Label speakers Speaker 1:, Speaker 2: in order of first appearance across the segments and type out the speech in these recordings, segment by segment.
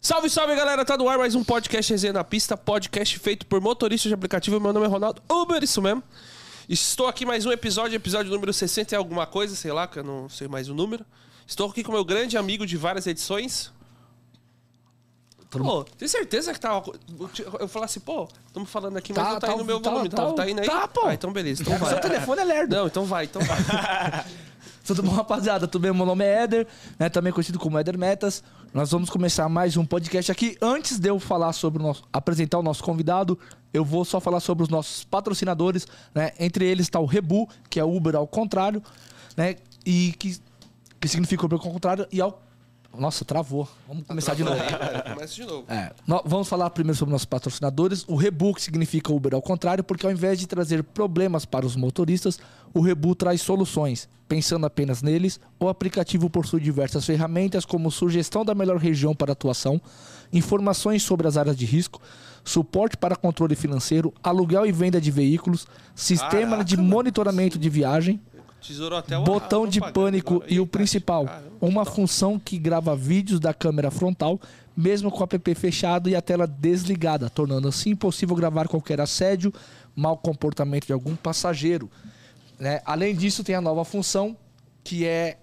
Speaker 1: Salve, salve, galera! Tá no ar mais um podcast Resenha na Pista, podcast feito por motoristas de aplicativo. Meu nome é Ronaldo Uber, isso mesmo. Estou aqui mais um episódio, episódio número 60 e alguma coisa, sei lá, que eu não sei mais o número. Estou aqui com meu grande amigo de várias edições. Pô, tem certeza que tá. uma co- Eu falar assim, pô, estamos falando aqui, mas
Speaker 2: Tá,
Speaker 1: não tá
Speaker 2: tá,
Speaker 1: indo no meu
Speaker 2: tá,
Speaker 1: volume. Tá,
Speaker 2: tá,
Speaker 1: tá indo aí?
Speaker 2: tá, pô.
Speaker 1: Ah, então beleza, então
Speaker 2: O seu
Speaker 1: vai.
Speaker 2: telefone é lerdo.
Speaker 1: Não, então vai, então vai.
Speaker 2: Tudo bom, rapaziada? Tudo bem? Meu nome é Éder, né? também conhecido como Éder Metas. Nós vamos começar mais um podcast aqui. Antes de eu falar sobre o nosso, apresentar o nosso convidado, eu vou só falar sobre os nossos patrocinadores, né? Entre eles está o Rebu, que é Uber ao contrário, né? E que, que significa Uber ao contrário e ao Nossa, travou. Vamos começar de novo.
Speaker 1: Começa de novo.
Speaker 2: É, nó- vamos falar primeiro sobre nossos patrocinadores. O Rebu, que significa Uber ao contrário, porque ao invés de trazer problemas para os motoristas, o Rebu traz soluções. Pensando apenas neles, o aplicativo possui diversas ferramentas, como sugestão da melhor região para atuação, informações sobre as áreas de risco, suporte para controle financeiro, aluguel e venda de veículos, sistema
Speaker 1: Caraca,
Speaker 2: de monitoramento de viagem,
Speaker 1: Tesourou até o
Speaker 2: Botão
Speaker 1: a
Speaker 2: de
Speaker 1: propaganda
Speaker 2: pânico
Speaker 1: agora.
Speaker 2: e o
Speaker 1: Eita,
Speaker 2: principal,
Speaker 1: caramba.
Speaker 2: uma função que grava vídeos da câmera frontal, mesmo com o app fechado e a tela desligada, tornando assim impossível gravar qualquer assédio, mau comportamento de algum passageiro. né? Além disso, tem a nova função, que é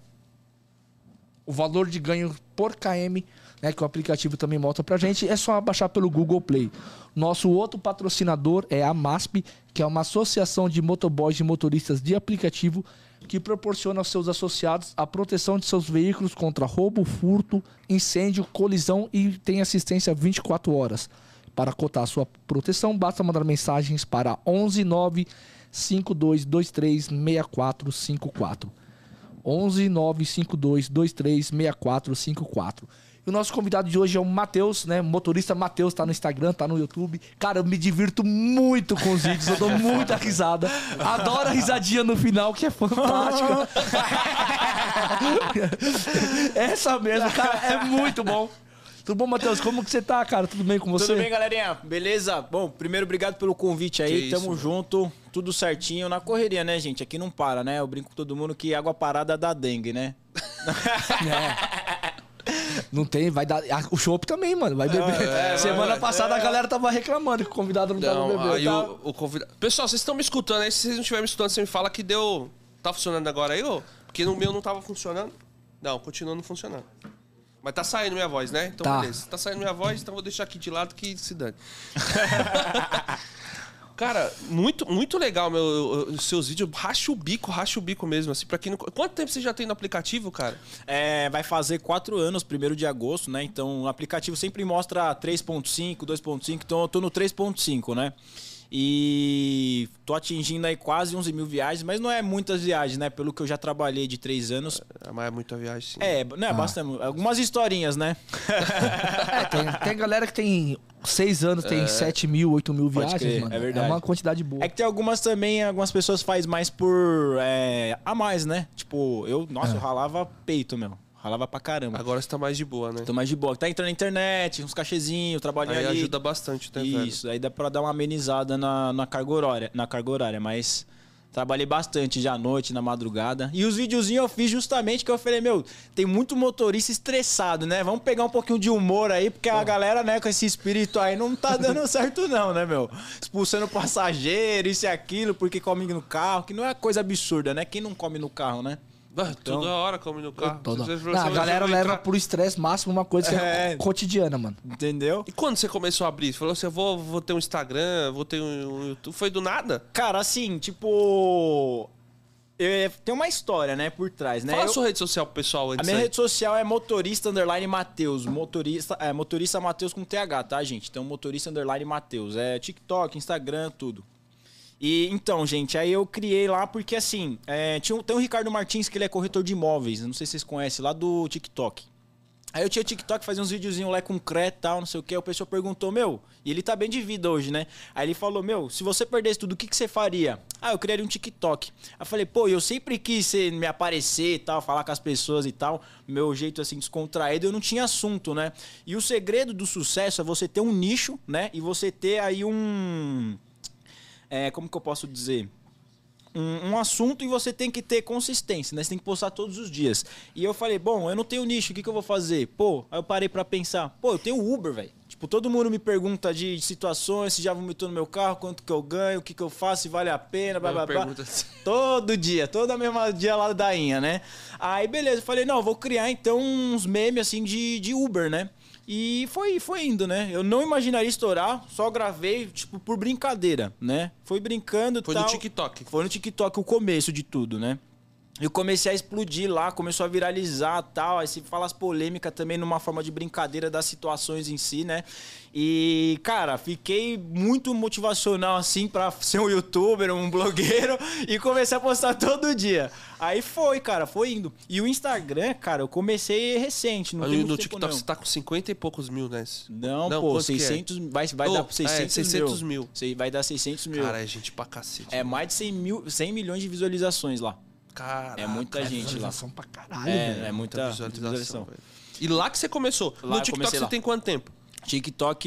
Speaker 2: o valor de ganho por KM, né, que o aplicativo também mostra pra gente, é só baixar pelo Google Play. Nosso outro patrocinador é a MASP, que é uma associação de motoboys e motoristas de aplicativo que proporciona aos seus associados a proteção de seus veículos contra roubo, furto, incêndio, colisão e tem assistência 24 horas. Para cotar sua proteção, basta mandar mensagens para 11 9 5223 6454. 11 952 23 6454. E o nosso convidado de hoje é o Matheus, né? Motorista Matheus, tá no Instagram, tá no YouTube. Cara, eu me divirto muito com os vídeos, eu dou muita risada. Adoro a risadinha no final, que é fantástica. Essa mesmo, cara, é muito bom. Tudo bom, Matheus? Como que você tá, cara? Tudo bem com você?
Speaker 3: Tudo bem, galerinha? Beleza? Bom, primeiro, obrigado pelo convite aí.
Speaker 1: Que
Speaker 3: Tamo
Speaker 1: isso,
Speaker 3: junto, tudo certinho. Na correria, né, gente? Aqui não para, né? Eu brinco com todo mundo que água parada dá dengue, né?
Speaker 2: É. Não tem, vai dar. ah, O chopp também, mano. Vai beber. Semana passada a galera tava reclamando que o convidado não, tava
Speaker 1: Não,
Speaker 2: bebendo.
Speaker 1: aí
Speaker 2: Tá-
Speaker 1: o, o convida- Pessoal, vocês estão me escutando aí? Se vocês não estiverem me escutando, você me fala que deu. Tá funcionando agora aí, ô? Porque no meu não tava funcionando. Não, continua não funcionando. Mas tá saindo minha voz, né? Então
Speaker 2: Tá.
Speaker 1: beleza. Tá saindo minha voz, então vou deixar aqui de lado que se dane. Cara, muito, muito legal, meu. eu- eu- Os seus vídeos. Racha o bico, racha o bico mesmo. Assim, pra quem não... Quanto tempo você já tem no aplicativo, cara?
Speaker 3: É, vai fazer quatro anos, primeiro de agosto, né? Então o aplicativo sempre mostra 3.5, 2.5, então eu tô no 3.5, né? E tô atingindo aí quase 11 mil viagens, mas não é muitas viagens, né? Pelo que eu já trabalhei de três anos.
Speaker 1: Ah, Mas é muita viagem, sim.
Speaker 3: É, né? Bastante. Algumas historinhas, né?
Speaker 2: É, tem, tem galera que tem seis anos, tem sete mil, oito mil
Speaker 3: É. Pode
Speaker 2: viagens,
Speaker 3: crer,
Speaker 2: mano.
Speaker 3: é verdade.
Speaker 2: uma quantidade boa.
Speaker 3: É que tem algumas também, algumas pessoas faz mais por. é, a mais, né? Tipo, eu, nossa, eu ralava peito, meu. Ralava pra caramba.
Speaker 1: Agora você tá mais de boa, né?
Speaker 3: Tô mais de boa. Tá entrando na internet, uns cachezinhos, trabalho
Speaker 1: aí
Speaker 3: ali.
Speaker 1: ajuda bastante, né, velho?
Speaker 3: Isso, aí dá pra dar uma amenizada na, na, carga horária, na carga horária, mas. Trabalhei bastante já à noite, na madrugada. E os videozinhos eu fiz justamente que eu falei, meu, tem muito motorista estressado, né? Vamos pegar um pouquinho de humor aí, porque a galera, né, com esse espírito aí não tá dando certo não, né, meu? Expulsando passageiro, isso e aquilo, porque come no carro, que não é coisa absurda, né? Quem não come no carro, né?
Speaker 1: Ah, Toda hora come no carro.
Speaker 2: Toda-
Speaker 1: Você- você-
Speaker 2: Não, a
Speaker 1: você
Speaker 2: galera
Speaker 1: vai
Speaker 2: leva
Speaker 1: entrar-
Speaker 2: pro estresse máximo uma coisa que é,
Speaker 3: É.
Speaker 2: cotidiana, mano.
Speaker 3: Entendeu?
Speaker 1: E quando você começou a abrir? Você falou assim, eu vou, vou ter um Instagram, vou ter um YouTube. Foi do nada?
Speaker 3: Cara, assim, tipo... é, tem uma história, né, por trás, né?
Speaker 1: Fala a
Speaker 3: Eu-
Speaker 1: sua rede social pro pessoal
Speaker 3: A
Speaker 1: antes
Speaker 3: minha
Speaker 1: aí.
Speaker 3: rede social é motorista underline Mateus, motorista, é motorista Mateus com TH, tá, gente? Então motorista underline Mateus, é TikTok, Instagram, tudo. E então, gente, aí eu criei lá porque assim, é, tinha, um- tem o Ricardo Martins que ele é corretor de imóveis, não sei se vocês conhecem, lá do TikTok. Aí eu tinha TikTok, fazia uns videozinhos lá com creta e tal, não sei o que. O pessoal perguntou, meu, e ele tá bem de vida hoje, né? Aí ele falou, meu, se você perdesse tudo, o que, que você faria? Ah, eu criaria um TikTok. Aí eu falei, pô, eu sempre quis ser- me aparecer e tal, falar com as pessoas e tal. Meu jeito assim, descontraído, eu não tinha assunto, né? E o segredo do sucesso é você ter um nicho, né? E você ter aí um. É, como que eu posso dizer? um, um assunto e você tem que ter consistência, né? Você tem que postar todos os dias. E eu falei, bom, eu não tenho nicho, o que, que eu vou fazer? Pô, aí eu parei pra pensar, pô, eu tenho Uber, velho. Tipo, todo mundo me pergunta de, de situações, se já vomitou no meu carro, quanto que eu ganho, o que, que eu faço, se vale a pena, blá, blá, blá.
Speaker 1: pergunta assim.
Speaker 3: Todo dia, toda a mesma dia lá da Inha, né? Aí, beleza, eu falei, não, eu vou criar então uns memes assim de, de Uber, né? E foi, foi indo, né? Eu não imaginaria estourar, só gravei, tipo, por brincadeira, né? Foi brincando e
Speaker 1: Foi
Speaker 3: tal.
Speaker 1: no TikTok.
Speaker 3: Foi no TikTok o começo de tudo, né? Eu comecei a explodir lá, começou a viralizar tal. Aí se fala as polêmicas também numa forma de brincadeira das situações em si, né? E, cara, fiquei muito motivacional assim pra ser um youtuber, um blogueiro e comecei a postar todo dia. Aí foi, cara, foi indo. E o Instagram, cara, eu comecei recente, não
Speaker 1: Mas
Speaker 3: tem
Speaker 1: No,
Speaker 3: muito tempo,
Speaker 1: TikTok
Speaker 3: não.
Speaker 1: você tá com 50 e poucos mil, né?
Speaker 3: Não, pô,
Speaker 1: quanto que é?
Speaker 3: 600, vai, vai
Speaker 1: Oh,
Speaker 3: dar 600,
Speaker 1: é, 600 mil.
Speaker 3: Sei, Vai dar 600 mil.
Speaker 1: Cara, é gente pra cacete.
Speaker 3: é mais de 100, mil, 100 milhões de visualizações lá.
Speaker 1: Caraca,
Speaker 3: É muita gente lá.
Speaker 2: Visualização pra caralho,
Speaker 3: é,
Speaker 2: velho.
Speaker 3: é muita visualização.
Speaker 1: velho. E lá que você começou.
Speaker 3: Lá
Speaker 1: no
Speaker 3: eu
Speaker 1: TikTok
Speaker 3: comecei
Speaker 1: você
Speaker 3: lá.
Speaker 1: tem quanto tempo?
Speaker 3: TikTok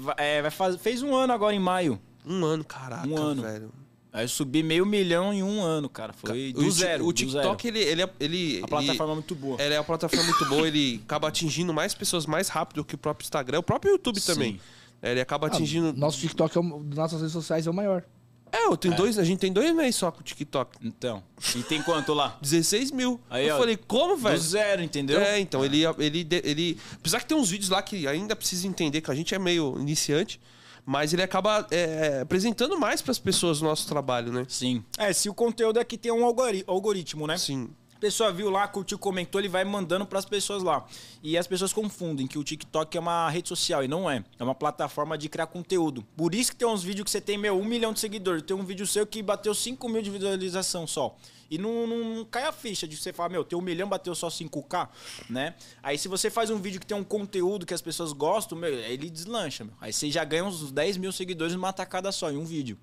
Speaker 3: va- é, vai faz- fez um ano agora em maio.
Speaker 1: Um ano, caraca,
Speaker 3: Um ano.
Speaker 1: velho.
Speaker 3: Aí eu subi meio milhão em um ano, cara. Foi do
Speaker 1: O ti-
Speaker 3: zero.
Speaker 1: O
Speaker 3: do zero.
Speaker 1: TikTok, ele, ele, é- ele.
Speaker 3: A plataforma
Speaker 1: ele,
Speaker 3: é muito boa.
Speaker 1: Ela é uma plataforma muito boa, ele acaba atingindo mais pessoas mais rápido que o próprio Instagram, o próprio YouTube
Speaker 3: Sim.
Speaker 1: também. É, Ele acaba
Speaker 2: Ah,
Speaker 1: atingindo.
Speaker 2: Nosso TikTok, é o, nossas redes sociais é o maior.
Speaker 1: É, eu tenho dois, a gente tem dois meses só com o TikTok.
Speaker 3: Então. E tem quanto lá?
Speaker 1: 16 mil.
Speaker 3: Aí,
Speaker 1: eu
Speaker 3: ó,
Speaker 1: falei, como,
Speaker 3: Do
Speaker 1: velho?
Speaker 3: zero, entendeu?
Speaker 1: É, então, ele, ele, ele. Apesar que tem uns vídeos lá que ainda precisa entender, que a gente é meio iniciante, mas ele acaba é, apresentando mais pras pessoas o nosso trabalho, né?
Speaker 3: Sim. É, se o conteúdo aqui tem um algori- algoritmo, né?
Speaker 1: Sim.
Speaker 3: A pessoa viu lá, curtiu, comentou, ele vai mandando pras pessoas lá. E as pessoas confundem que o TikTok é uma rede social e não é. É uma plataforma de criar conteúdo. Por isso que tem uns vídeos que você tem, meu, um milhão de seguidores. Tem um vídeo seu que bateu 5 mil de visualização só. E não, não, não cai a ficha de você falar, meu, teu um milhão bateu só 5k, né? Aí se você faz um vídeo que tem um conteúdo que as pessoas gostam, meu, ele deslancha, meu. Aí você já ganha uns 10 mil seguidores numa tacada só, em um vídeo.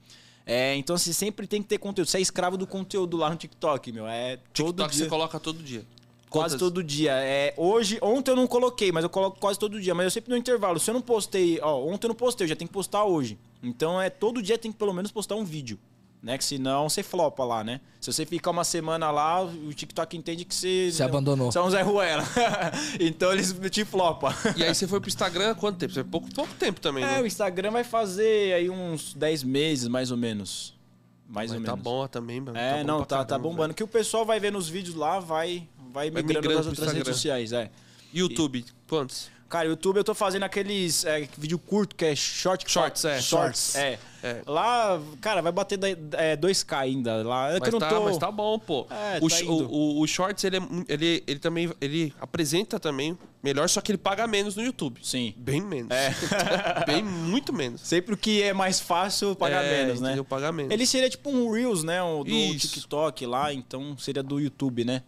Speaker 3: É, então você sempre tem que ter conteúdo. Você é escravo do conteúdo lá no TikTok, meu. É todo
Speaker 1: TikTok
Speaker 3: dia.
Speaker 1: você coloca todo dia.
Speaker 3: Quase
Speaker 1: Quantas?
Speaker 3: todo dia. É, hoje, ontem eu não coloquei, mas eu coloco quase todo dia. Mas eu sempre no intervalo. Se eu não postei, ó, ontem eu não postei, eu já tenho que postar hoje. Então é todo dia tem que pelo menos postar um vídeo. Né? Que senão você flopa lá, né? Se você ficar uma semana lá, o TikTok entende que você.
Speaker 2: Você abandonou.
Speaker 3: São Zé Ruela. então eles te flopam.
Speaker 1: E aí você foi pro Instagram há quanto tempo? Você pouco, pouco tempo também,
Speaker 3: É,
Speaker 1: né?
Speaker 3: o Instagram vai fazer aí uns 10 meses, mais ou menos. Mais
Speaker 1: Mas
Speaker 3: ou
Speaker 1: tá
Speaker 3: menos.
Speaker 1: bom também, mano.
Speaker 3: É,
Speaker 1: bom
Speaker 3: não,
Speaker 1: pra
Speaker 3: tá, tá
Speaker 1: caramba, né?
Speaker 3: bombando. Que o pessoal vai ver nos vídeos lá, vai, vai
Speaker 1: Vai
Speaker 3: migrando,
Speaker 1: migrando
Speaker 3: nas
Speaker 1: pro
Speaker 3: outras redes
Speaker 1: Instagram.
Speaker 3: sociais, é.
Speaker 1: velho. YouTube, quantos?
Speaker 3: Cara, YouTube eu tô fazendo aqueles é, vídeo curto que é short que
Speaker 1: Shorts,
Speaker 3: fala-
Speaker 1: é.
Speaker 3: Shorts, é.
Speaker 1: É.
Speaker 3: Lá, cara, vai bater da- é, 2K ainda. Lá, é que eu
Speaker 1: Mas
Speaker 3: não
Speaker 1: tá,
Speaker 3: tô.
Speaker 1: mas tá bom, pô.
Speaker 3: É,
Speaker 1: o,
Speaker 3: tá
Speaker 1: sh-
Speaker 3: indo.
Speaker 1: o- o- o Shorts, ele, é mu- ele, ele também ele apresenta também melhor, só que ele paga menos no YouTube.
Speaker 3: Sim.
Speaker 1: Bem menos.
Speaker 3: É.
Speaker 1: Bem, muito menos.
Speaker 3: Sempre o que é mais fácil pagar
Speaker 1: É,
Speaker 3: menos, né?
Speaker 1: entendeu? Pagar menos.
Speaker 3: Ele seria tipo um Reels, né? O do
Speaker 1: Isso.
Speaker 3: TikTok lá, então seria do YouTube, né?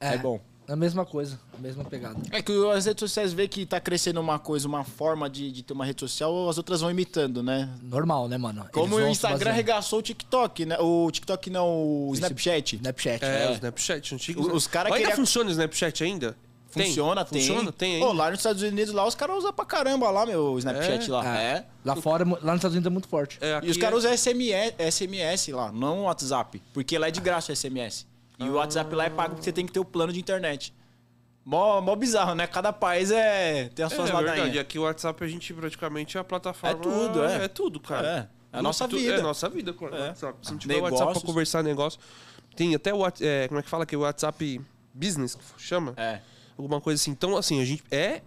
Speaker 3: É, bom.
Speaker 2: É a mesma coisa, a mesma pegada.
Speaker 3: É que as redes sociais vê que tá crescendo uma coisa, uma forma de, de ter uma rede social, as outras vão imitando, né?
Speaker 2: Normal, né, mano?
Speaker 3: Como
Speaker 2: Eles
Speaker 3: o
Speaker 2: vão se
Speaker 3: Instagram
Speaker 2: baseando.
Speaker 3: arregaçou o TikTok, né? O Tiktok não, o Snapchat.
Speaker 2: Snapchat. né?
Speaker 1: É,
Speaker 3: É.
Speaker 1: o Snapchat, antigo.
Speaker 3: Os- os cara
Speaker 1: Mas Ainda
Speaker 3: queria-
Speaker 1: funciona o Snapchat ainda? Tem?
Speaker 3: Funciona, tem.
Speaker 1: Funciona, tem
Speaker 3: Pô,
Speaker 1: ainda.
Speaker 3: lá nos Estados Unidos, lá os caras usam pra caramba lá, meu, o Snapchat
Speaker 1: É?
Speaker 3: lá.
Speaker 2: É. Lá fora, lá nos Estados Unidos é muito forte.
Speaker 1: É,
Speaker 3: E os
Speaker 1: aqui
Speaker 3: caras
Speaker 1: é-
Speaker 3: usam SMS, SMS lá, não o WhatsApp. Porque lá é de graça o SMS. E
Speaker 1: Ah.
Speaker 3: o WhatsApp lá é pago porque você tem que ter o plano de internet. Mó, mó bizarro, né? Cada país é tem as suas
Speaker 1: É, verdade.
Speaker 3: ladainhas.
Speaker 1: Aqui o WhatsApp a gente praticamente é a plataforma.
Speaker 3: É tudo, é.
Speaker 1: É tudo, cara.
Speaker 3: É, é a nossa
Speaker 1: Tu-
Speaker 3: vida.
Speaker 1: É a nossa vida, claro.
Speaker 3: É.
Speaker 1: WhatsApp. Se não tiver WhatsApp
Speaker 3: Negócios.
Speaker 1: pra conversar negócio. Tem até o Whats- é, como é que fala que o WhatsApp Business que chama?
Speaker 3: É.
Speaker 1: Alguma coisa assim. Então, assim, a gente é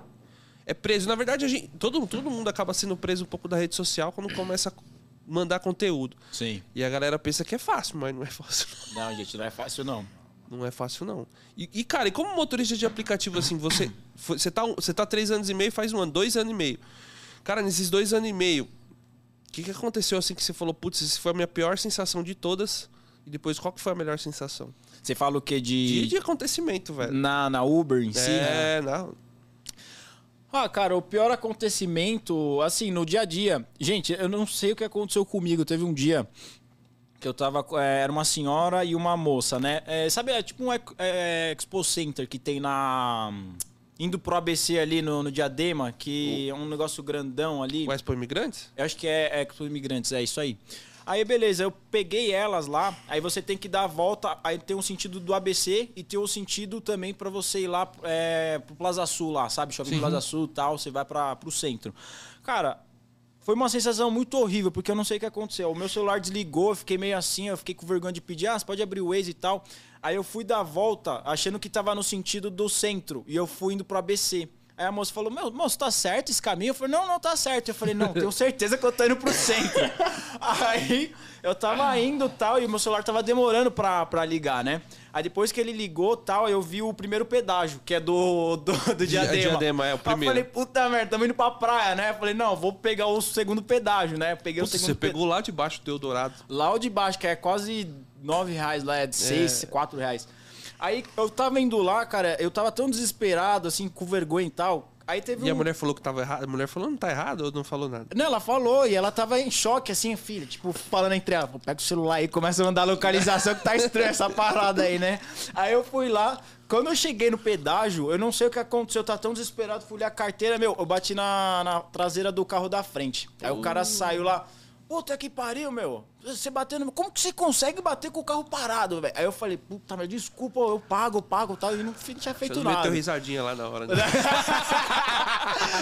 Speaker 1: é preso. Na verdade, a gente, todo, todo mundo acaba sendo preso um pouco da rede social quando começa a mandar conteúdo.
Speaker 3: Sim.
Speaker 1: E a galera pensa que é fácil, mas não é fácil. não.
Speaker 3: Não, gente, não é fácil não.
Speaker 1: Não é fácil, não. E, e, cara, e como motorista de aplicativo, assim, você, foi- você, tá, um- você tá três anos e meio, faz um ano, dois anos e meio. Cara, nesses dois anos e meio, o que, que aconteceu, assim, que você falou, putz, isso foi a minha pior sensação de todas? E depois, qual que foi a melhor sensação?
Speaker 3: Você fala o quê?
Speaker 1: E
Speaker 3: De.
Speaker 1: de acontecimento, velho.
Speaker 3: Na, na Uber em si? né?
Speaker 1: é, não.
Speaker 3: Ah, cara, o pior acontecimento, assim, no dia a dia. Gente, eu não sei o que aconteceu comigo. Teve um dia que eu tava. com- é, Era uma senhora e uma moça, né? É, sabe, é tipo um ec- é, Expo Center que tem na. hum, Indo pro ABC ali no, no Diadema, que é um negócio grandão ali.
Speaker 1: O Expo Imigrantes?
Speaker 3: Eu acho que é, é Expo Imigrantes, é isso aí. Aí beleza, eu peguei elas lá. Aí você tem que dar a volta. Aí tem o sentido do ABC e tem o sentido também pra você ir lá é, pro Plaza Sul lá, sabe? Shopping Plaza Sul e tal. Você vai pra, pro centro. Cara, foi uma sensação muito horrível, porque eu não sei o que aconteceu. O meu celular desligou, eu fiquei meio assim, eu fiquei com vergonha de pedir, ah, você pode abrir o Waze e tal. Aí eu fui dar a volta, achando que tava no sentido do centro, e eu fui indo pro ABC. Aí a moça falou, meu, moço, tá certo esse caminho? Eu falei, não, não tá certo. Eu falei, não, tenho certeza que eu tô indo pro centro. Aí eu tava indo e tal, e meu celular tava demorando pra, pra ligar, né? Aí depois que ele ligou tal, eu vi o primeiro pedágio, que é do, do, do diadema.
Speaker 1: Diadema, é, o
Speaker 3: Aí eu
Speaker 1: primeiro.
Speaker 3: falei, puta merda, tamo indo pra praia, né? Eu falei, não, vou pegar o segundo pedágio, né? Eu peguei
Speaker 1: Puta,
Speaker 3: o
Speaker 1: você
Speaker 3: segundo
Speaker 1: pegou lá debaixo do Eldorado.
Speaker 3: pe- Lá o de baixo, que é quase 9 reais lá, é de 6, 4 reais. Aí eu tava indo lá, cara, eu tava tão desesperado, assim, com vergonha e tal. Aí teve
Speaker 1: E a
Speaker 3: um-
Speaker 1: mulher falou que tava errado. A mulher falou, não tá errado ou não falou nada?
Speaker 3: Não, ela falou e ela tava em choque, assim, filha, tipo, falando entre ela, pega o celular aí, começa a mandar localização que tá estranha essa parada aí, né? Aí eu fui lá, quando eu cheguei no pedágio, eu não sei o que aconteceu, eu tava tão desesperado, fui olhar a carteira, meu, eu bati na, na traseira do carro da frente. Aí o cara saiu lá, puta que pariu, meu, você bateu no... Como que você consegue bater com o carro parado, velho? Aí eu falei, puta, mas desculpa, eu pago, eu pago e tal, e não tinha feito
Speaker 1: Você não
Speaker 3: nada.
Speaker 1: meteu risadinha lá na hora. né?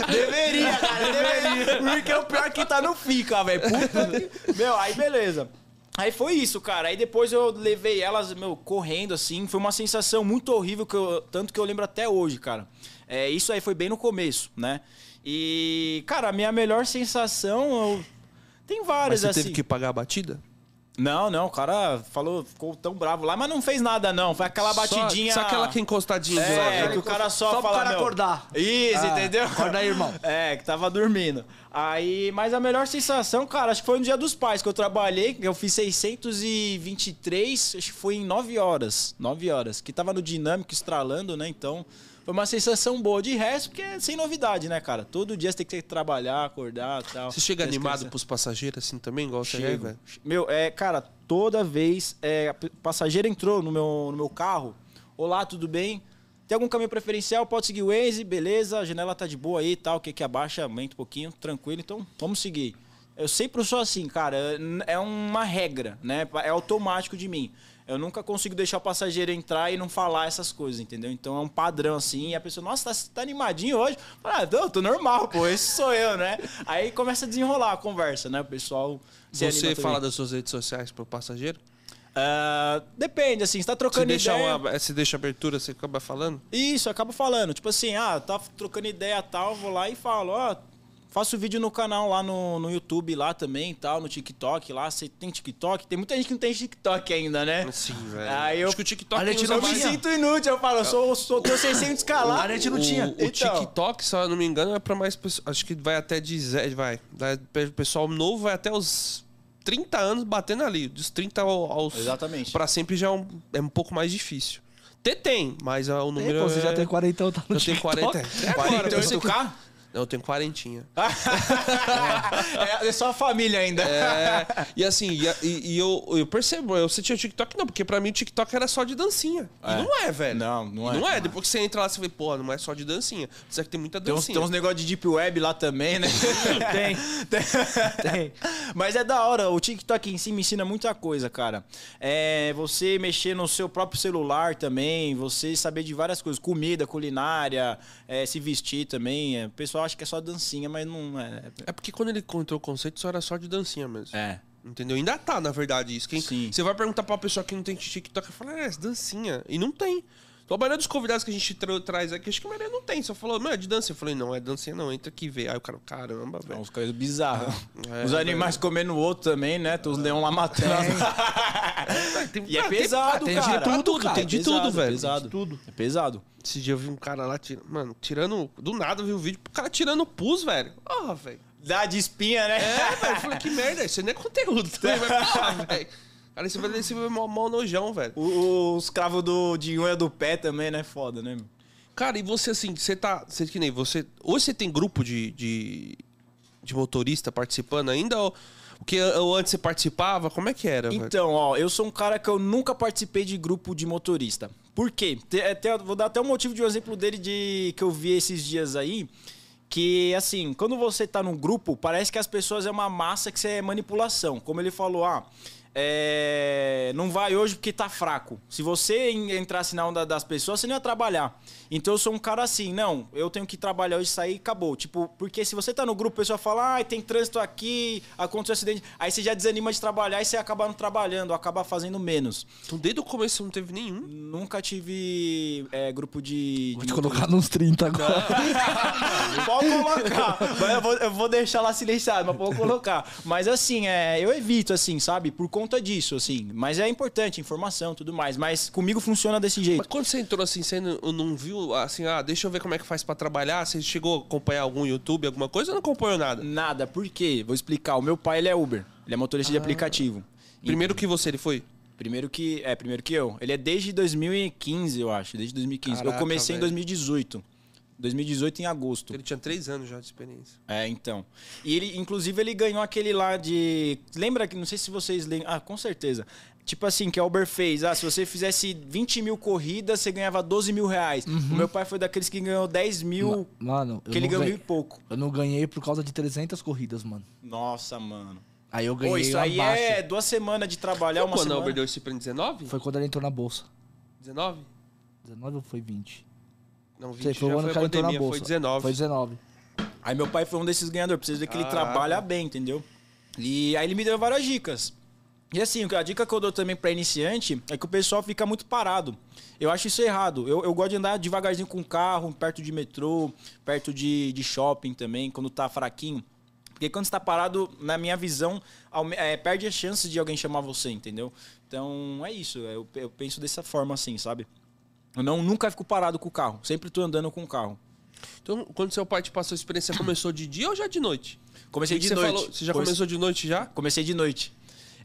Speaker 3: Deveria, cara, deveria. Porque o pior é que tá no fica, velho. Puta que... Meu, aí beleza. Aí foi isso, cara. Aí depois eu levei elas, meu, correndo assim. Foi uma sensação muito horrível, que eu- tanto que eu lembro até hoje, cara. É, isso aí foi bem no começo, né? E, cara, a minha melhor sensação. eu- Tem
Speaker 1: Mas
Speaker 3: várias
Speaker 1: você
Speaker 3: assim.
Speaker 1: teve que pagar a batida?
Speaker 3: Não, não, o cara falou, ficou tão bravo lá, mas não fez nada, não. Foi aquela batidinha.
Speaker 1: Só, só aquela que é encostadinha. de lado,
Speaker 3: É,
Speaker 1: né?
Speaker 3: que o cara só,
Speaker 2: Só pro
Speaker 3: fala.
Speaker 2: cara
Speaker 3: meu,
Speaker 2: acordar.
Speaker 3: Isso,
Speaker 2: Ah,
Speaker 3: entendeu?
Speaker 2: acorda aí, irmão.
Speaker 3: É, que tava dormindo. Aí, mas a melhor sensação, cara, acho que foi no dia dos pais que eu trabalhei, que eu fiz 623, acho que foi em 9 horas. 9 horas. Que tava no dinâmico estralando, né? Então, foi uma sensação boa. De resto, porque é sem novidade, né, cara? Todo dia você tem que trabalhar, acordar e tal.
Speaker 1: Você chega
Speaker 3: Descansar.
Speaker 1: animado pros passageiros assim também, igual você é,
Speaker 3: Chego.
Speaker 1: velho?
Speaker 3: Meu, é, cara, toda vez é, a p- passageira entrou no meu, no meu carro. Olá, tudo bem? Tem algum caminho preferencial? Pode seguir o Waze, beleza, a janela tá de boa aí e tal, o que que abaixa, aumenta um pouquinho, tranquilo, então vamos seguir. Eu sempre sou assim, cara, é n- é uma regra, né? É automático de mim. Eu nunca consigo deixar o passageiro entrar e não falar essas coisas, entendeu? Então é um padrão assim, e a pessoa, nossa, tá, tá animadinho hoje? Fala, ah, tô, tô normal, pô, esse sou eu, né? Aí começa a desenrolar a conversa, né? O pessoal se
Speaker 1: Você,
Speaker 3: anima também.
Speaker 1: fala das suas redes sociais pro passageiro?
Speaker 3: Ah, depende, assim, você tá
Speaker 1: Você
Speaker 3: trocando
Speaker 1: deixa,
Speaker 3: ideia.
Speaker 1: uma, você deixa abertura, você acaba falando?
Speaker 3: Isso, eu acabo falando. Tipo assim, ah, tá trocando ideia tal, vou lá e falo, ó, faço vídeo no canal lá no, no YouTube lá também tal, no TikTok lá. Você tem TikTok? Tem muita gente que não tem TikTok ainda, né?
Speaker 1: Sim, velho.
Speaker 3: Aí eu-
Speaker 1: Acho que o TikTok
Speaker 2: Olha,
Speaker 1: usa
Speaker 2: tirou
Speaker 3: Eu me
Speaker 1: mais-
Speaker 3: sinto inútil, eu falo, eu sou, sou tenho 600
Speaker 2: A
Speaker 3: calados.
Speaker 2: gente não tinha.
Speaker 1: O, o
Speaker 3: Então.
Speaker 1: TikTok, se eu não me engano, é pra mais pessoas. Acho que vai até de Zé, vai. Daí, O pessoal novo vai até os 30 anos batendo ali. Dos 30 ao- aos.
Speaker 3: Exatamente.
Speaker 1: Pra sempre já é um, é um pouco mais difícil. Ter tem, mas ah, o
Speaker 2: Ei,
Speaker 1: número.
Speaker 2: pô, você
Speaker 1: é-
Speaker 2: já tem 40 anos, tá no
Speaker 1: Eu tenho 40. É agora,
Speaker 3: então
Speaker 1: eu sei que-
Speaker 3: 48k?
Speaker 1: Não, eu tenho quarentinha.
Speaker 3: é, é só a família ainda.
Speaker 1: É, e assim, e, e- e eu, eu percebo, eu sentia o TikTok não, porque pra mim o TikTok era só de dancinha.
Speaker 3: É.
Speaker 1: E não é, velho.
Speaker 3: Não, não
Speaker 1: E
Speaker 3: é.
Speaker 1: Não é, depois que você entra lá, você vê, pô, não é só de dancinha. Será que tem muita
Speaker 3: Tem uns,
Speaker 1: dancinha?
Speaker 3: tem uns negócios de deep web lá também, né?
Speaker 2: Tem. Tem.
Speaker 3: Mas é da hora, o TikTok em si me ensina muita coisa, cara. É você mexer no seu próprio celular também, você saber de várias coisas, comida, culinária, é, se vestir também. É, o pessoal acha que é só dancinha, mas não é.
Speaker 1: É porque quando ele encontrou o conceito, só era só de dancinha mesmo.
Speaker 3: É.
Speaker 1: Entendeu? Ainda tá, na verdade, isso. Quem,
Speaker 3: Sim.
Speaker 1: Você vai perguntar pra uma pessoa que não tem TikTok, fala, é, dancinha. E não tem. Então, a maioria dos convidados que a gente tra- traz aqui, acho que a maioria não tem. Só falou, mano, é de dancinha. Eu falei, não, é dancinha não, entra aqui e vê. Aí o cara, caramba,
Speaker 3: É
Speaker 1: velho.
Speaker 3: uns coisas bizarras.
Speaker 1: É,
Speaker 3: Os animais comendo o outro também, né? Tem os leões lá matando.
Speaker 1: Tem-
Speaker 3: e é
Speaker 1: ah, tem-
Speaker 3: pesado,
Speaker 1: tem de
Speaker 3: cara.
Speaker 1: tudo, cara.
Speaker 3: É
Speaker 1: Tem de
Speaker 3: pesado,
Speaker 1: tudo, velho.
Speaker 3: É pesado.
Speaker 1: De tudo.
Speaker 3: É pesado.
Speaker 1: Esse dia eu vi um cara lá, tira- mano, tirando. Do nada eu vi o vídeo, o cara tirando pus, velho. Porra, velho.
Speaker 3: Dá de espinha, né?
Speaker 1: É, velho. Eu falei, que merda, isso não é conteúdo. Também, mas, porra, velho. Cara, esse velho esse velho é mó mó nojão, velho.
Speaker 3: O- Os cravos do, de unha do pé também, né? Foda, né? meu?
Speaker 1: Cara, e você assim, você tá. Você que nem você. Hoje você tem grupo de, de, de motorista participando ainda? Ou, porque an- ou antes você participava? Como é que era? velho?
Speaker 3: Então, ó, eu sou um cara que eu nunca participei de grupo de motorista. Por quê? Te- é, te- vou dar até um motivo de um exemplo dele de que eu vi esses dias aí. Que, assim, quando você tá num grupo, parece que as pessoas é uma massa que você é manipulação. Como ele falou, ah, é, não vai hoje porque tá fraco. Se você en- entrasse na onda das pessoas, você não ia trabalhar. Então eu sou um cara assim, não, eu tenho que trabalhar hoje, sair e acabou. Tipo, porque se você tá no grupo, a pessoa fala, ai, tem trânsito aqui, aconteceu um acidente. Aí você já desanima de trabalhar e você acaba não trabalhando, acaba fazendo menos.
Speaker 1: Então, desde o começo não teve nenhum.
Speaker 3: Nunca tive é, grupo de.
Speaker 2: Vou
Speaker 3: de
Speaker 2: te colocar nos 30 agora.
Speaker 3: Pode colocar. Mas eu, vou, eu vou deixar lá silenciado, mas pode colocar. Mas assim, é, eu evito, assim, sabe? Por conta disso, assim. Mas é importante, informação tudo mais. Mas comigo funciona desse
Speaker 1: Mas
Speaker 3: jeito.
Speaker 1: quando você entrou assim, você não, não viu, assim, ah, deixa eu ver como é que faz pra trabalhar? Você chegou a acompanhar algum YouTube, alguma coisa ou não acompanhou nada?
Speaker 3: Nada, por quê? Vou explicar. O meu pai, ele é Uber. Ele é motorista
Speaker 2: Ah.
Speaker 3: de aplicativo.
Speaker 1: Primeiro que você, ele foi?
Speaker 3: Primeiro que. É, primeiro que eu. Ele é desde 2015, eu acho. Desde 2015.
Speaker 1: Caraca,
Speaker 3: eu comecei
Speaker 1: velho.
Speaker 3: em 2018. 2018 em agosto.
Speaker 1: Ele tinha três anos já de experiência.
Speaker 3: É, então. E ele, inclusive, ele ganhou aquele lá de. Lembra que. Não sei se vocês lembram. Ah, com certeza. Tipo assim, que a Uber fez. Ah, se você fizesse 20 mil corridas, você ganhava 12 mil reais. O meu pai foi daqueles que ganhou 10 mil,
Speaker 2: Mano, eu
Speaker 3: que ele
Speaker 2: Uhum. não,
Speaker 3: ganhou mil
Speaker 2: ganhei,
Speaker 3: e pouco.
Speaker 2: eu não ganhei por causa de 300 corridas, mano.
Speaker 3: Nossa, mano.
Speaker 2: Aí eu
Speaker 3: Pô,
Speaker 2: ganhei
Speaker 3: isso aí
Speaker 2: abaixo. é
Speaker 3: é duas semanas de trabalhar,
Speaker 1: Foi
Speaker 3: uma
Speaker 1: quando a
Speaker 3: semana.
Speaker 1: Uber deu esse prêmio? 19?
Speaker 2: assim, Foi quando ele entrou na bolsa.
Speaker 1: 19?
Speaker 2: 19 ou foi 20?
Speaker 1: Não,
Speaker 2: Sei,
Speaker 1: 20
Speaker 2: foi
Speaker 1: já
Speaker 2: o ano
Speaker 1: a
Speaker 2: que ela entrou na
Speaker 1: pandemia,
Speaker 2: bolsa.
Speaker 1: Foi 19.
Speaker 2: Foi 19.
Speaker 3: Aí meu pai foi um desses ganhadores, pra vocês verem que ele
Speaker 1: Caraca.
Speaker 3: trabalha bem, entendeu? E aí ele me deu várias dicas. E assim, a dica que eu dou também pra iniciante é que o pessoal fica muito parado. Eu acho isso errado. Eu, eu gosto de andar devagarzinho com o carro, perto de metrô, perto de, de shopping também, quando tá fraquinho. Porque quando está parado, na minha visão, aume- é, perde a chance de alguém chamar você, entendeu? Então é isso. Eu, eu penso dessa forma assim, sabe? Eu não, nunca fico parado com o carro. Sempre tô andando com o carro.
Speaker 1: Então, quando seu pai te passou a experiência, começou de dia ou já de noite?
Speaker 3: Comecei
Speaker 1: O
Speaker 3: de
Speaker 1: que você
Speaker 3: noite.
Speaker 1: falou? Você já
Speaker 3: Come-
Speaker 1: começou de noite já?
Speaker 3: Comecei de noite.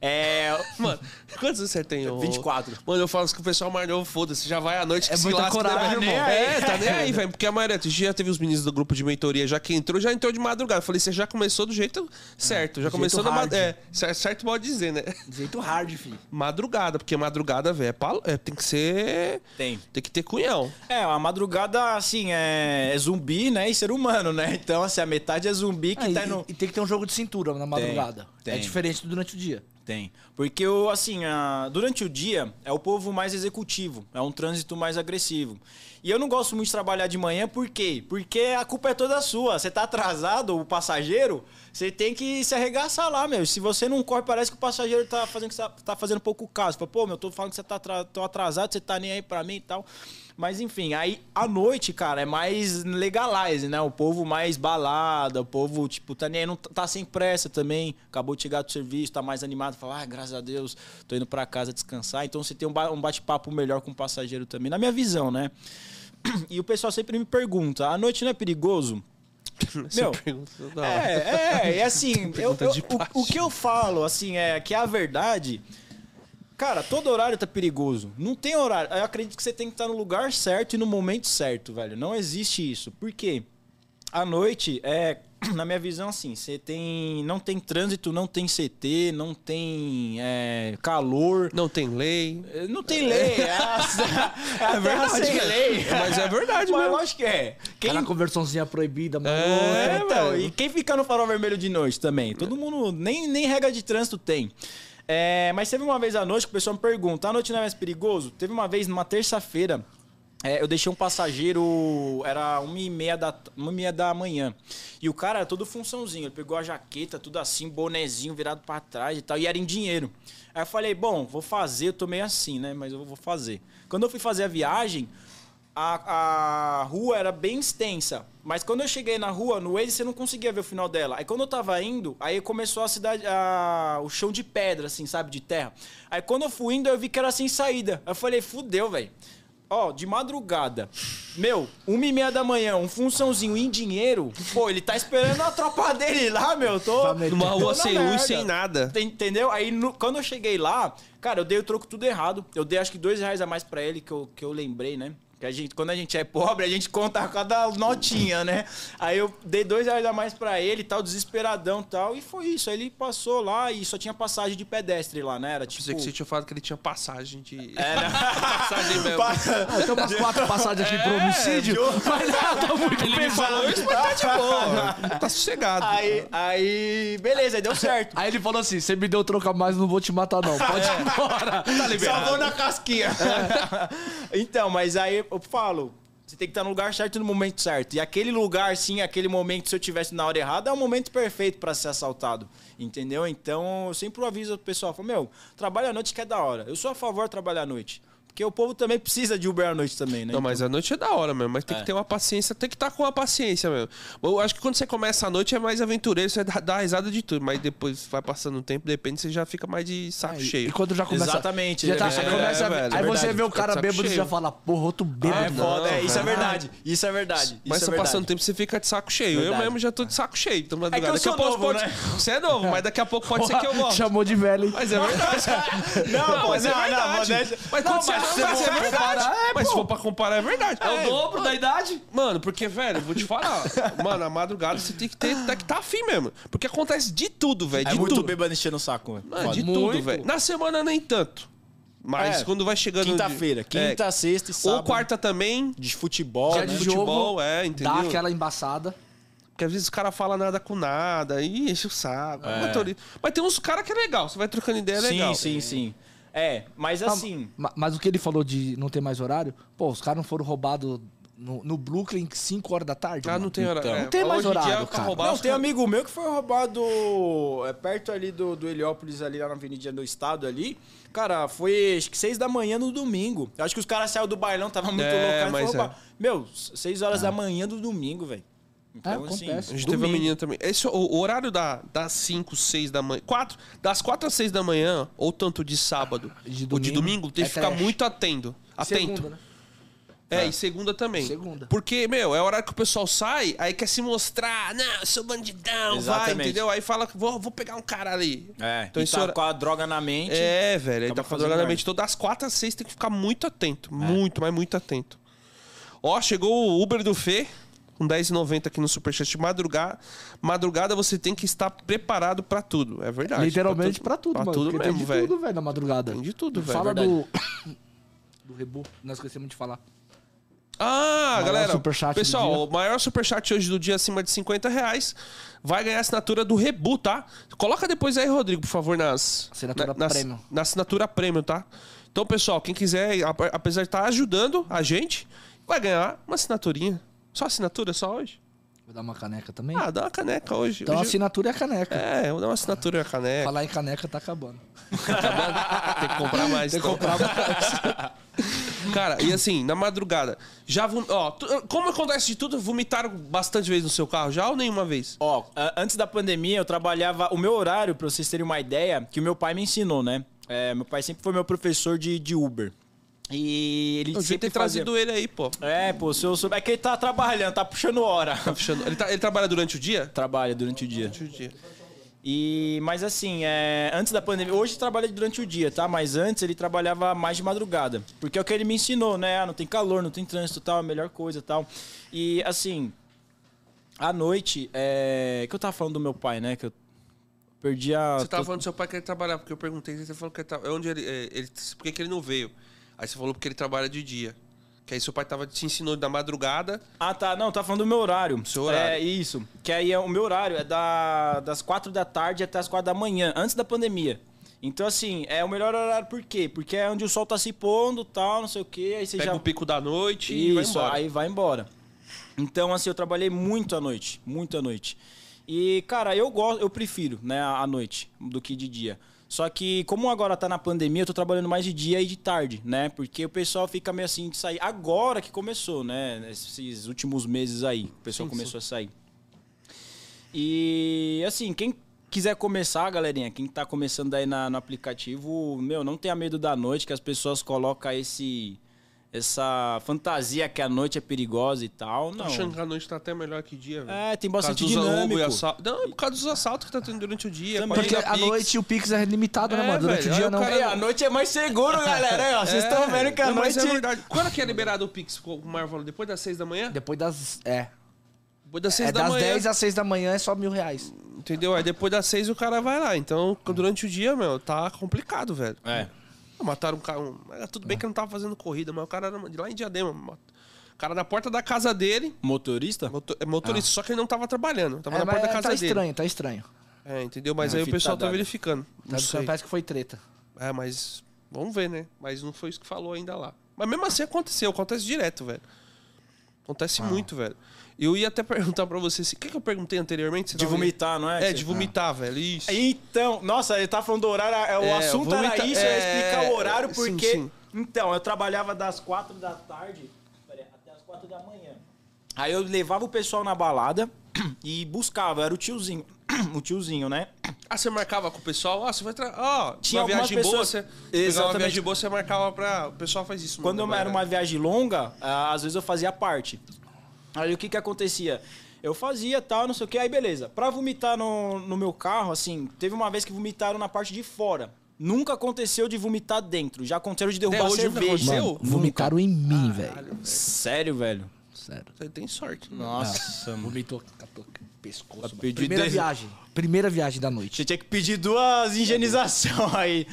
Speaker 3: É.
Speaker 1: Mano, quantos anos você tem? ô?
Speaker 3: 24.
Speaker 1: Mano, eu falo isso que o pessoal mais novo, foda-se, já vai à noite que
Speaker 2: É
Speaker 1: se
Speaker 2: muita
Speaker 1: lasca,
Speaker 2: coragem,
Speaker 1: né,
Speaker 2: irmão.
Speaker 1: É, tá nem aí, velho. Porque a maioria, outro dia teve os meninos do grupo de mentoria, já que entrou, já entrou de madrugada. Eu falei, você já começou do jeito certo, já começou na
Speaker 2: Ah, hard.
Speaker 1: madrugada. É, cer- certo modo de dizer, né?
Speaker 2: Jeito hard, filho.
Speaker 1: Madrugada, porque madrugada, velho, é, palo- é, tem que ser.
Speaker 3: Tem.
Speaker 1: Tem que ter cunhão.
Speaker 3: É, a madrugada, assim, é, é zumbi, né? E ser humano, né? Então, assim, a metade é zumbi que
Speaker 2: e,
Speaker 3: tá no.
Speaker 2: e tem que ter um jogo de cintura na madrugada. É
Speaker 3: tem.
Speaker 2: diferente do durante o dia.
Speaker 3: Tem. Porque, o- assim, a- durante o dia é o povo mais executivo, é um trânsito mais agressivo. E eu não gosto muito de trabalhar de manhã, por quê? Porque a culpa é toda sua. Você tá atrasado, o passageiro, você tem que se arregaçar lá, meu. Se você não corre, parece que o passageiro tá fazendo, que você tá- tá fazendo pouco caso. Fala, pô, meu, tô falando que você tá atra- tô atrasado, você tá nem aí pra mim e tal. Mas enfim, aí à noite, cara, é mais legalize, né? O povo mais balada, o povo, tipo, tá, nem aí, não, tá sem pressa também, acabou de chegar do serviço, tá mais animado, fala, ah, graças a Deus, tô indo pra casa descansar. Então você tem um, ba- um bate-papo melhor com o passageiro também, na minha visão, né? E o pessoal sempre me pergunta, à noite não é perigoso?
Speaker 1: Você
Speaker 3: Meu,
Speaker 1: pergunta toda hora.
Speaker 3: É, é, e assim, eu-
Speaker 1: Pergunta
Speaker 3: eu-
Speaker 1: de
Speaker 3: o, o que eu falo, assim, é que a verdade. Cara, todo horário tá perigoso. Não tem horário. Eu acredito que você tem que estar no lugar certo e no momento certo, velho. Não existe isso. Por quê? À noite, é, na minha visão, assim, você tem. Não tem trânsito, não tem CT, não tem é, calor.
Speaker 1: Não tem lei.
Speaker 3: É, Não tem lei. É, é, a terra
Speaker 1: verdade,
Speaker 3: sem
Speaker 1: cara.
Speaker 3: lei.
Speaker 1: Mas é verdade
Speaker 3: Mas
Speaker 1: mesmo.
Speaker 3: lógico que é. Quem
Speaker 2: Aquela conversãozinha proibida, mano.
Speaker 1: É,
Speaker 3: é, então,
Speaker 1: velho.
Speaker 3: e quem fica no farol vermelho de noite também? Todo mundo, nem, nem regra de trânsito tem. É, mas teve uma vez à noite que o pessoal me pergunta, a noite não é mais perigoso? Teve uma vez, numa terça-feira, é, eu deixei um passageiro, era uma e, meia da, uma e meia da manhã. E o cara era todo funçãozinho, ele pegou a jaqueta, tudo assim, bonezinho virado pra trás e tal, e era em dinheiro. Aí eu falei, bom, vou fazer, eu tô meio assim, né? Mas eu vou fazer. Quando eu fui fazer a viagem, a, a rua era bem extensa. Mas quando eu cheguei na rua, no Waze, você não conseguia ver o final dela. Aí quando eu tava indo, aí começou a cidade. a- o chão de pedra, assim, sabe? De terra. Aí quando eu fui indo, eu vi que era sem saída. Aí Eu falei, fudeu, velho. Ó, de madrugada. Meu, uma e meia da manhã, um funçãozinho em dinheiro. Pô, ele tá esperando a tropa dele lá, meu. Tô.
Speaker 2: Vai meter.
Speaker 1: Numa
Speaker 3: tô
Speaker 1: rua
Speaker 3: na
Speaker 1: sem luz,
Speaker 3: merda.
Speaker 1: sem nada.
Speaker 3: Tem- Entendeu? Aí no- quando eu cheguei lá, cara, eu dei o troco tudo errado. Eu dei acho que dois reais a mais pra ele, que eu, que eu lembrei, né? Que a gente, quando a gente é pobre, a gente conta cada notinha, né? Aí eu dei dois reais a mais pra ele, tal, desesperadão tal. E foi isso. Aí ele passou lá e só tinha passagem de pedestre lá, né? Era tipo. É,
Speaker 1: Pensei
Speaker 3: né?
Speaker 1: que você tinha falado que ele tinha passagem de. Era. passagem mesmo.
Speaker 2: Ah, então umas quatro passagens aqui
Speaker 3: É,
Speaker 2: pro homicídio. Mas nada muito
Speaker 1: Ele me
Speaker 2: pesado.
Speaker 1: falou isso, mas tá de boa. Tá sossegado.
Speaker 3: Aí, aí, beleza, aí deu certo.
Speaker 2: Aí ele falou assim: você me deu troca mais, não vou te matar, não. Pode
Speaker 3: É,
Speaker 2: ir embora.
Speaker 1: tá liberado.
Speaker 3: Salvou na casquinha. então, mas aí eu falo, você tem que estar no lugar certo no momento certo. E aquele lugar, sim, aquele momento, se eu tivesse na hora errada, é o momento perfeito pra ser assaltado. Entendeu? Então, eu sempre aviso o pessoal, falo, meu, trabalha à noite que é da hora. Eu sou a favor de trabalhar à noite. Porque o povo também precisa de Uber à noite também, né?
Speaker 1: Não, mas a noite é da hora mesmo, mas tem que ter uma paciência, tem que estar com uma paciência mesmo. Eu acho que quando você começa a noite é mais aventureiro, você dá, dá risada de tudo, mas depois vai passando o tempo, depende, você já fica mais de
Speaker 3: É,
Speaker 1: saco
Speaker 2: E
Speaker 1: cheio.
Speaker 2: quando já começa.
Speaker 3: Exatamente,
Speaker 2: Já tá,
Speaker 3: é verdade,
Speaker 2: começa-
Speaker 1: é verdade,
Speaker 2: aí
Speaker 1: é
Speaker 2: você
Speaker 1: verdade.
Speaker 2: vê o
Speaker 1: Fica de
Speaker 2: cara
Speaker 1: saco
Speaker 2: bêbado e já
Speaker 1: cheio.
Speaker 2: fala, porra, outro bêbado.
Speaker 3: É foda, é, isso é
Speaker 1: cara.
Speaker 3: verdade. Isso é verdade.
Speaker 1: Mas
Speaker 3: isso
Speaker 1: você
Speaker 3: é verdade.
Speaker 1: passando o tempo, você fica de saco cheio. Eu
Speaker 3: Verdade.
Speaker 1: mesmo já tô de saco cheio. Então,
Speaker 3: É que eu
Speaker 1: daqui a
Speaker 3: sou
Speaker 1: pouco
Speaker 3: novo,
Speaker 1: pode...
Speaker 3: né?
Speaker 1: Você é novo, mas daqui a pouco pode ser que eu volte.
Speaker 2: Chamou de velho. hein?
Speaker 1: Mas é verdade.
Speaker 3: Não,
Speaker 1: Não, mas é verdade.
Speaker 3: modéstia-
Speaker 1: Mas
Speaker 3: Não,
Speaker 1: quando você arruma,
Speaker 3: mas se
Speaker 1: mas
Speaker 3: for
Speaker 1: é verdade.
Speaker 3: comparar, é,
Speaker 1: Mas se
Speaker 3: pô.
Speaker 1: for pra comparar, é verdade. É.
Speaker 2: dobro da idade?
Speaker 1: Mano, porque, velho, eu vou te falar. Mano, a madrugada você tem que ter, tem que tá afim mesmo. Porque acontece de tudo, velho.
Speaker 3: É
Speaker 1: De
Speaker 3: muito
Speaker 1: tudo.
Speaker 3: bêbado enchendo o saco, mano.
Speaker 1: Mano, é
Speaker 3: Foda.
Speaker 1: de
Speaker 2: Muito.
Speaker 1: tudo, velho. Na semana nem tanto. Mas
Speaker 3: É,
Speaker 1: quando vai chegando. de-
Speaker 3: Quinta-feira, quinta, sexta e
Speaker 1: É, ou
Speaker 3: sábado.
Speaker 1: quarta também.
Speaker 3: de futebol,
Speaker 2: Dia
Speaker 3: né?
Speaker 2: de
Speaker 1: Futebol,
Speaker 2: jogo.
Speaker 1: é, entendeu?
Speaker 2: Dá aquela embaçada.
Speaker 1: Porque às vezes os caras falam nada com nada. E enche o saco.
Speaker 3: É.
Speaker 1: motorista. Mas tem uns caras que é legal. Você vai trocando ideia, é
Speaker 3: sim,
Speaker 1: legal.
Speaker 3: sim, sim. É, mas assim,
Speaker 2: Tá, Ma- Mas o que ele falou de não ter mais horário? Pô, os caras não foram roubados no, no Brooklyn 5 horas da tarde?
Speaker 1: Ah,
Speaker 2: mano.
Speaker 1: não tem hora.
Speaker 3: Então.
Speaker 1: é,
Speaker 2: Não tem mais
Speaker 1: hoje em dia,
Speaker 2: horário,
Speaker 1: pra
Speaker 2: cara.
Speaker 1: roubar,
Speaker 3: não,
Speaker 1: os
Speaker 3: tem
Speaker 1: caras-
Speaker 3: amigo meu que foi roubado é, perto ali do, do Heliópolis, ali lá na Avenida do Estado ali. Cara, foi acho que seis da manhã no domingo. Eu acho que os caras saíram do bailão, tava muito
Speaker 1: É,
Speaker 3: louco, cara, foi
Speaker 1: mas é.
Speaker 3: roubado. Meu, seis horas da manhã do domingo, velho. Então,
Speaker 2: É,
Speaker 3: assim,
Speaker 2: acontece.
Speaker 1: A gente teve uma
Speaker 3: domingo.
Speaker 1: menina também. Esse, o, o horário da, das 5, 6 da manhã. 4, das 4 às 6 da manhã, ou tanto de sábado
Speaker 2: Ah, De
Speaker 1: ou de
Speaker 2: domingo,
Speaker 1: domingo, tem
Speaker 2: é
Speaker 1: que ficar
Speaker 2: trash.
Speaker 1: muito atento. Atento.
Speaker 2: Segunda, né?
Speaker 1: É, e segunda também.
Speaker 2: Segunda.
Speaker 1: Porque, meu, é o horário que o pessoal sai, aí quer se mostrar. Não, eu sou bandidão, vai,
Speaker 3: Exatamente.
Speaker 1: entendeu? Aí fala que vou, vou pegar um cara ali. Então
Speaker 3: É, então
Speaker 1: esse
Speaker 3: tá
Speaker 1: hora-
Speaker 3: com a droga na mente.
Speaker 1: É, velho, ele
Speaker 3: Acaba
Speaker 1: tá com a
Speaker 3: fazendo
Speaker 2: um
Speaker 1: droga na
Speaker 3: merda.
Speaker 1: mente. Então, das 4 às 6 tem que ficar muito atento.
Speaker 2: É.
Speaker 1: Muito, mas muito atento. Ó, chegou o Uber do Fê, com 10,90 aqui no Superchat. de Madrugada, madrugada você tem que estar preparado pra tudo. É verdade.
Speaker 2: Literalmente pra tudo,
Speaker 1: pra
Speaker 2: mano.
Speaker 1: tudo
Speaker 2: porque tem
Speaker 1: mesmo,
Speaker 2: de
Speaker 1: velho.
Speaker 2: tudo, velho, na madrugada.
Speaker 1: Tem de tudo, velho,
Speaker 2: Fala
Speaker 1: é
Speaker 2: do. Do Rebu, nós esquecemos de falar.
Speaker 1: Ah,
Speaker 2: Maior
Speaker 1: galera.
Speaker 2: superchat do
Speaker 1: pessoal,
Speaker 2: dia.
Speaker 1: o maior superchat hoje do dia acima de 50 reais vai ganhar a assinatura do Rebu, tá? Coloca depois aí, Rodrigo, por favor, nas.
Speaker 2: Assinatura
Speaker 1: nas-
Speaker 2: premium.
Speaker 1: Na assinatura premium, tá? Então, pessoal, quem quiser, ap- apesar de estar ajudando a gente, vai ganhar uma assinaturinha. Só assinatura, só hoje?
Speaker 2: Vou dar uma caneca também.
Speaker 1: Ah, dá uma caneca hoje.
Speaker 2: então a
Speaker 1: hoje...
Speaker 2: assinatura é a caneca.
Speaker 1: É, eu vou dar uma assinatura e uma caneca.
Speaker 2: Falar em caneca tá acabando.
Speaker 1: Tem que comprar mais.
Speaker 2: Tem que
Speaker 1: então.
Speaker 2: comprar
Speaker 1: Cara, e assim, na madrugada, já vom... Ó, tu- como acontece de tudo, vomitaram bastante vezes no seu carro já ou nenhuma vez?
Speaker 3: Ó, a- antes da pandemia, eu trabalhava. O meu horário, pra vocês terem uma ideia, que o meu pai me ensinou, né? É, meu pai sempre foi meu professor de, de Uber. E ele
Speaker 1: Eu devia ter
Speaker 3: sempre fazia...
Speaker 1: trazido ele aí, pô.
Speaker 3: É, pô, se eu souber. É que ele tá trabalhando, tá puxando hora.
Speaker 1: Tá fechando. Ele, tá- ele trabalha durante o dia?
Speaker 3: Trabalha durante o dia.
Speaker 1: Durante o dia.
Speaker 3: E, mas assim, é, antes da pandemia, hoje trabalha durante o dia, tá? Mas antes ele trabalhava mais de madrugada. Porque é o que ele me ensinou, né? Ah, não tem calor, não tem trânsito tal, é a melhor coisa tal. E assim, à noite, é. que eu tava falando do meu pai, né? Que eu perdi a.
Speaker 1: Você tava
Speaker 3: tô-
Speaker 1: falando do seu pai que ele trabalhava, porque eu perguntei, você falou que ele tava, onde ele, é, ele- por que que ele não veio? Aí você falou porque ele trabalha de dia. Que aí seu pai tava te ensinou da madrugada.
Speaker 3: Ah, tá. Não, tá falando do meu horário.
Speaker 1: Seu horário.
Speaker 3: É isso. Que aí é- o meu horário é da, das quatro da tarde até as quatro da manhã, antes da pandemia. Então, assim, é o melhor horário por quê? Porque é onde o sol tá se pondo tal, não sei o quê. Aí você
Speaker 1: Pega
Speaker 3: já.
Speaker 1: o pico da noite e vai
Speaker 3: Isso,
Speaker 1: embora.
Speaker 3: aí vai embora. Então, assim, eu trabalhei muito à noite, muito à noite. E, cara, eu gosto, eu prefiro, né, à noite do que de dia. Só que, como agora tá na pandemia, eu tô trabalhando mais de dia e de tarde, né? Porque o pessoal fica meio assim de sair. Agora que começou, né? Esses últimos meses aí, o pessoal começou a sair. E assim, quem quiser começar, galerinha, quem tá começando aí na- no aplicativo, meu, não tenha medo da noite, que as pessoas colocam esse essa fantasia que a noite é perigosa e tal. Não.
Speaker 1: Tô achando que a noite tá até melhor que dia, velho.
Speaker 3: É, tem
Speaker 1: Por causa
Speaker 2: Tipo
Speaker 3: bastante
Speaker 2: assim,
Speaker 1: dos roubos e
Speaker 3: dinâmico.
Speaker 1: assalto. Não, é por causa dos assaltos que tá tendo durante o dia.
Speaker 3: Também.
Speaker 1: pode
Speaker 2: Porque
Speaker 1: dar
Speaker 2: à
Speaker 1: pix.
Speaker 2: noite o Pix é limitado,
Speaker 1: É,
Speaker 2: né, mano? Durante
Speaker 1: velho,
Speaker 2: o
Speaker 1: aí
Speaker 2: dia
Speaker 1: o
Speaker 2: não.
Speaker 1: cara-
Speaker 3: É, a noite é mais seguro, galera. aí, ó, Vocês estão vendo que a
Speaker 1: É. não,
Speaker 3: noite.
Speaker 1: mas é verdade. Quando é que é liberado o Pix com o Marvel? Depois das 6 da manhã?
Speaker 2: Depois das. É.
Speaker 1: Depois das 6
Speaker 2: É
Speaker 1: da
Speaker 2: das
Speaker 1: manhã.
Speaker 2: 10 às 6 da manhã é só mil reais.
Speaker 1: Entendeu? Aí depois das 6 o cara vai lá. Então, durante o dia, meu, tá complicado, velho.
Speaker 3: É.
Speaker 1: Mataram um cara. um- mas Tudo bem que eu não tava fazendo corrida, mas o cara era de lá em Diadema. mo- O cara na porta da casa dele,
Speaker 3: Motorista?
Speaker 1: motor- é motorista,
Speaker 3: Ah.
Speaker 1: só que ele não tava trabalhando. Tava
Speaker 2: É,
Speaker 1: na porta
Speaker 2: mas
Speaker 1: da casa
Speaker 2: tá
Speaker 1: dele.
Speaker 2: estranho, tá estranho.
Speaker 1: É, entendeu? Mas
Speaker 3: É,
Speaker 1: aí o
Speaker 3: fita
Speaker 1: pessoal tá
Speaker 3: dada.
Speaker 1: verificando. Não
Speaker 2: Tá-
Speaker 1: sei.
Speaker 2: Parece que foi treta.
Speaker 1: É, mas. Vamos ver, né? Mas não foi isso que falou ainda lá. Mas mesmo assim aconteceu, acontece direto, velho.
Speaker 3: Ah.
Speaker 1: Acontece muito, velho. Eu ia até perguntar pra você se. O que, que eu perguntei anteriormente? Você
Speaker 3: De
Speaker 1: tava-
Speaker 3: vomitar, não é?
Speaker 1: É, de vomitar, velho. Isso.
Speaker 3: Então, nossa, ele tá falando do horário. é, O
Speaker 1: É,
Speaker 3: assunto
Speaker 1: vomita-
Speaker 3: era isso, eu ia explicar
Speaker 1: é,
Speaker 3: o horário,
Speaker 1: sim,
Speaker 3: porque.
Speaker 1: sim.
Speaker 3: Então, eu trabalhava das quatro da tarde peraí, até as quatro da manhã. Aí eu levava o pessoal na balada e buscava, era o tiozinho. O tiozinho, né?
Speaker 1: Ah, você marcava com o pessoal? Ó, você vai. Tra... Ó,
Speaker 3: Tinha
Speaker 1: uma
Speaker 3: algumas
Speaker 1: viagem boa,
Speaker 3: pessoas-
Speaker 1: você. Pegava uma
Speaker 3: Exatamente.
Speaker 1: viagem boa, você marcava pra. O pessoal faz isso.
Speaker 3: Quando
Speaker 1: mano, é.
Speaker 3: eu- era uma viagem longa, ah, às vezes eu fazia parte. Aí o que que acontecia? Eu fazia tal, não sei o que, aí beleza. Pra vomitar no, no meu carro, assim, teve uma vez que vomitaram na parte de fora. Nunca aconteceu de vomitar dentro. Já aconteceram de derrubar
Speaker 1: hoje ainda
Speaker 3: cerveja.
Speaker 1: aconteceu?
Speaker 2: Mano, vomitaram em mim, velho.
Speaker 1: Caralho, velho.
Speaker 3: Sério, velho?
Speaker 2: Sério.
Speaker 1: Você tem sorte. né?
Speaker 3: Nossa, mano.
Speaker 2: Vomitou, catou
Speaker 1: Tá
Speaker 2: pescoço. mano.
Speaker 3: pedido
Speaker 2: Primeira
Speaker 3: é-
Speaker 2: viagem. Primeira viagem da noite.
Speaker 3: Você tinha que pedir duas higienizações aí.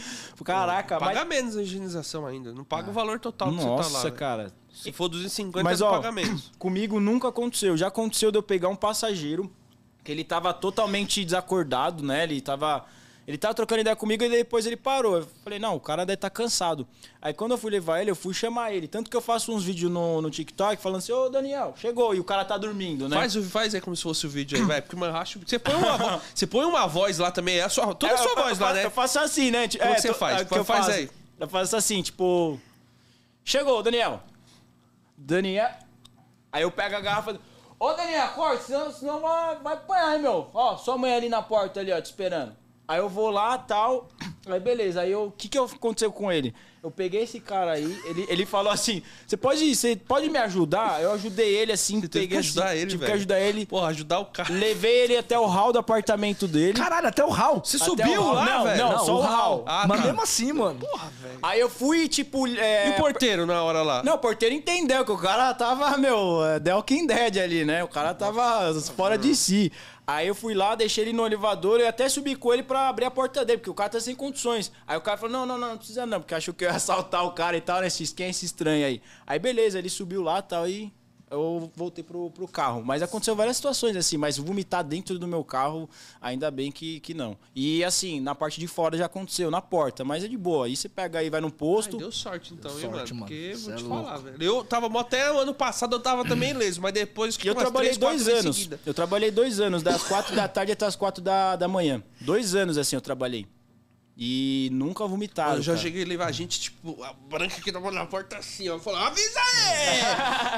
Speaker 3: Caraca,
Speaker 1: Paga
Speaker 3: mas... Ah.
Speaker 1: menos a higienização ainda. Não paga o valor total que você tá lá.
Speaker 3: Nossa,
Speaker 1: velho.
Speaker 3: cara.
Speaker 1: Se for 250,
Speaker 3: Mas,
Speaker 1: é
Speaker 3: ó,
Speaker 1: paga menos.
Speaker 3: comigo nunca aconteceu. Já aconteceu de eu pegar um passageiro que ele tava totalmente desacordado, né? Ele tava. Ele tava trocando ideia comigo e depois ele parou. Eu falei, não, o cara deve estar cansado. Aí quando eu fui levar ele, eu fui chamar ele. Tanto que eu faço uns vídeos no, no TikTok falando assim, ô Daniel, chegou. E o cara tá dormindo, né?
Speaker 1: Faz, o- faz aí como se fosse o vídeo aí, vai. Porque o Manracho. Você põe uma, vo- você põe uma voz lá também. É a sua, toda a
Speaker 3: É,
Speaker 1: sua
Speaker 3: eu fa-
Speaker 1: voz
Speaker 3: eu
Speaker 1: lá,
Speaker 3: fa-
Speaker 1: né?
Speaker 3: Eu faço assim, né? Tipo,
Speaker 1: Como que você
Speaker 3: tô-
Speaker 1: faz?
Speaker 3: é, que eu
Speaker 1: Faz
Speaker 3: faço.
Speaker 1: aí.
Speaker 3: Eu faço assim, tipo. Chegou, Daniel. Daniel. Aí eu pego a garrafa. e- Ô, Daniel, corta, senão, senão vai, vai apanhar, hein, meu. Ó, sua mãe ali na porta ali, ó, te esperando. Aí eu vou lá tal. Aí beleza, aí eu. O que, que eu- aconteceu com ele? Eu peguei esse cara aí, ele, ele falou assim: Você pode, você pode me ajudar? Eu ajudei ele assim,
Speaker 1: Teve que
Speaker 3: peguei assim,
Speaker 1: ajudar ele,
Speaker 3: tive
Speaker 1: velho.
Speaker 3: que ajudar ele.
Speaker 1: Porra, ajudar o cara.
Speaker 3: Levei ele até o hall do apartamento dele.
Speaker 2: Caralho, até o Hal.
Speaker 1: Você
Speaker 3: Até
Speaker 1: subiu
Speaker 3: o hall.
Speaker 1: lá,
Speaker 3: Não,
Speaker 1: velho?
Speaker 3: não, só o
Speaker 2: Hal.
Speaker 3: Hal.
Speaker 1: Ah,
Speaker 2: Mas
Speaker 1: tá.
Speaker 2: mesmo assim, mano.
Speaker 1: Porra, velho.
Speaker 3: Aí eu fui, tipo. É...
Speaker 1: E o porteiro na hora lá?
Speaker 3: Não, o porteiro entendeu que o cara tava, meu, é, The Walking Dead ali, né? O cara tava fora de si. Aí eu fui lá, deixei ele no elevador e até subi com ele pra abrir a porta dele, porque o cara tá sem condições. Aí o cara falou: não, não, não, não precisa não, porque achou que eu ia assaltar o cara e tal, né? Esse- Quem é esse estranho aí? Aí beleza, ele subiu lá e tal e eu voltei pro, pro carro. Mas aconteceu várias situações assim, mas vomitar dentro do meu carro, ainda bem que, que não. E assim, na parte de fora já aconteceu, na porta, mas é de boa. Aí você pega aí, vai num
Speaker 1: Ai,
Speaker 3: posto.
Speaker 1: deu sorte então,
Speaker 2: Deu
Speaker 1: hein, mano?
Speaker 2: sorte, mano.
Speaker 1: Porque
Speaker 2: Cê
Speaker 1: vou
Speaker 2: é
Speaker 1: te
Speaker 2: louco.
Speaker 1: falar, velho. Eu tava bom até o ano passado, eu tava também leso, mas depois que
Speaker 3: E eu
Speaker 1: umas
Speaker 3: trabalhei
Speaker 1: três,
Speaker 3: dois
Speaker 1: quatro em
Speaker 3: anos.
Speaker 1: seguida.
Speaker 3: Eu trabalhei dois anos, das quatro da tarde até as quatro da, da manhã. Dois anos assim eu trabalhei. E nunca vomitado.
Speaker 1: eu já
Speaker 3: Ah, cara.
Speaker 1: cheguei a levar a gente, tipo, a branca que tava na porta assim, ó. Falou, avisa aí!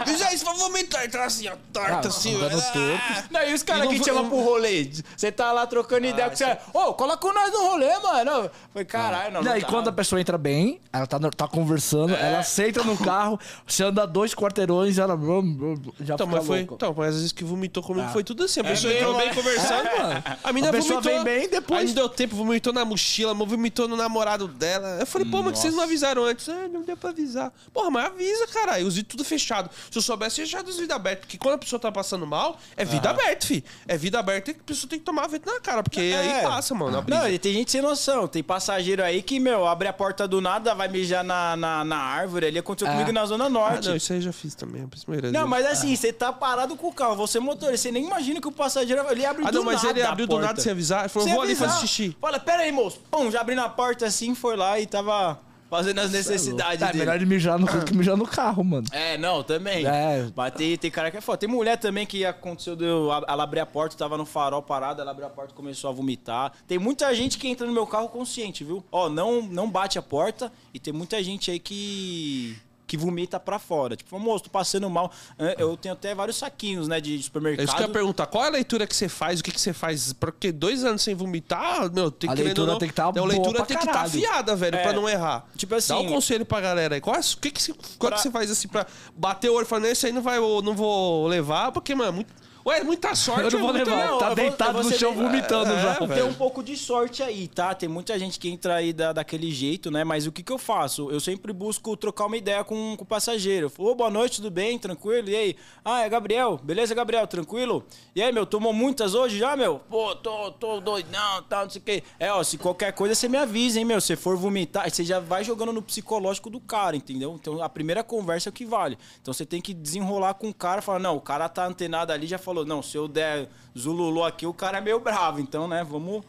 Speaker 1: avisa aí, se for vomitar. Então assim, ó, torta
Speaker 2: Ah,
Speaker 1: assim,
Speaker 2: andando
Speaker 1: ó.
Speaker 2: torto.
Speaker 3: Não, é- e os
Speaker 1: E
Speaker 3: caras
Speaker 1: não
Speaker 3: que te
Speaker 1: vou-
Speaker 3: chamam pro rolê? Você tá lá trocando ideia com você. Ô, coloca nós no rolê, mano. Foi caralho, não.
Speaker 2: Não, e
Speaker 1: Tá.
Speaker 3: dá.
Speaker 2: quando a pessoa entra bem, ela tá, tá conversando,
Speaker 1: É.
Speaker 2: ela senta no carro, você anda dois quarteirões, ela blum, blum, blum, já
Speaker 1: Então,
Speaker 2: fica
Speaker 1: mas foi.
Speaker 2: louca.
Speaker 1: Então, mas às vezes que vomitou comigo
Speaker 3: Ah.
Speaker 1: foi tudo
Speaker 3: É
Speaker 1: assim. A pessoa entrou bem conversando. A menina
Speaker 2: A pessoa
Speaker 1: vomitou.
Speaker 2: vem bem, depois-
Speaker 1: Aí não deu tempo, vomitou na mochila, vomitou no namorado dela. Eu falei, pô, mas que vocês não avisaram antes. Ah, não deu pra avisar. Porra, mas avisa, caralho. Os vidros tudo fechado. Se eu soubesse, eu já ia dos vidros abertos. Porque quando a pessoa tá passando mal, é vida aberta, fi. É vida aberta e a pessoa tem que tomar vento na cara. Porque aí
Speaker 3: É.
Speaker 1: passa, mano. a brisa.
Speaker 3: Não, e tem gente sem noção. Tem passageiro aí que, meu, abre a porta do nada, vai mijar na, na, na árvore. Ali aconteceu
Speaker 2: É.
Speaker 3: comigo na Zona
Speaker 1: Ah,
Speaker 3: Norte.
Speaker 1: não, isso aí eu já fiz também. A primeira
Speaker 3: Não,
Speaker 1: vez.
Speaker 3: mas assim, você tá parado com o carro, você é motorista, você nem imagina que o passageiro ele abre
Speaker 1: Ah,
Speaker 3: do
Speaker 1: não, mas
Speaker 3: nada
Speaker 1: ele abriu
Speaker 3: a
Speaker 1: do
Speaker 3: porta.
Speaker 1: nada sem avisar. Ele falou,
Speaker 3: Sem
Speaker 1: vou ali fazer
Speaker 3: avisar.
Speaker 1: xixi.
Speaker 3: Fala, pera aí, moço. Pum, já abri na porta assim, foi lá e tava fazendo as necessidades
Speaker 2: Tá, é
Speaker 3: dele.
Speaker 2: melhor ele mijar no que mijar no carro, mano.
Speaker 3: É, não, também.
Speaker 2: É.
Speaker 3: Mas tem, tem cara que é foda. Tem mulher também que aconteceu, de eu, ela abrir a porta, tava no farol parada, ela abriu a porta e começou a vomitar. Tem muita gente que entra no meu carro consciente, viu? Ó, não, não bate a porta e tem muita gente aí que... que vomita pra fora. Tipo, moço, tô passando mal. É, Eu tenho até vários saquinhos, né, de
Speaker 1: É isso que eu ia
Speaker 3: supermercado.
Speaker 1: perguntar. Qual é a leitura que você faz? O que, que você faz? Porque dois anos sem vomitar, meu, tem
Speaker 2: A
Speaker 1: que querendo ou
Speaker 2: leitura
Speaker 1: não, então,
Speaker 2: tem que tá
Speaker 1: A
Speaker 2: boa
Speaker 1: leitura
Speaker 2: pra
Speaker 1: tem que estar
Speaker 2: caralho.
Speaker 1: afiada, velho, pra não errar.
Speaker 3: tipo assim-
Speaker 1: Dá um conselho pra galera aí. Qual, é- o que que, você, qual
Speaker 3: Pra-
Speaker 1: que você faz assim pra bater o olho e falar, "Não, esse aí não, vai, eu não vou levar, porque, mano, é muito... Ué, é muita sorte.
Speaker 2: Eu não
Speaker 1: é
Speaker 2: vou
Speaker 1: muita-
Speaker 2: levar.
Speaker 3: não, eu
Speaker 2: tá
Speaker 3: vou- eu
Speaker 2: deitado
Speaker 3: vou
Speaker 2: no
Speaker 3: ser
Speaker 2: chão
Speaker 3: bem-
Speaker 2: vomitando
Speaker 1: É,
Speaker 2: já.
Speaker 1: velho.
Speaker 3: Tem um pouco de sorte aí, tá? Tem muita gente que entra aí da, daquele jeito, né? Mas o que, que eu faço? Eu sempre busco trocar uma ideia com, com o passageiro. Eu falo, "Ô, boa noite, tudo bem? Tranquilo? E aí? Ah, é Gabriel. Beleza, Gabriel? Tranquilo? E aí, meu? Tomou muitas hoje já, meu? Pô, tô, tô doidão, tal, não sei o quê. É, ó, se qualquer coisa você me avisa, hein, meu? Se for vomitar, você já vai jogando no psicológico do cara, entendeu? Então a primeira conversa é o que vale. Então você tem que desenrolar com o cara, falar, não, o cara tá antenado ali, já falou, não, se eu der zululô aqui, o cara é meio bravo, então, né, vamos...
Speaker 1: Tu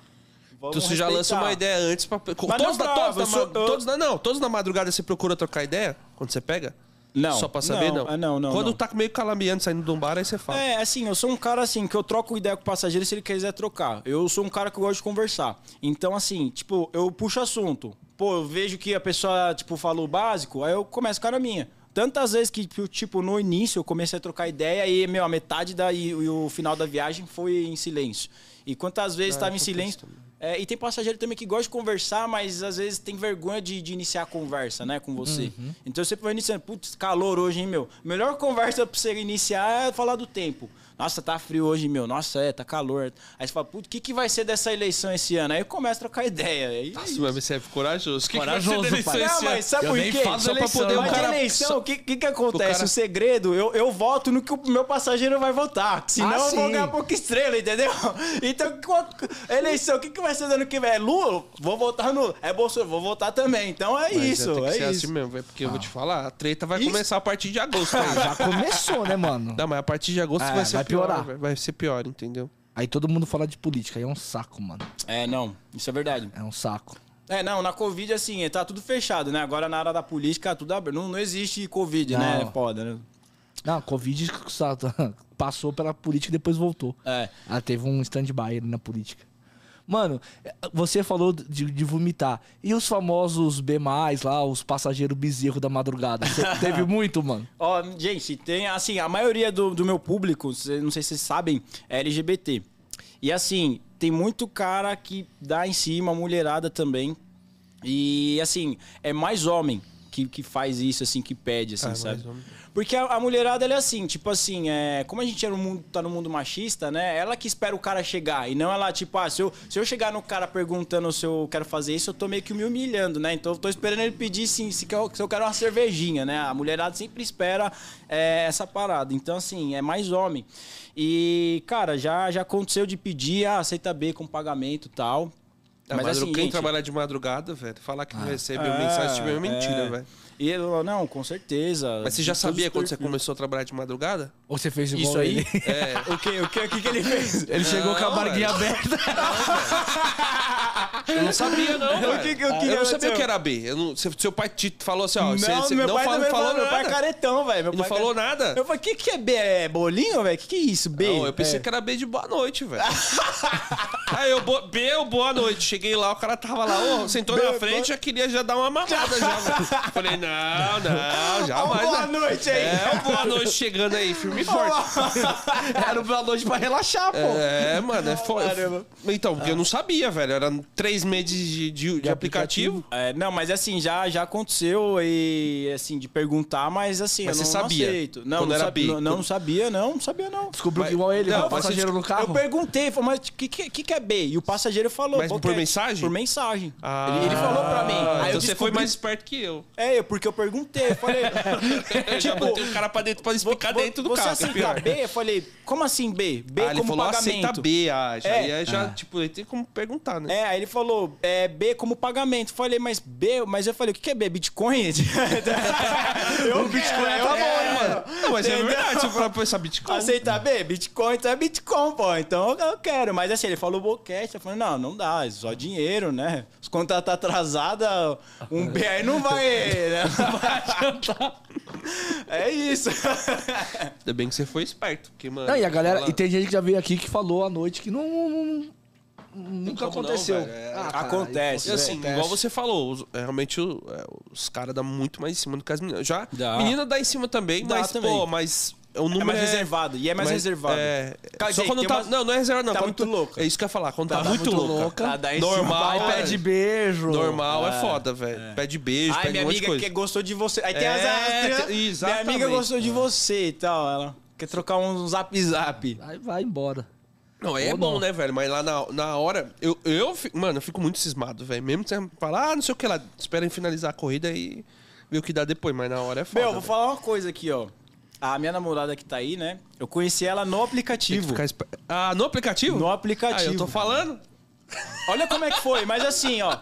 Speaker 3: vamos
Speaker 1: você já lança
Speaker 3: respeitar.
Speaker 1: uma ideia antes pra. com-
Speaker 3: não,
Speaker 1: Todos, na,
Speaker 3: bravo,
Speaker 1: todos,
Speaker 3: eu
Speaker 1: na,
Speaker 3: sou-
Speaker 1: ma-
Speaker 3: eu-
Speaker 1: todos na- Não, todos na madrugada você procura trocar ideia? Quando você pega?
Speaker 3: Não.
Speaker 1: Só pra saber,
Speaker 3: Não,
Speaker 1: não.
Speaker 3: ah, não, não,
Speaker 1: Quando
Speaker 3: não.
Speaker 1: tá meio calameando saindo de um bar, aí você fala.
Speaker 3: É, assim, eu sou um cara assim, que eu troco ideia com o passageiro se ele quiser trocar. Eu sou um cara que eu gosto de conversar. Então, assim, tipo, eu puxo assunto. Pô, eu vejo que a pessoa, tipo, falou o básico, aí eu começo com a cara minha. Tantas vezes que, tipo, no início eu comecei a trocar ideia e, meu, a metade da, e, e o final da viagem foi em silêncio. E quantas vezes estava em silêncio. É, e tem passageiro também que gosta de conversar, mas às vezes tem vergonha de, de iniciar a conversa, né, com você. Então você vai iniciando, putz, calor hoje, hein, meu? Melhor conversa pra você iniciar é falar do tempo. Nossa, tá frio hoje, meu. Nossa, é, tá calor. Aí você fala, putz, o que, que vai ser dessa eleição esse ano? Aí começa a trocar ideia. Aí,
Speaker 1: Nossa, mas você é corajoso. Que
Speaker 2: Corajoso,
Speaker 1: que vai ser da
Speaker 2: pai.
Speaker 1: eleição
Speaker 3: não,
Speaker 1: esse
Speaker 3: mas
Speaker 1: ano?
Speaker 3: sabe
Speaker 2: Eu
Speaker 3: por
Speaker 2: nem
Speaker 3: quê?
Speaker 2: faço
Speaker 3: Só pra
Speaker 2: eleição,
Speaker 3: poder o
Speaker 1: mas
Speaker 3: cara...
Speaker 1: de
Speaker 3: eleição,
Speaker 1: eleição,
Speaker 3: o que, que, acontece?
Speaker 1: acontece?
Speaker 3: O
Speaker 1: O
Speaker 3: segredo, eu, voto no que o meu passageiro vai votar. Senão
Speaker 2: Ah,
Speaker 3: eu vou
Speaker 2: sim.
Speaker 3: ganhar pouca estrela, entendeu? Então, qual- eleição, o que, que vai ser dando que vem? É Lula? Vou votar no Lula. É Bolsonaro? Vou votar também. Então é
Speaker 1: Mas
Speaker 3: isso,
Speaker 1: tem que
Speaker 3: é
Speaker 1: ser
Speaker 3: isso.
Speaker 1: assim mesmo, velho, porque eu vou te falar, a treta vai
Speaker 3: Isso.
Speaker 1: começar a partir de agosto. aí.
Speaker 2: Já começou, né, mano?
Speaker 1: Não, mas a partir de agosto
Speaker 2: É,
Speaker 1: Ah, vai ser
Speaker 2: vai
Speaker 1: pior,
Speaker 2: piorar.
Speaker 1: velho, vai ser pior, entendeu?
Speaker 2: Aí todo mundo fala de política, aí é um saco, mano.
Speaker 3: É, não, isso é verdade.
Speaker 2: É um saco.
Speaker 3: É, não, na Covid, assim, tá tudo fechado, né? Agora na área da política, tudo aberto. Não, não existe Covid, né?
Speaker 2: Não.
Speaker 3: É foda, né?
Speaker 2: Não, a Covid sa- passou pela política e depois voltou.
Speaker 3: É.
Speaker 2: Ela teve um stand-by ali na política. Mano, você falou de, de vomitar. E os famosos B, lá, os passageiros bezerro da madrugada? Você teve muito, mano?
Speaker 3: Ó, gente, tem assim, a maioria do, do meu público, cê- não sei se vocês sabem, é LGBT. E assim, tem muito cara que dá em cima, mulherada também. E assim, é mais homem que, que faz isso, assim, que pede, assim,
Speaker 1: Ah,
Speaker 3: sabe?
Speaker 1: mais homem.
Speaker 3: Porque a, a mulherada, ela é assim, tipo assim, é, como a gente é no mundo, tá no mundo machista, né? Ela que espera o cara chegar. E não ela, tipo, ah, se eu, se eu chegar no cara perguntando se eu quero fazer isso, eu tô meio que me humilhando, né? Então eu tô esperando ele pedir sim, se, que eu, se eu quero uma cervejinha, né? A mulherada sempre espera é, essa parada. Então, assim, é mais homem. E, cara, já, já aconteceu de pedir, ah, aceita B com pagamento e tal.
Speaker 1: Da
Speaker 3: Mas
Speaker 1: madru-
Speaker 3: assim,
Speaker 1: Tá, quem
Speaker 3: gente,
Speaker 1: trabalhar de madrugada, velho, falar que não recebeu
Speaker 3: é,
Speaker 1: mensagem tipo, Ah. é mentira,
Speaker 3: é.
Speaker 1: velho.
Speaker 3: E eu, não, com certeza.
Speaker 1: Mas você já
Speaker 3: De todos
Speaker 1: sabia
Speaker 3: os
Speaker 1: quando você
Speaker 3: perfis.
Speaker 1: começou a trabalhar de madrugada?
Speaker 2: Ou você fez igual
Speaker 3: Isso aí?
Speaker 2: ele?
Speaker 1: É.
Speaker 3: O que, o que, o que que ele fez?
Speaker 2: Ele chegou com a
Speaker 1: Não,
Speaker 2: barguinha
Speaker 1: velho.
Speaker 2: aberta.
Speaker 1: Eu não sabia, não,
Speaker 3: O
Speaker 1: velho.
Speaker 3: que que- o que
Speaker 1: eu não
Speaker 3: aconteceu?
Speaker 1: sabia o que era B. Eu não, seu, seu pai te falou assim, ó, você, você
Speaker 3: meu
Speaker 1: não
Speaker 3: pai
Speaker 1: fala-
Speaker 3: também
Speaker 1: falou
Speaker 3: falou, meu pai é
Speaker 1: nada.
Speaker 3: caretão, velho. meu
Speaker 1: Não
Speaker 3: pai é
Speaker 1: falou
Speaker 3: care-
Speaker 1: nada?
Speaker 3: Eu falei, o que, que é B? É bolinho, velho? O que, que é isso, B?
Speaker 1: Não, eu pensei
Speaker 3: É.
Speaker 1: que era B de boa noite, velho. Aí eu, bo- B, eu boa noite. Cheguei lá, o cara tava lá, ô, sentou
Speaker 3: B, é
Speaker 1: na
Speaker 3: boa-
Speaker 1: frente, já queria já dar uma mamada já. velho. Falei, não, não, jamais.
Speaker 3: Ó, boa
Speaker 1: né?
Speaker 3: noite aí.
Speaker 1: É, o boa noite chegando aí, firme e forte.
Speaker 2: Era o Belo Noite pra relaxar, pô.
Speaker 1: É, mano, é foda.
Speaker 3: Caramba.
Speaker 1: Então, porque eu não sabia, velho. Era três meses de, de- de aplicativo.
Speaker 3: É, não, mas assim, já, já aconteceu e assim, de perguntar, mas assim,
Speaker 1: Mas
Speaker 3: eu não,
Speaker 1: você
Speaker 3: não
Speaker 1: sabia?
Speaker 3: aceito. Não,
Speaker 1: Quando
Speaker 3: não,
Speaker 1: era
Speaker 3: sabe-
Speaker 1: bi?
Speaker 3: não, não sabia, não, não sabia, não.
Speaker 2: Descobriu
Speaker 1: Mas-
Speaker 2: que igual ele,
Speaker 1: Não,
Speaker 2: não,
Speaker 1: mas
Speaker 2: passageiro no carro.
Speaker 3: Eu perguntei, falei, mas o que, que, que que é B? E o passageiro falou.
Speaker 1: Mas
Speaker 3: qual
Speaker 1: por
Speaker 3: que é?
Speaker 1: mensagem?
Speaker 3: Por mensagem.
Speaker 1: Ah.
Speaker 3: ele, ele falou pra mim.
Speaker 1: Ah,
Speaker 3: aí eu
Speaker 1: então você foi
Speaker 3: descobri-
Speaker 1: mais esperto que eu.
Speaker 3: É, eu- porque eu perguntei, eu falei. tipo,
Speaker 1: Eu já botei o cara pra dentro pra
Speaker 3: Vou-
Speaker 1: explicar
Speaker 3: vou-
Speaker 1: dentro do
Speaker 3: você
Speaker 1: carro. que é
Speaker 3: aceita
Speaker 1: pior.
Speaker 3: B? Eu falei, como assim B? B
Speaker 1: Ah, ele
Speaker 3: como
Speaker 1: falou
Speaker 3: pagamento.
Speaker 1: aceita B, acha.
Speaker 3: É.
Speaker 1: E aí já, tipo, ele tem como perguntar, né?
Speaker 3: É, aí ele falou, é, B como pagamento. Eu Falei, mas B, mas eu falei, o que que é B? Bitcoin? eu, Bitcoin é,
Speaker 1: Tá bom, mano. Não, mas é
Speaker 3: Entendeu?
Speaker 1: verdade, se for pra essa Bitcoin.
Speaker 3: Aceitar B? Bitcoin, então é Bitcoin, pô. Então eu quero. Mas assim, ele falou boquete. Eu falei, não, não dá, é só dinheiro, né? Os contratos tá atrasada, um B aí não vai. Né? Não vai adiantar. é isso.
Speaker 1: Ainda bem que você foi esperto, porque, mano.
Speaker 2: Não, e a galera.
Speaker 1: fala-
Speaker 2: E tem gente que já veio aqui que falou à noite que não. não- nunca
Speaker 1: como não,
Speaker 2: aconteceu.
Speaker 1: velho. É-
Speaker 2: Ah, cara,
Speaker 3: Acontece,
Speaker 1: E assim,
Speaker 2: acontece.
Speaker 1: igual você falou, os- é, realmente o- é, os caras dão muito mais em cima do que as meninas. Já,
Speaker 3: Dá.
Speaker 1: menina dá em cima também,
Speaker 3: Dá
Speaker 1: mas, pô,
Speaker 3: também.
Speaker 1: mas o número
Speaker 3: É mais reservado. E é mais
Speaker 1: mas-
Speaker 3: reservado.
Speaker 1: É,
Speaker 3: Cara,
Speaker 1: só
Speaker 3: gente,
Speaker 1: quando
Speaker 3: tem
Speaker 1: tá...
Speaker 3: umas-
Speaker 1: Não, não é reservado não.
Speaker 3: tá
Speaker 1: Quando
Speaker 3: muito louca.
Speaker 1: É isso que eu ia falar, quando tá,
Speaker 3: Tá
Speaker 1: muito,
Speaker 3: muito
Speaker 1: louca,
Speaker 2: louca.
Speaker 3: Tá, dá em cima,
Speaker 1: normal,
Speaker 3: vai,
Speaker 1: pede
Speaker 2: Pede beijo.
Speaker 1: Normal é foda, velho. Pede beijo,
Speaker 3: Ai,
Speaker 1: pede
Speaker 3: minha
Speaker 1: um monte de
Speaker 3: amiga
Speaker 1: coisa.
Speaker 3: que gostou de você. Aí tem
Speaker 1: É,
Speaker 3: as
Speaker 1: tem-
Speaker 3: astras. Minha
Speaker 1: exatamente. É.
Speaker 3: amiga gostou de você e tal. Ela quer trocar um zap zap.
Speaker 2: Aí vai embora.
Speaker 1: Não, aí é
Speaker 2: Ou
Speaker 1: bom,
Speaker 2: não.
Speaker 1: né, velho? Mas lá na, na hora, eu, eu, fico- mano, eu fico muito cismado, velho. Mesmo que você falar, ah, não sei o que lá, esperem finalizar a corrida e ver o que dá depois, mas na hora é foda.
Speaker 3: Meu, vou
Speaker 1: velho.
Speaker 3: falar uma coisa aqui, ó. A minha namorada que tá aí, né? Eu conheci ela no
Speaker 1: Tem que
Speaker 3: aplicativo.
Speaker 1: ficar esper- Ah, no aplicativo?
Speaker 3: No
Speaker 1: Ah,
Speaker 3: aplicativo.
Speaker 1: eu tô falando?
Speaker 3: Olha como é que foi, mas assim, ó.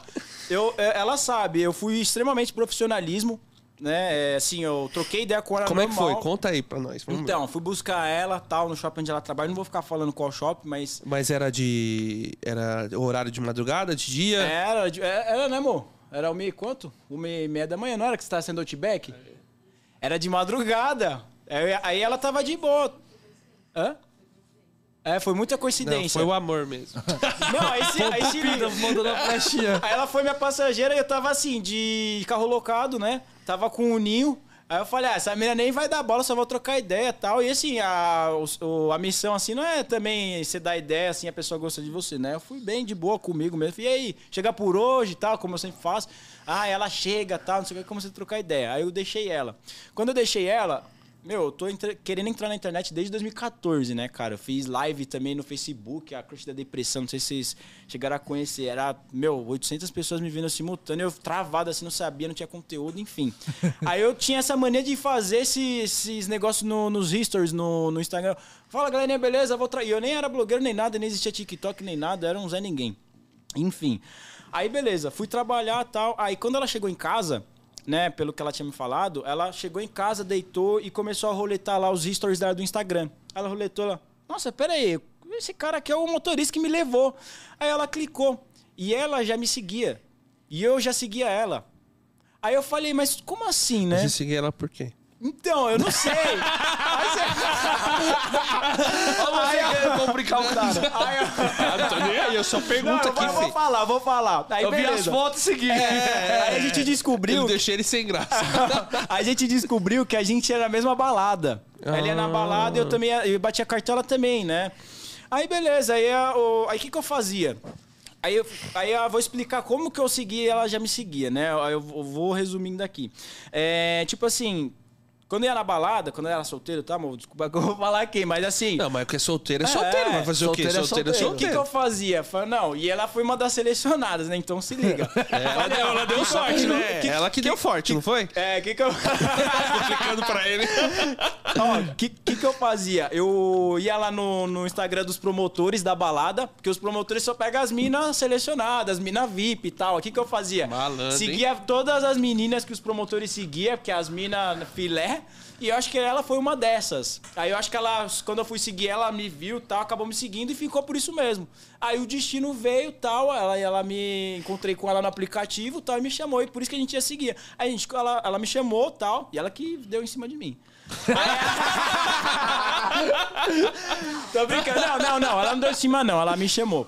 Speaker 3: Eu, é, ela sabe, eu fui extremamente profissionalismo, né? É, assim, eu troquei ideia com ela
Speaker 1: Como é que foi?
Speaker 3: normal.
Speaker 1: Conta aí pra nós. vamos ver.
Speaker 3: Então, fui buscar ela, tal, no shopping onde ela trabalha. Não vou ficar falando qual shopping, mas
Speaker 1: Mas era de. Era horário de madrugada, de dia?
Speaker 3: Era, de- é- era, né, amor? Era o meio quanto? Uma e meia da manhã, não era que você tava sendo outback? Era de madrugada. Aí, aí ela tava de boa. Hã? É, foi muita
Speaker 1: Não,
Speaker 3: coincidência.
Speaker 1: foi o amor mesmo.
Speaker 3: Não, aí se, aí se liga. Aí ela foi minha passageira e eu tava assim, de carro locado, né? Tava com o ninho. Aí eu falei, ah, essa menina nem vai dar bola, só vou trocar ideia e tal. E assim, a, o- o- a missão assim não é também você dar ideia, assim, a pessoa gosta de você, né? Eu fui bem de boa comigo mesmo. Falei, e aí, chega por hoje e tal, como eu sempre faço. Ah, ela chega e tal, não sei o que, comecei a trocar ideia. Aí eu deixei ela. Quando eu deixei ela, meu, eu tô entra- querendo entrar na internet desde 2014, né, cara? Eu fiz live também no Facebook, a Crush da Depressão, não sei se vocês chegaram a conhecer. Era, meu, 800 pessoas me vendo assim, simultâneo, eu travado assim, não sabia, não tinha conteúdo, enfim. Aí eu tinha essa mania de fazer esse- esses negócios no- nos stories, no, no Instagram. Fala, galerinha, beleza? Vou tra... E eu nem era blogueiro nem nada, nem existia TikTok nem nada, era um Zé Ninguém. Enfim. Aí, beleza, fui trabalhar tal. Aí, quando ela chegou em casa, né, pelo que ela tinha me falado, ela chegou em casa, deitou e começou a roletar lá os stories dela do Instagram. Ela roletou lá. Nossa, pera aí, esse cara aqui é o motorista que me levou. Aí ela clicou. E ela já me seguia. E eu já seguia ela. Aí eu falei, mas como assim, né?
Speaker 1: Você seguia ela por quê?
Speaker 3: Então, eu não sei. Aí você... Aí eu-
Speaker 1: complicar o cara.
Speaker 3: Aí eu-
Speaker 1: aí, eu só
Speaker 3: Não,
Speaker 1: pergunto
Speaker 3: eu vou,
Speaker 1: aqui,
Speaker 3: eu vou
Speaker 1: filho.
Speaker 3: falar, vou falar. Aí,
Speaker 1: Eu vi
Speaker 3: beleza.
Speaker 1: as fotos e segui.
Speaker 2: É.
Speaker 3: Aí a gente descobriu
Speaker 1: Eu deixei É. ele sem graça.
Speaker 3: a gente descobriu que a gente era na mesma balada. Ela ia na
Speaker 1: Ah.
Speaker 3: balada e eu também ia- eu batia cartola também, né? Aí beleza, aí a- o aí, que, que eu fazia? Aí eu, aí eu vou explicar como que eu segui e ela já me seguia, né? Aí eu, eu vou resumindo aqui. É, tipo assim, quando eu ia na balada, quando eu era solteiro, tá, amor? Desculpa que eu vou falar quem, mas assim.
Speaker 1: Não, mas que é solteiro é solteiro. vai fazer o quê?
Speaker 2: solteiro é
Speaker 1: Solteiro é
Speaker 2: solteiro.
Speaker 3: O que, que
Speaker 1: solteiro.
Speaker 3: eu fazia? Falei, não, e ela foi uma das selecionadas, né? Então se liga.
Speaker 1: É,
Speaker 3: Então,
Speaker 1: Ela deu, ela deu sorte, né?
Speaker 3: Que-
Speaker 1: ela que, deu forte, não foi?
Speaker 3: É, o que, que eu.
Speaker 1: Explicando pra ele.
Speaker 3: Ó, o que, que que eu fazia? Eu ia lá no, no Instagram dos promotores da balada, porque os promotores só pegam as minas selecionadas, mina VIP e tal. O que que eu fazia?
Speaker 1: Malandro, hein?
Speaker 3: Seguia todas as meninas que os promotores seguiam, porque as minas filé, e eu acho que ela foi uma dessas. Aí eu acho que ela, quando eu fui seguir ela, me viu e tal, acabou me seguindo e ficou por isso mesmo. Aí o destino veio e tal, ela, ela me encontrei com ela no aplicativo e tal, e me chamou, e por isso que a gente ia seguir. Aí a gente, ela, ela me chamou e tal, e ela que deu em cima de mim. Tô brincando. Não, não, não. Ela não deu em cima, não. Ela me chamou.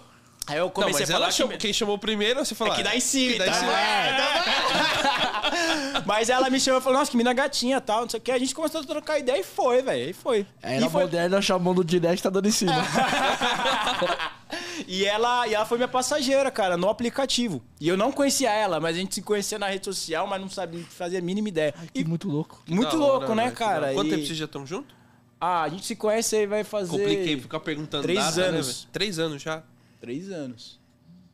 Speaker 3: Aí eu
Speaker 1: Não,
Speaker 3: comecei
Speaker 1: mas
Speaker 3: a falar
Speaker 1: ela chamou,
Speaker 3: que...
Speaker 1: quem chamou primeiro, você falou.
Speaker 3: assim É que dá em cima,
Speaker 1: que dá em
Speaker 3: tá?
Speaker 1: cima.
Speaker 3: É, Mas ela me chamou e falou, nossa, que mina gatinha e tal, não sei o que. A gente começou a trocar ideia e foi, velho. E foi.
Speaker 2: Era
Speaker 3: e, foi-
Speaker 2: moderna chamando direto e tá dando em cima.
Speaker 3: e ela, e ela foi minha passageira, cara, no aplicativo. E eu não conhecia ela, mas a gente se conhecia na rede social, mas não sabia, fazia a mínima ideia.
Speaker 2: E
Speaker 3: E
Speaker 2: muito louco.
Speaker 1: Da
Speaker 3: muito
Speaker 1: hora,
Speaker 3: louco, né,
Speaker 1: velho, que da hora.
Speaker 3: cara?
Speaker 1: Quanto
Speaker 3: E-
Speaker 1: tempo vocês já estão juntos?
Speaker 3: Ah, a gente se conhece aí, vai fazer...
Speaker 1: Compliquei ficar perguntando
Speaker 3: Três
Speaker 1: data, né,
Speaker 3: anos.
Speaker 1: velho? Três anos já?
Speaker 3: Três anos.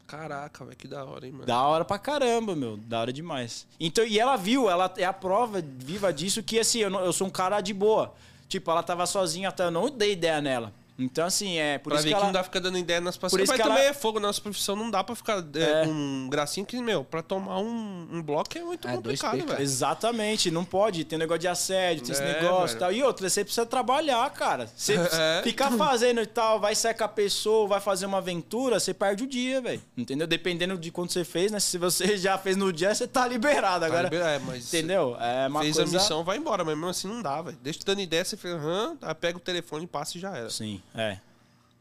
Speaker 1: Caraca, velho, que da hora, hein, mano.
Speaker 3: Da hora pra caramba, meu. Da hora demais. Então, e ela viu, ela é a prova viva disso que, assim, eu, não- eu sou um cara de boa. Tipo, ela tava sozinha, até eu não dei ideia nela. Então, assim, é por
Speaker 1: pra
Speaker 3: isso
Speaker 1: ver
Speaker 3: que
Speaker 1: que,
Speaker 3: ela...
Speaker 1: não dá pra ficar dando ideia nas
Speaker 3: Por
Speaker 1: passagens.
Speaker 3: isso
Speaker 1: Mas
Speaker 3: que
Speaker 1: também
Speaker 3: ela-
Speaker 1: é fogo, nossa profissão não dá pra ficar é, com gracinha que, meu, pra tomar um, um bloco é muito
Speaker 2: É, dois
Speaker 1: complicado,
Speaker 2: P, cara.
Speaker 1: velho.
Speaker 3: Exatamente, não pode. Tem um negócio de assédio, tem esse
Speaker 1: É, velho.
Speaker 3: negócio e tal. E outra, você precisa trabalhar, cara. Você
Speaker 1: É.
Speaker 3: ficar fazendo e tal, vai sair com a pessoa, vai fazer uma aventura, você perde o dia, velho. Entendeu? Dependendo de quanto você fez, né? Se você já fez no dia, você tá liberado agora.
Speaker 1: liberado, é, mas-
Speaker 3: Entendeu? É uma
Speaker 1: Fez
Speaker 3: coisa...
Speaker 1: a missão, vai embora, mas mesmo assim não dá, velho. Deixa te dando ideia, você fala, aham, aí pega o telefone, passa e já era.
Speaker 3: Sim, é.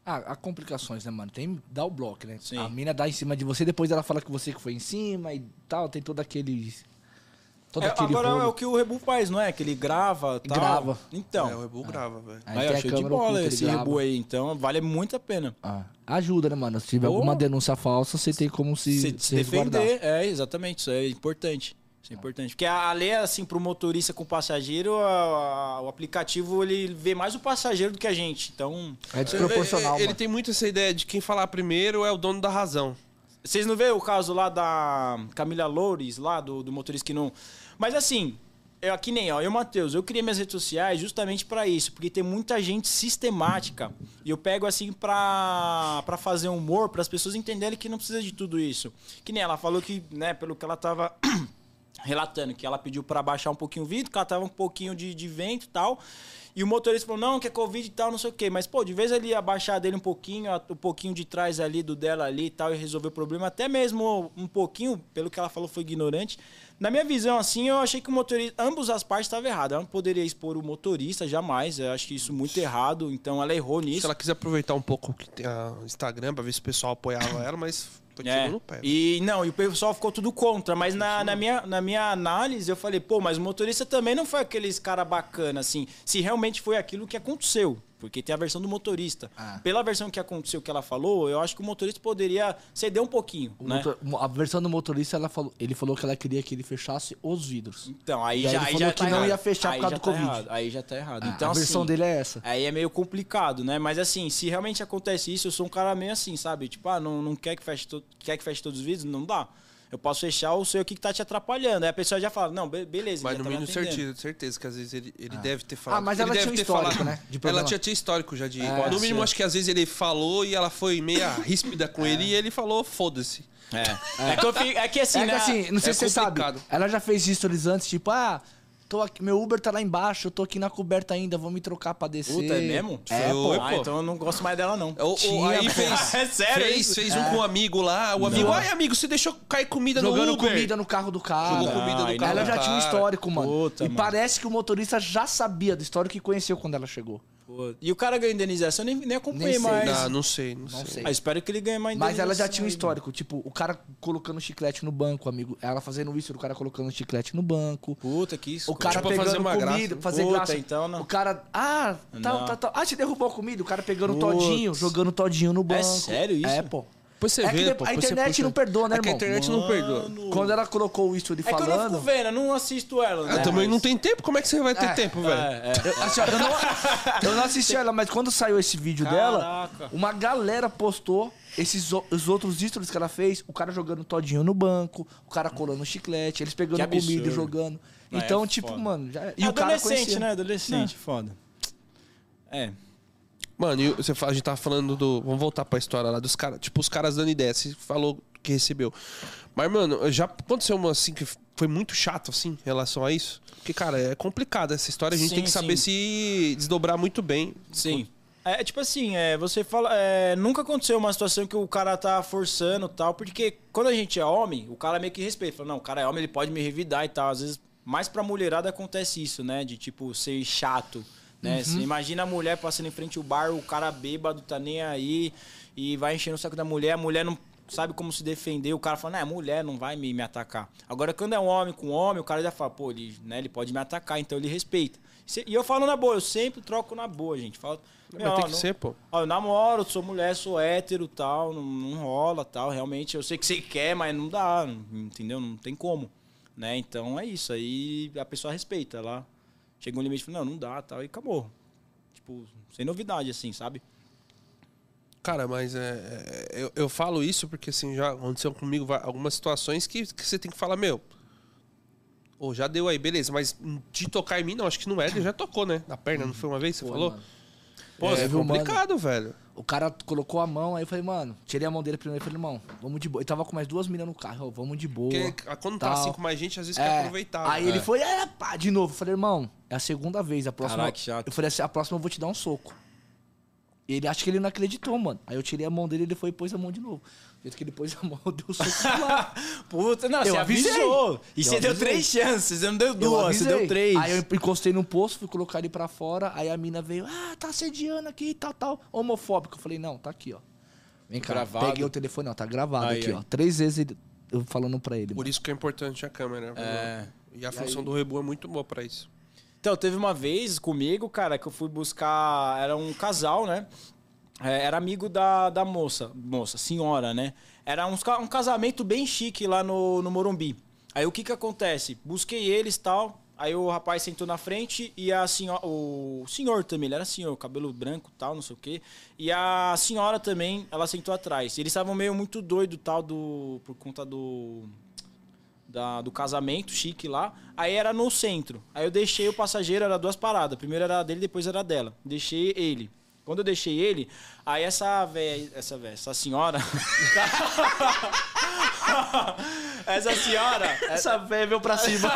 Speaker 2: Ah, há complicações, né, mano? Tem, dá o bloco, né?
Speaker 3: Sim.
Speaker 2: A mina dá em cima de você, depois ela fala que você que foi em cima e tal, tem todo aquele. Todo
Speaker 3: É,
Speaker 2: aquele.
Speaker 3: agora
Speaker 2: rolo.
Speaker 3: é o que o Rebu faz, não é? Que ele grava tal.
Speaker 2: Grava.
Speaker 1: é, o
Speaker 3: Então.
Speaker 1: Rebu grava, velho.
Speaker 2: Aí
Speaker 3: Aí,
Speaker 2: tem
Speaker 3: ó,
Speaker 2: a
Speaker 3: show de
Speaker 2: câmera
Speaker 3: bola
Speaker 2: oculta, ele
Speaker 3: esse
Speaker 2: grava.
Speaker 3: Rebu aí. Então, vale muito a pena.
Speaker 2: Ah, ajuda, né, mano? Se tiver
Speaker 3: Pô.
Speaker 2: alguma denúncia falsa, você tem como se,
Speaker 3: se,
Speaker 2: se,
Speaker 3: se
Speaker 2: resguardar.
Speaker 3: defender. É, exatamente. Isso é importante. Isso é importante. Porque a, a lei, assim, pro motorista com passageiro, a- a- o aplicativo, ele vê mais o passageiro do que a gente. Então,
Speaker 2: É desproporcional,
Speaker 1: Ele, ele
Speaker 2: mano.
Speaker 1: tem muito essa ideia de quem falar primeiro é o dono da razão.
Speaker 3: vocês não vê o caso lá da Camila Loures, lá do, do motorista que não... Mas, assim, eu, aqui nem, ó, eu, Matheus, eu criei minhas redes sociais justamente pra isso. Porque tem muita gente sistemática. E eu pego, assim, pra, pra fazer humor, para as pessoas entenderem que não precisa de tudo isso. Que nem ela falou que, né, pelo que ela tava... relatando que ela pediu pra baixar um pouquinho o vidro, que ela tava um pouquinho de, de vento e tal. E o motorista falou, não, que é Covid e tal, não sei o quê. Mas, pô, de vez ele abaixar dele um pouquinho, a- um pouquinho de trás ali do dela ali e tal, e resolver o problema, até mesmo um pouquinho, pelo que ela falou, foi ignorante. Na minha visão, assim, eu achei que o motorista, ambos as partes estavam erradas. Ela não poderia expor o motorista jamais, eu acho que isso muito errado, então ela errou nisso.
Speaker 1: Se ela quiser aproveitar um pouco que tem a Instagram pra ver se o pessoal apoiava ela, mas foi
Speaker 3: É,
Speaker 1: tiro no pé. né?
Speaker 3: E não, e o pessoal ficou tudo contra, mas na, na, minha, na minha análise eu falei, pô, mas o motorista também não foi aqueles cara bacana assim, se realmente foi aquilo que aconteceu, porque tem a versão do motorista.
Speaker 2: Ah.
Speaker 3: Pela versão que aconteceu que ela falou, eu acho que o motorista poderia ceder um pouquinho,
Speaker 2: O
Speaker 3: né?
Speaker 2: motor- A versão do motorista, ela falou, ele falou que ela queria que ele fechasse os vidros.
Speaker 3: Então, aí,
Speaker 2: E aí ele
Speaker 3: já, aí
Speaker 2: falou
Speaker 3: já
Speaker 2: que
Speaker 3: tá
Speaker 2: não
Speaker 3: errado.
Speaker 2: ia fechar por
Speaker 3: Aí
Speaker 2: causa
Speaker 3: já
Speaker 2: do
Speaker 3: tá
Speaker 2: Covid.
Speaker 3: errado, Aí já tá errado.
Speaker 2: Ah,
Speaker 3: então,
Speaker 2: a versão
Speaker 3: assim,
Speaker 2: dele é essa.
Speaker 3: Aí é meio complicado, né? Mas assim, se realmente acontece isso, eu sou um cara meio assim, sabe? Tipo, ah, não, não quer, que feche to- quer que feche todos os vídeos? Não dá. Eu posso fechar o seu aqui que tá te atrapalhando. Aí a pessoa já fala, não, be- beleza.
Speaker 1: Mas
Speaker 3: ele
Speaker 1: no
Speaker 3: já tá me
Speaker 1: mínimo
Speaker 3: atendendo.
Speaker 1: certeza, certeza que às vezes ele, ele deve ter falado.
Speaker 2: Ah, mas
Speaker 1: ele
Speaker 2: ela
Speaker 1: deve
Speaker 2: tinha um
Speaker 1: ter
Speaker 2: histórico,
Speaker 1: falado.
Speaker 2: né, de
Speaker 1: ela
Speaker 2: problema.
Speaker 1: tinha, tinha histórico já de.
Speaker 2: É.
Speaker 1: no mínimo,
Speaker 3: Sim.
Speaker 1: acho que às vezes ele falou e ela foi meia ríspida com ele e ele falou, foda-se.
Speaker 3: É. É. que eu fico- é que assim,
Speaker 2: é que
Speaker 3: né?
Speaker 2: assim, não sei
Speaker 1: é
Speaker 2: se você sabe.
Speaker 1: complicado.
Speaker 2: Ela já fez stories antes, tipo, ah, tô aqui, meu Uber tá lá embaixo, eu tô aqui na coberta ainda, vou me trocar pra descer.
Speaker 3: Puta, é mesmo?
Speaker 2: É,
Speaker 1: Foi,
Speaker 2: pô.
Speaker 3: Ah,
Speaker 1: pô.
Speaker 3: então eu não gosto mais dela, não.
Speaker 1: É, O, o,
Speaker 2: Tinha,
Speaker 1: aí
Speaker 2: pô.
Speaker 1: fez.
Speaker 3: É sério
Speaker 1: Fez,
Speaker 3: isso?
Speaker 1: fez um com um amigo lá. O amigo, ai amigo, você deixou cair comida
Speaker 2: Jogando
Speaker 1: no Uber.
Speaker 2: comida no carro do cara.
Speaker 1: Jogou comida
Speaker 3: Ai,
Speaker 1: no
Speaker 3: não.
Speaker 1: carro.
Speaker 2: Ela
Speaker 1: do
Speaker 2: já tinha
Speaker 1: cara.
Speaker 2: um histórico, mano.
Speaker 3: Puta,
Speaker 2: e
Speaker 3: mano.
Speaker 2: parece que o motorista já sabia do histórico e conheceu quando ela chegou.
Speaker 3: Pô, E o cara ganha indenização, eu nem, nem
Speaker 2: Nem
Speaker 3: acompanhei
Speaker 2: sei.
Speaker 3: mais.
Speaker 1: Não, não sei, não,
Speaker 2: Não
Speaker 1: sei.
Speaker 2: sei.
Speaker 3: Ah, espero que ele ganhe mais
Speaker 2: Mas
Speaker 3: indenização.
Speaker 2: ela já tinha um
Speaker 3: aí.
Speaker 2: histórico, tipo, o cara colocando chiclete no banco, amigo. Ela fazendo isso, o cara colocando chiclete no banco.
Speaker 3: Puta, que isso.
Speaker 2: O cara
Speaker 1: Tipo,
Speaker 2: pegando
Speaker 1: fazer uma
Speaker 2: comida,
Speaker 1: graça.
Speaker 2: fazer
Speaker 3: Puta,
Speaker 2: graça.
Speaker 3: então não.
Speaker 2: O cara, ah, tal,
Speaker 3: Não.
Speaker 2: tal, tal. Ah, te derrubou a comida. O cara pegando
Speaker 3: Putz.
Speaker 2: todinho, jogando todinho no banco.
Speaker 3: sério isso?
Speaker 2: É, pô.
Speaker 1: Depois você
Speaker 2: É que
Speaker 1: vê,
Speaker 2: de-
Speaker 1: pô,
Speaker 2: a
Speaker 1: depois você
Speaker 2: internet
Speaker 1: puxa.
Speaker 2: não perdoa, né,
Speaker 1: É que a
Speaker 2: irmão?
Speaker 1: internet não perdoa.
Speaker 2: Quando ela colocou isso ele
Speaker 3: É que eu não
Speaker 2: falando...
Speaker 3: fico vendo, eu não assisto ela.
Speaker 1: Ah,
Speaker 3: né?
Speaker 1: também
Speaker 3: Mas-
Speaker 1: não tem tempo, como é que você vai ter
Speaker 2: É.
Speaker 1: tempo,
Speaker 3: É,
Speaker 1: velho?
Speaker 3: é.
Speaker 2: Eu, assim, ó, eu não, eu não assisti ela, mas quando saiu esse vídeo dela,
Speaker 3: Caraca.
Speaker 2: uma galera postou esses o- os outros stories que ela fez, o cara jogando todinho no banco, o cara colando chiclete, eles pegando
Speaker 3: Que absurdo.
Speaker 2: comida e jogando.
Speaker 3: Ah,
Speaker 2: Então,
Speaker 3: é
Speaker 2: tipo,
Speaker 3: foda.
Speaker 2: mano, já
Speaker 3: É
Speaker 2: E o cara
Speaker 3: adolescente,
Speaker 2: conhecia.
Speaker 3: né? Adolescente, foda. É.
Speaker 1: Mano, e você, fala- a gente tava falando do. Vamos voltar pra história lá dos caras. Tipo, os caras dando ideia. Você falou que recebeu. Mas, mano, já aconteceu uma assim que foi muito chato, assim, em relação a isso? Porque, cara, é complicado essa história. A gente
Speaker 3: Sim,
Speaker 1: tem que saber se desdobrar muito bem.
Speaker 3: Sim. É tipo assim, é, você fala. é, nunca aconteceu uma situação que o cara tá forçando e tal, porque quando a gente é homem, o cara meio que respeita. Fala, não, o cara é homem, ele pode me revidar e tal. Às vezes, mais pra mulherada acontece isso, né? De tipo, ser chato. Né? Você imagina a mulher passando em frente ao bar, o cara bêbado, tá nem aí, e vai enchendo o saco da mulher, a mulher não sabe como se defender, o cara fala, não, é mulher, não vai me, me atacar. Agora, quando é um homem com homem, o cara já fala, pô, ele, né, ele pode me atacar, então ele respeita. Se- E eu falo na boa, eu sempre troco na boa, gente. Falo,
Speaker 1: Mas
Speaker 3: ó,
Speaker 1: tem que
Speaker 3: não-
Speaker 1: ser, pô.
Speaker 3: Ó, eu namoro, sou mulher, sou hétero tal, não, não rola tal. Realmente, eu sei que você quer, mas não dá, não- entendeu? Não tem como. Né? Então é isso. Aí a pessoa respeita. Ela chega um limite e fala, não, não dá tal, e acabou. Tipo, sem novidade, assim, sabe?
Speaker 1: Cara, mas é, é, eu, eu falo isso porque, assim, já aconteceu comigo va- algumas situações que, que você tem que falar, meu. Ô, já deu aí, beleza, mas de tocar em mim, não, acho que no Éder já tocou, né? Na perna, não foi uma vez? Você
Speaker 2: Pô,
Speaker 1: falou?
Speaker 2: mano.
Speaker 1: Pô,
Speaker 2: É,
Speaker 1: é,
Speaker 2: viu, mano?
Speaker 1: complicado, velho.
Speaker 2: O cara colocou a mão, aí eu falei, mano, tirei a mão dele primeiro e falei, irmão, vamos de boa. Ele tava com mais duas meninas no carro, ó, vamos de boa.
Speaker 1: Porque quando tá
Speaker 2: tal.
Speaker 1: assim com mais gente, às vezes
Speaker 2: É,
Speaker 1: quer aproveitar.
Speaker 2: Aí
Speaker 1: né?
Speaker 2: ele foi, é, pá, de novo. Eu falei, irmão, é a segunda vez, a próxima.
Speaker 3: Caraca, que chato.
Speaker 2: Eu falei assim, a próxima eu vou te dar um soco. Ele acha que ele não acreditou, mano. Aí eu tirei a mão dele, ele foi e pôs a mão de novo. Do jeito que ele pôs a mão, eu dei o soco lá.
Speaker 3: Puta, não,
Speaker 2: Eu
Speaker 3: você
Speaker 2: avisei.
Speaker 3: avisou. E
Speaker 2: Eu
Speaker 3: você deu
Speaker 2: avisei.
Speaker 3: três chances, você não deu
Speaker 2: Eu
Speaker 3: duas, você
Speaker 2: avisei.
Speaker 3: deu três.
Speaker 2: Aí eu encostei num poço, fui colocar ele pra fora. Aí a mina veio, ah, tá assediando aqui, tal, tal. Homofóbico. Eu falei, não, tá aqui, ó. Vem cá,
Speaker 3: Gravado.
Speaker 2: peguei o telefone, ó, tá gravado
Speaker 3: Aí,
Speaker 2: aqui,
Speaker 3: aí.
Speaker 2: ó. Três vezes ele- eu falando pra ele.
Speaker 1: Por isso que é importante a câmera. viu?
Speaker 3: É.
Speaker 1: E a função do rebu é muito boa pra isso.
Speaker 3: Então, teve uma vez comigo, cara, que eu fui buscar. Era um casal, né? É, era amigo da, da moça, moça, senhora, né? Era uns ca- um, casamento bem chique lá no, no Morumbi. Aí o que que acontece? Busquei eles tal. Aí o rapaz sentou na frente e a senhora. O senhor também, ele era senhor, cabelo branco tal, não sei o quê. E a senhora também, ela sentou atrás. Eles estavam meio muito doido tal, do, por conta do da- do casamento chique lá. Aí era no centro. Aí eu deixei o passageiro, era duas paradas. Primeiro era a dele, depois era a dela. Deixei ele. Quando eu deixei ele, aí essa véia, essa véia, essa senhora. essa senhora. Essa véia veio pra cima.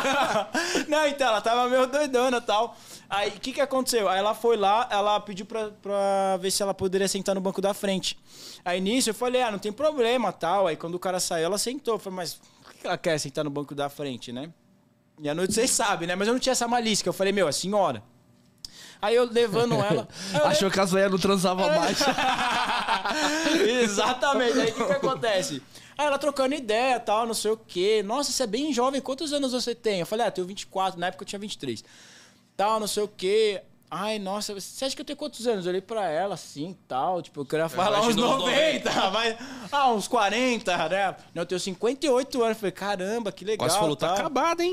Speaker 3: Não, então, ela tava meio doidona e tal. Aí, o que que aconteceu? Aí ela foi lá, ela pediu pra, pra ver se ela poderia sentar no banco da frente. Aí nisso eu falei, ah, não tem problema tal. Aí quando o cara saiu, ela sentou. Eu falei, mas por que ela quer sentar no banco da frente, né? E à noite vocês sabem, né? Mas eu não tinha essa malícia, que eu falei, meu, é senhora. Aí eu levando ela. aí eu
Speaker 2: Achou que as velhas não transavam mais.
Speaker 3: Exatamente. Aí o que, que acontece? Aí ela trocando ideia tal, não sei o quê. Nossa, você é bem jovem, quantos anos você tem? Eu falei, ah, tenho 24, na época eu tinha 23. Tal, não sei o quê. Ai, nossa, você acha que eu tenho quantos anos? Eu olhei pra ela assim tal, tipo, eu
Speaker 1: É,
Speaker 3: queria falar uns
Speaker 1: imaginou uns
Speaker 3: 90, mas. Ah, uns 40, né? Não, eu tenho 58 anos. Eu falei, caramba, que legal.
Speaker 1: Quase falou, tá
Speaker 3: tal.
Speaker 1: acabado, hein?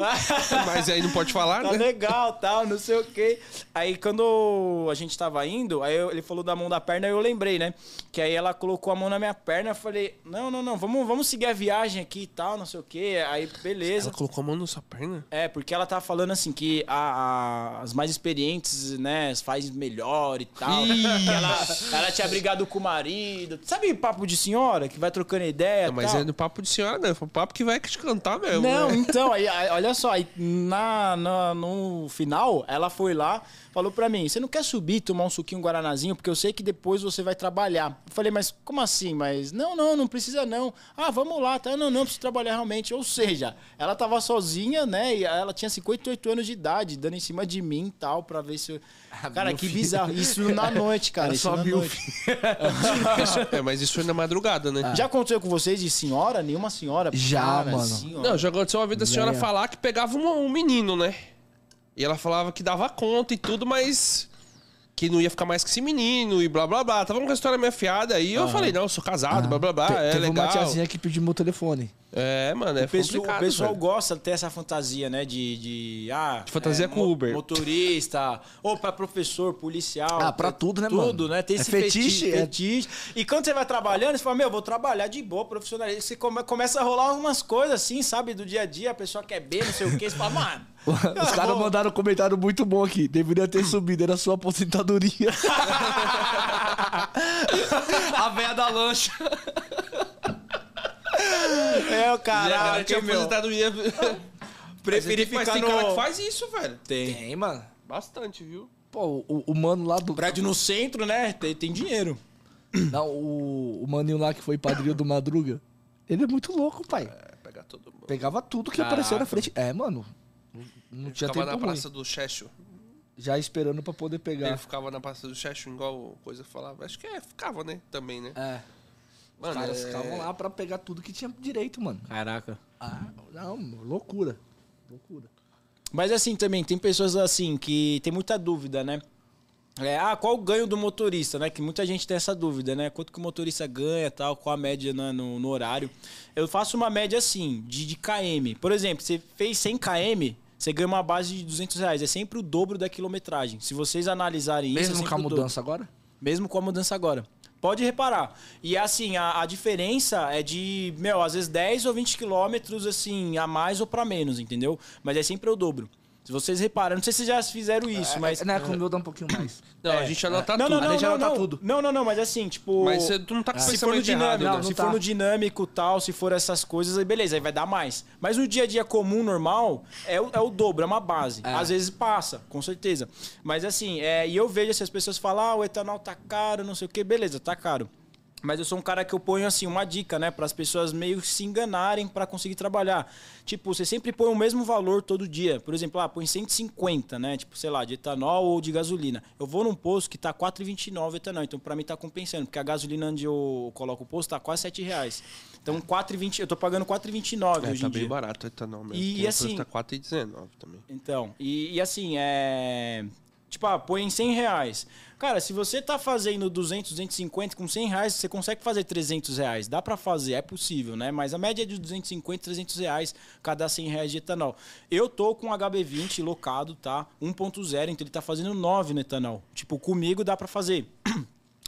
Speaker 1: Mas aí não pode falar,
Speaker 3: Tá
Speaker 1: né?
Speaker 3: legal, tal, não sei o quê. Aí quando a gente tava indo, aí eu- ele falou da mão da perna, aí eu lembrei, né? Que aí ela colocou a mão na minha perna, eu falei, não, não, não, vamos, vamos seguir a viagem aqui e tal, não sei o quê. Aí, beleza.
Speaker 1: Ela colocou a mão na sua perna?
Speaker 3: É, porque ela tá falando assim que a- a- as mais experientes, né, faz melhor e tal.
Speaker 1: Ih.
Speaker 3: Que ela, ela tinha brigado com o marido. Sabe papo de senhora que vai trocando ideia?
Speaker 1: Não, mas
Speaker 3: tal?
Speaker 1: é no papo de senhora, né? Foi um papo que vai te cantar mesmo.
Speaker 3: Não,
Speaker 1: né?
Speaker 3: então, aí, aí, olha só, aí, na, na- no final, ela foi lá, falou pra mim: você não quer subir, tomar um suquinho um guaranazinho, porque eu sei que depois você vai trabalhar. Eu falei, mas como assim? Mas não, não, não precisa não. Ah, vamos lá, tá? Não, não, preciso trabalhar realmente. Ou seja, ela tava sozinha, né? E ela tinha 58 anos de idade, dando em cima de mim e tal, pra ver se. eu- Cara,
Speaker 2: meu
Speaker 3: que
Speaker 2: filho.
Speaker 3: bizarro. Isso na noite, cara.
Speaker 2: Ela
Speaker 3: Isso
Speaker 2: só
Speaker 3: na
Speaker 2: viu o
Speaker 3: noite.
Speaker 1: É, mas isso foi na madrugada, né?
Speaker 3: Já aconteceu com vocês de senhora? Nenhuma senhora?
Speaker 2: Já,
Speaker 3: Cara,
Speaker 2: mano.
Speaker 3: senhora.
Speaker 1: Não, já aconteceu uma vez da senhora
Speaker 2: é.
Speaker 1: falar que pegava um, um menino, né? E ela falava que dava conta e tudo, mas que não ia ficar mais que esse menino e blá blá blá. Tava com uma história meio fiada aí. Eu falei, não, eu sou casado, blá blá blá.
Speaker 2: Te-
Speaker 1: é
Speaker 2: Teve
Speaker 1: legal.
Speaker 2: uma tiazinha que pediu meu telefone.
Speaker 1: É, mano, é
Speaker 3: O pessoal,
Speaker 1: complicado.
Speaker 3: o pessoal
Speaker 1: velho.
Speaker 3: gosta de ter essa fantasia, né? De. de ah,
Speaker 1: De fantasia com
Speaker 3: mo-
Speaker 1: Uber.
Speaker 3: Motorista, ou pra professor, policial.
Speaker 2: Ah, pra tudo, né,
Speaker 3: Tudo,
Speaker 2: mano?
Speaker 3: né? Tem
Speaker 2: É
Speaker 3: esse
Speaker 2: fetiche,
Speaker 3: fetiche.
Speaker 2: é-
Speaker 3: fetiche. E quando você vai trabalhando, você fala, meu, vou trabalhar de boa, profissionalismo. Você come- começa a rolar umas coisas assim, sabe? Do dia a dia, a pessoa quer beber, não sei o quê. Você fala, mano. eu
Speaker 2: Os caras
Speaker 3: vou-
Speaker 2: mandaram um comentário muito bom aqui. Deveria ter subido, era sua aposentadoria. a véia da lancha.
Speaker 3: É, o
Speaker 1: Cara,
Speaker 3: caralho.
Speaker 1: né, tinha
Speaker 3: que, meu,
Speaker 1: aposentado ia.
Speaker 3: Preferi
Speaker 1: Mas
Speaker 3: ficar
Speaker 1: tem
Speaker 3: no.
Speaker 1: cara que faz isso, velho.
Speaker 3: Tem.
Speaker 2: Tem, mano.
Speaker 1: Bastante, viu?
Speaker 2: Pô, o, o mano lá do.
Speaker 3: Prédio no centro, né? Tem, tem dinheiro.
Speaker 2: Não, o, o maninho lá que foi padrinho do Madruga. Ele é muito louco, pai.
Speaker 1: É, pegar todo mundo.
Speaker 2: Pegava tudo que apareceu na frente. É, mano. Não- Não tinha
Speaker 1: Ficava
Speaker 2: tempo
Speaker 1: na
Speaker 2: ruim.
Speaker 1: praça do Checho.
Speaker 2: Já esperando pra poder
Speaker 1: Ele
Speaker 2: pegar.
Speaker 1: ficava na praça do Checho, igual o coisa falava. Acho que é, ficava, né? Também, né?
Speaker 2: É. Os
Speaker 1: Mano,
Speaker 2: caras
Speaker 1: é-
Speaker 2: ficavam lá pra pegar tudo que tinha direito, mano.
Speaker 3: Caraca.
Speaker 2: Ah, não, loucura. Loucura.
Speaker 3: Mas assim também, tem pessoas assim que tem muita dúvida, né? É, ah, qual o ganho do motorista, né? Que muita gente tem essa dúvida, né? Quanto que o motorista ganha tal, qual a média na- no, no horário. Eu faço uma média assim, de, de KM. Por exemplo, você fez 100 KM, você ganha uma base de 200 reais. É sempre o dobro da quilometragem. Se vocês analisarem isso... é
Speaker 2: Mesmo
Speaker 3: sempre
Speaker 2: com a
Speaker 3: o dobro.
Speaker 2: mudança agora?
Speaker 3: Mesmo com a mudança agora. Pode reparar. E assim, a, a diferença é de, meu, às vezes 10 ou 20 quilômetros, assim, a mais ou pra menos, entendeu? Mas é sempre o dobro. Se vocês repararam, não sei se vocês já fizeram isso, mas. é-
Speaker 2: Né, com o meu dá um pouquinho mais.
Speaker 1: Não, a
Speaker 2: é.
Speaker 1: gente anota
Speaker 3: Não,
Speaker 1: tudo.
Speaker 3: não, não,
Speaker 1: né?
Speaker 2: já
Speaker 3: não,
Speaker 2: anotar
Speaker 3: não.
Speaker 2: tudo.
Speaker 3: Não, não, não, mas assim, tipo.
Speaker 1: Mas você tu não tá com
Speaker 3: se for
Speaker 1: pensamento
Speaker 3: no
Speaker 1: errado,
Speaker 3: dinâmico,
Speaker 1: né?
Speaker 2: não,
Speaker 3: se
Speaker 2: tá.
Speaker 3: for no dinâmico tal, se for essas coisas, aí beleza, aí vai dar mais. Mas o dia a dia comum, normal, é o, é o dobro, é uma base. Às vezes passa, com certeza. Mas assim, é, e eu vejo assim, as pessoas falam, ah, o etanol tá caro, não sei o quê, beleza, tá caro. Mas eu sou um cara que eu ponho assim uma dica, né, para as pessoas meio se enganarem para conseguir trabalhar. Tipo, você sempre põe o mesmo valor todo dia. Por exemplo, ah, põe 150, né, tipo, sei lá, de etanol ou de gasolina. Eu vou num posto que tá 4,29 etanol, então para mim tá compensando, porque a gasolina onde eu coloco o posto tá quase 7 reais. Então 4,20, eu tô pagando 4,29
Speaker 1: É,
Speaker 3: hoje
Speaker 1: tá bem
Speaker 3: em dia.
Speaker 1: barato o etanol mesmo.
Speaker 3: E,
Speaker 1: Tem uma
Speaker 3: assim-
Speaker 1: coisa que Tá 4,19 também.
Speaker 3: Então, e, e assim, é. Tipo, ah, põe em 100 reais. Cara, se você tá fazendo 200, 250 com 100 reais, você consegue fazer 300 reais. Dá pra fazer, é possível, né? Mas a média é de 250, 300 reais cada 100 reais de etanol. Eu tô com HB20 locado, tá? 1.0, então ele tá fazendo 9 no etanol. Tipo, comigo dá pra fazer.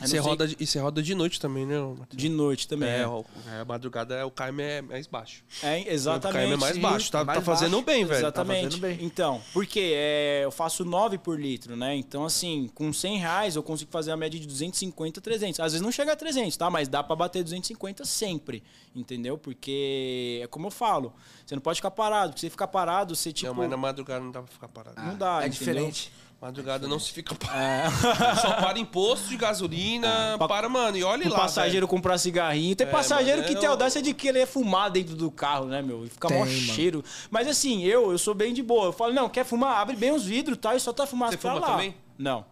Speaker 3: Eu É, não
Speaker 1: Você
Speaker 3: sei-
Speaker 1: roda, de- e você roda de noite também, né, Matheus?
Speaker 3: De noite também. né?
Speaker 1: É, o- é, a madrugada é- o KM é mais baixo.
Speaker 3: É,
Speaker 1: O KM
Speaker 3: exatamente.
Speaker 1: é mais
Speaker 3: Sim.
Speaker 1: baixo. Tá,
Speaker 2: mais
Speaker 1: tá fazendo
Speaker 2: baixo.
Speaker 1: bem, velho.
Speaker 3: Exatamente.
Speaker 2: Tá fazendo bem.
Speaker 3: Então, porque é, eu faço 9 por litro, né? Então, assim, com 100 reais eu consigo fazer a média de 250, 300. Às vezes não chega a 300, tá? Mas dá pra bater 250 sempre, entendeu? Porque é como eu falo, você não pode ficar parado. Porque se você ficar parado, você, tipo... Ah,
Speaker 1: Não, mas na madrugada não dá pra ficar parado.
Speaker 3: Não dá,
Speaker 2: É
Speaker 3: entendeu?
Speaker 2: diferente.
Speaker 3: é
Speaker 1: Madrugada não se fica parado.
Speaker 2: É.
Speaker 1: Só para imposto de gasolina,
Speaker 3: pra-
Speaker 1: para, mano. E olha
Speaker 3: Ah. O
Speaker 1: lá,
Speaker 3: passageiro comprar cigarrinho. Tem passageiro
Speaker 1: mano,
Speaker 3: que
Speaker 1: eu-
Speaker 3: tem audácia de querer fumar dentro do carro, né, meu? E fica
Speaker 2: Tem,
Speaker 3: mó
Speaker 2: mano.
Speaker 3: cheiro. Mas assim, eu, eu sou bem de boa. Eu falo, não, quer fumar? Abre bem os vidros, tá? E só tá fumando
Speaker 1: Você
Speaker 3: pra
Speaker 1: fuma
Speaker 3: lá.
Speaker 1: também?
Speaker 3: Não.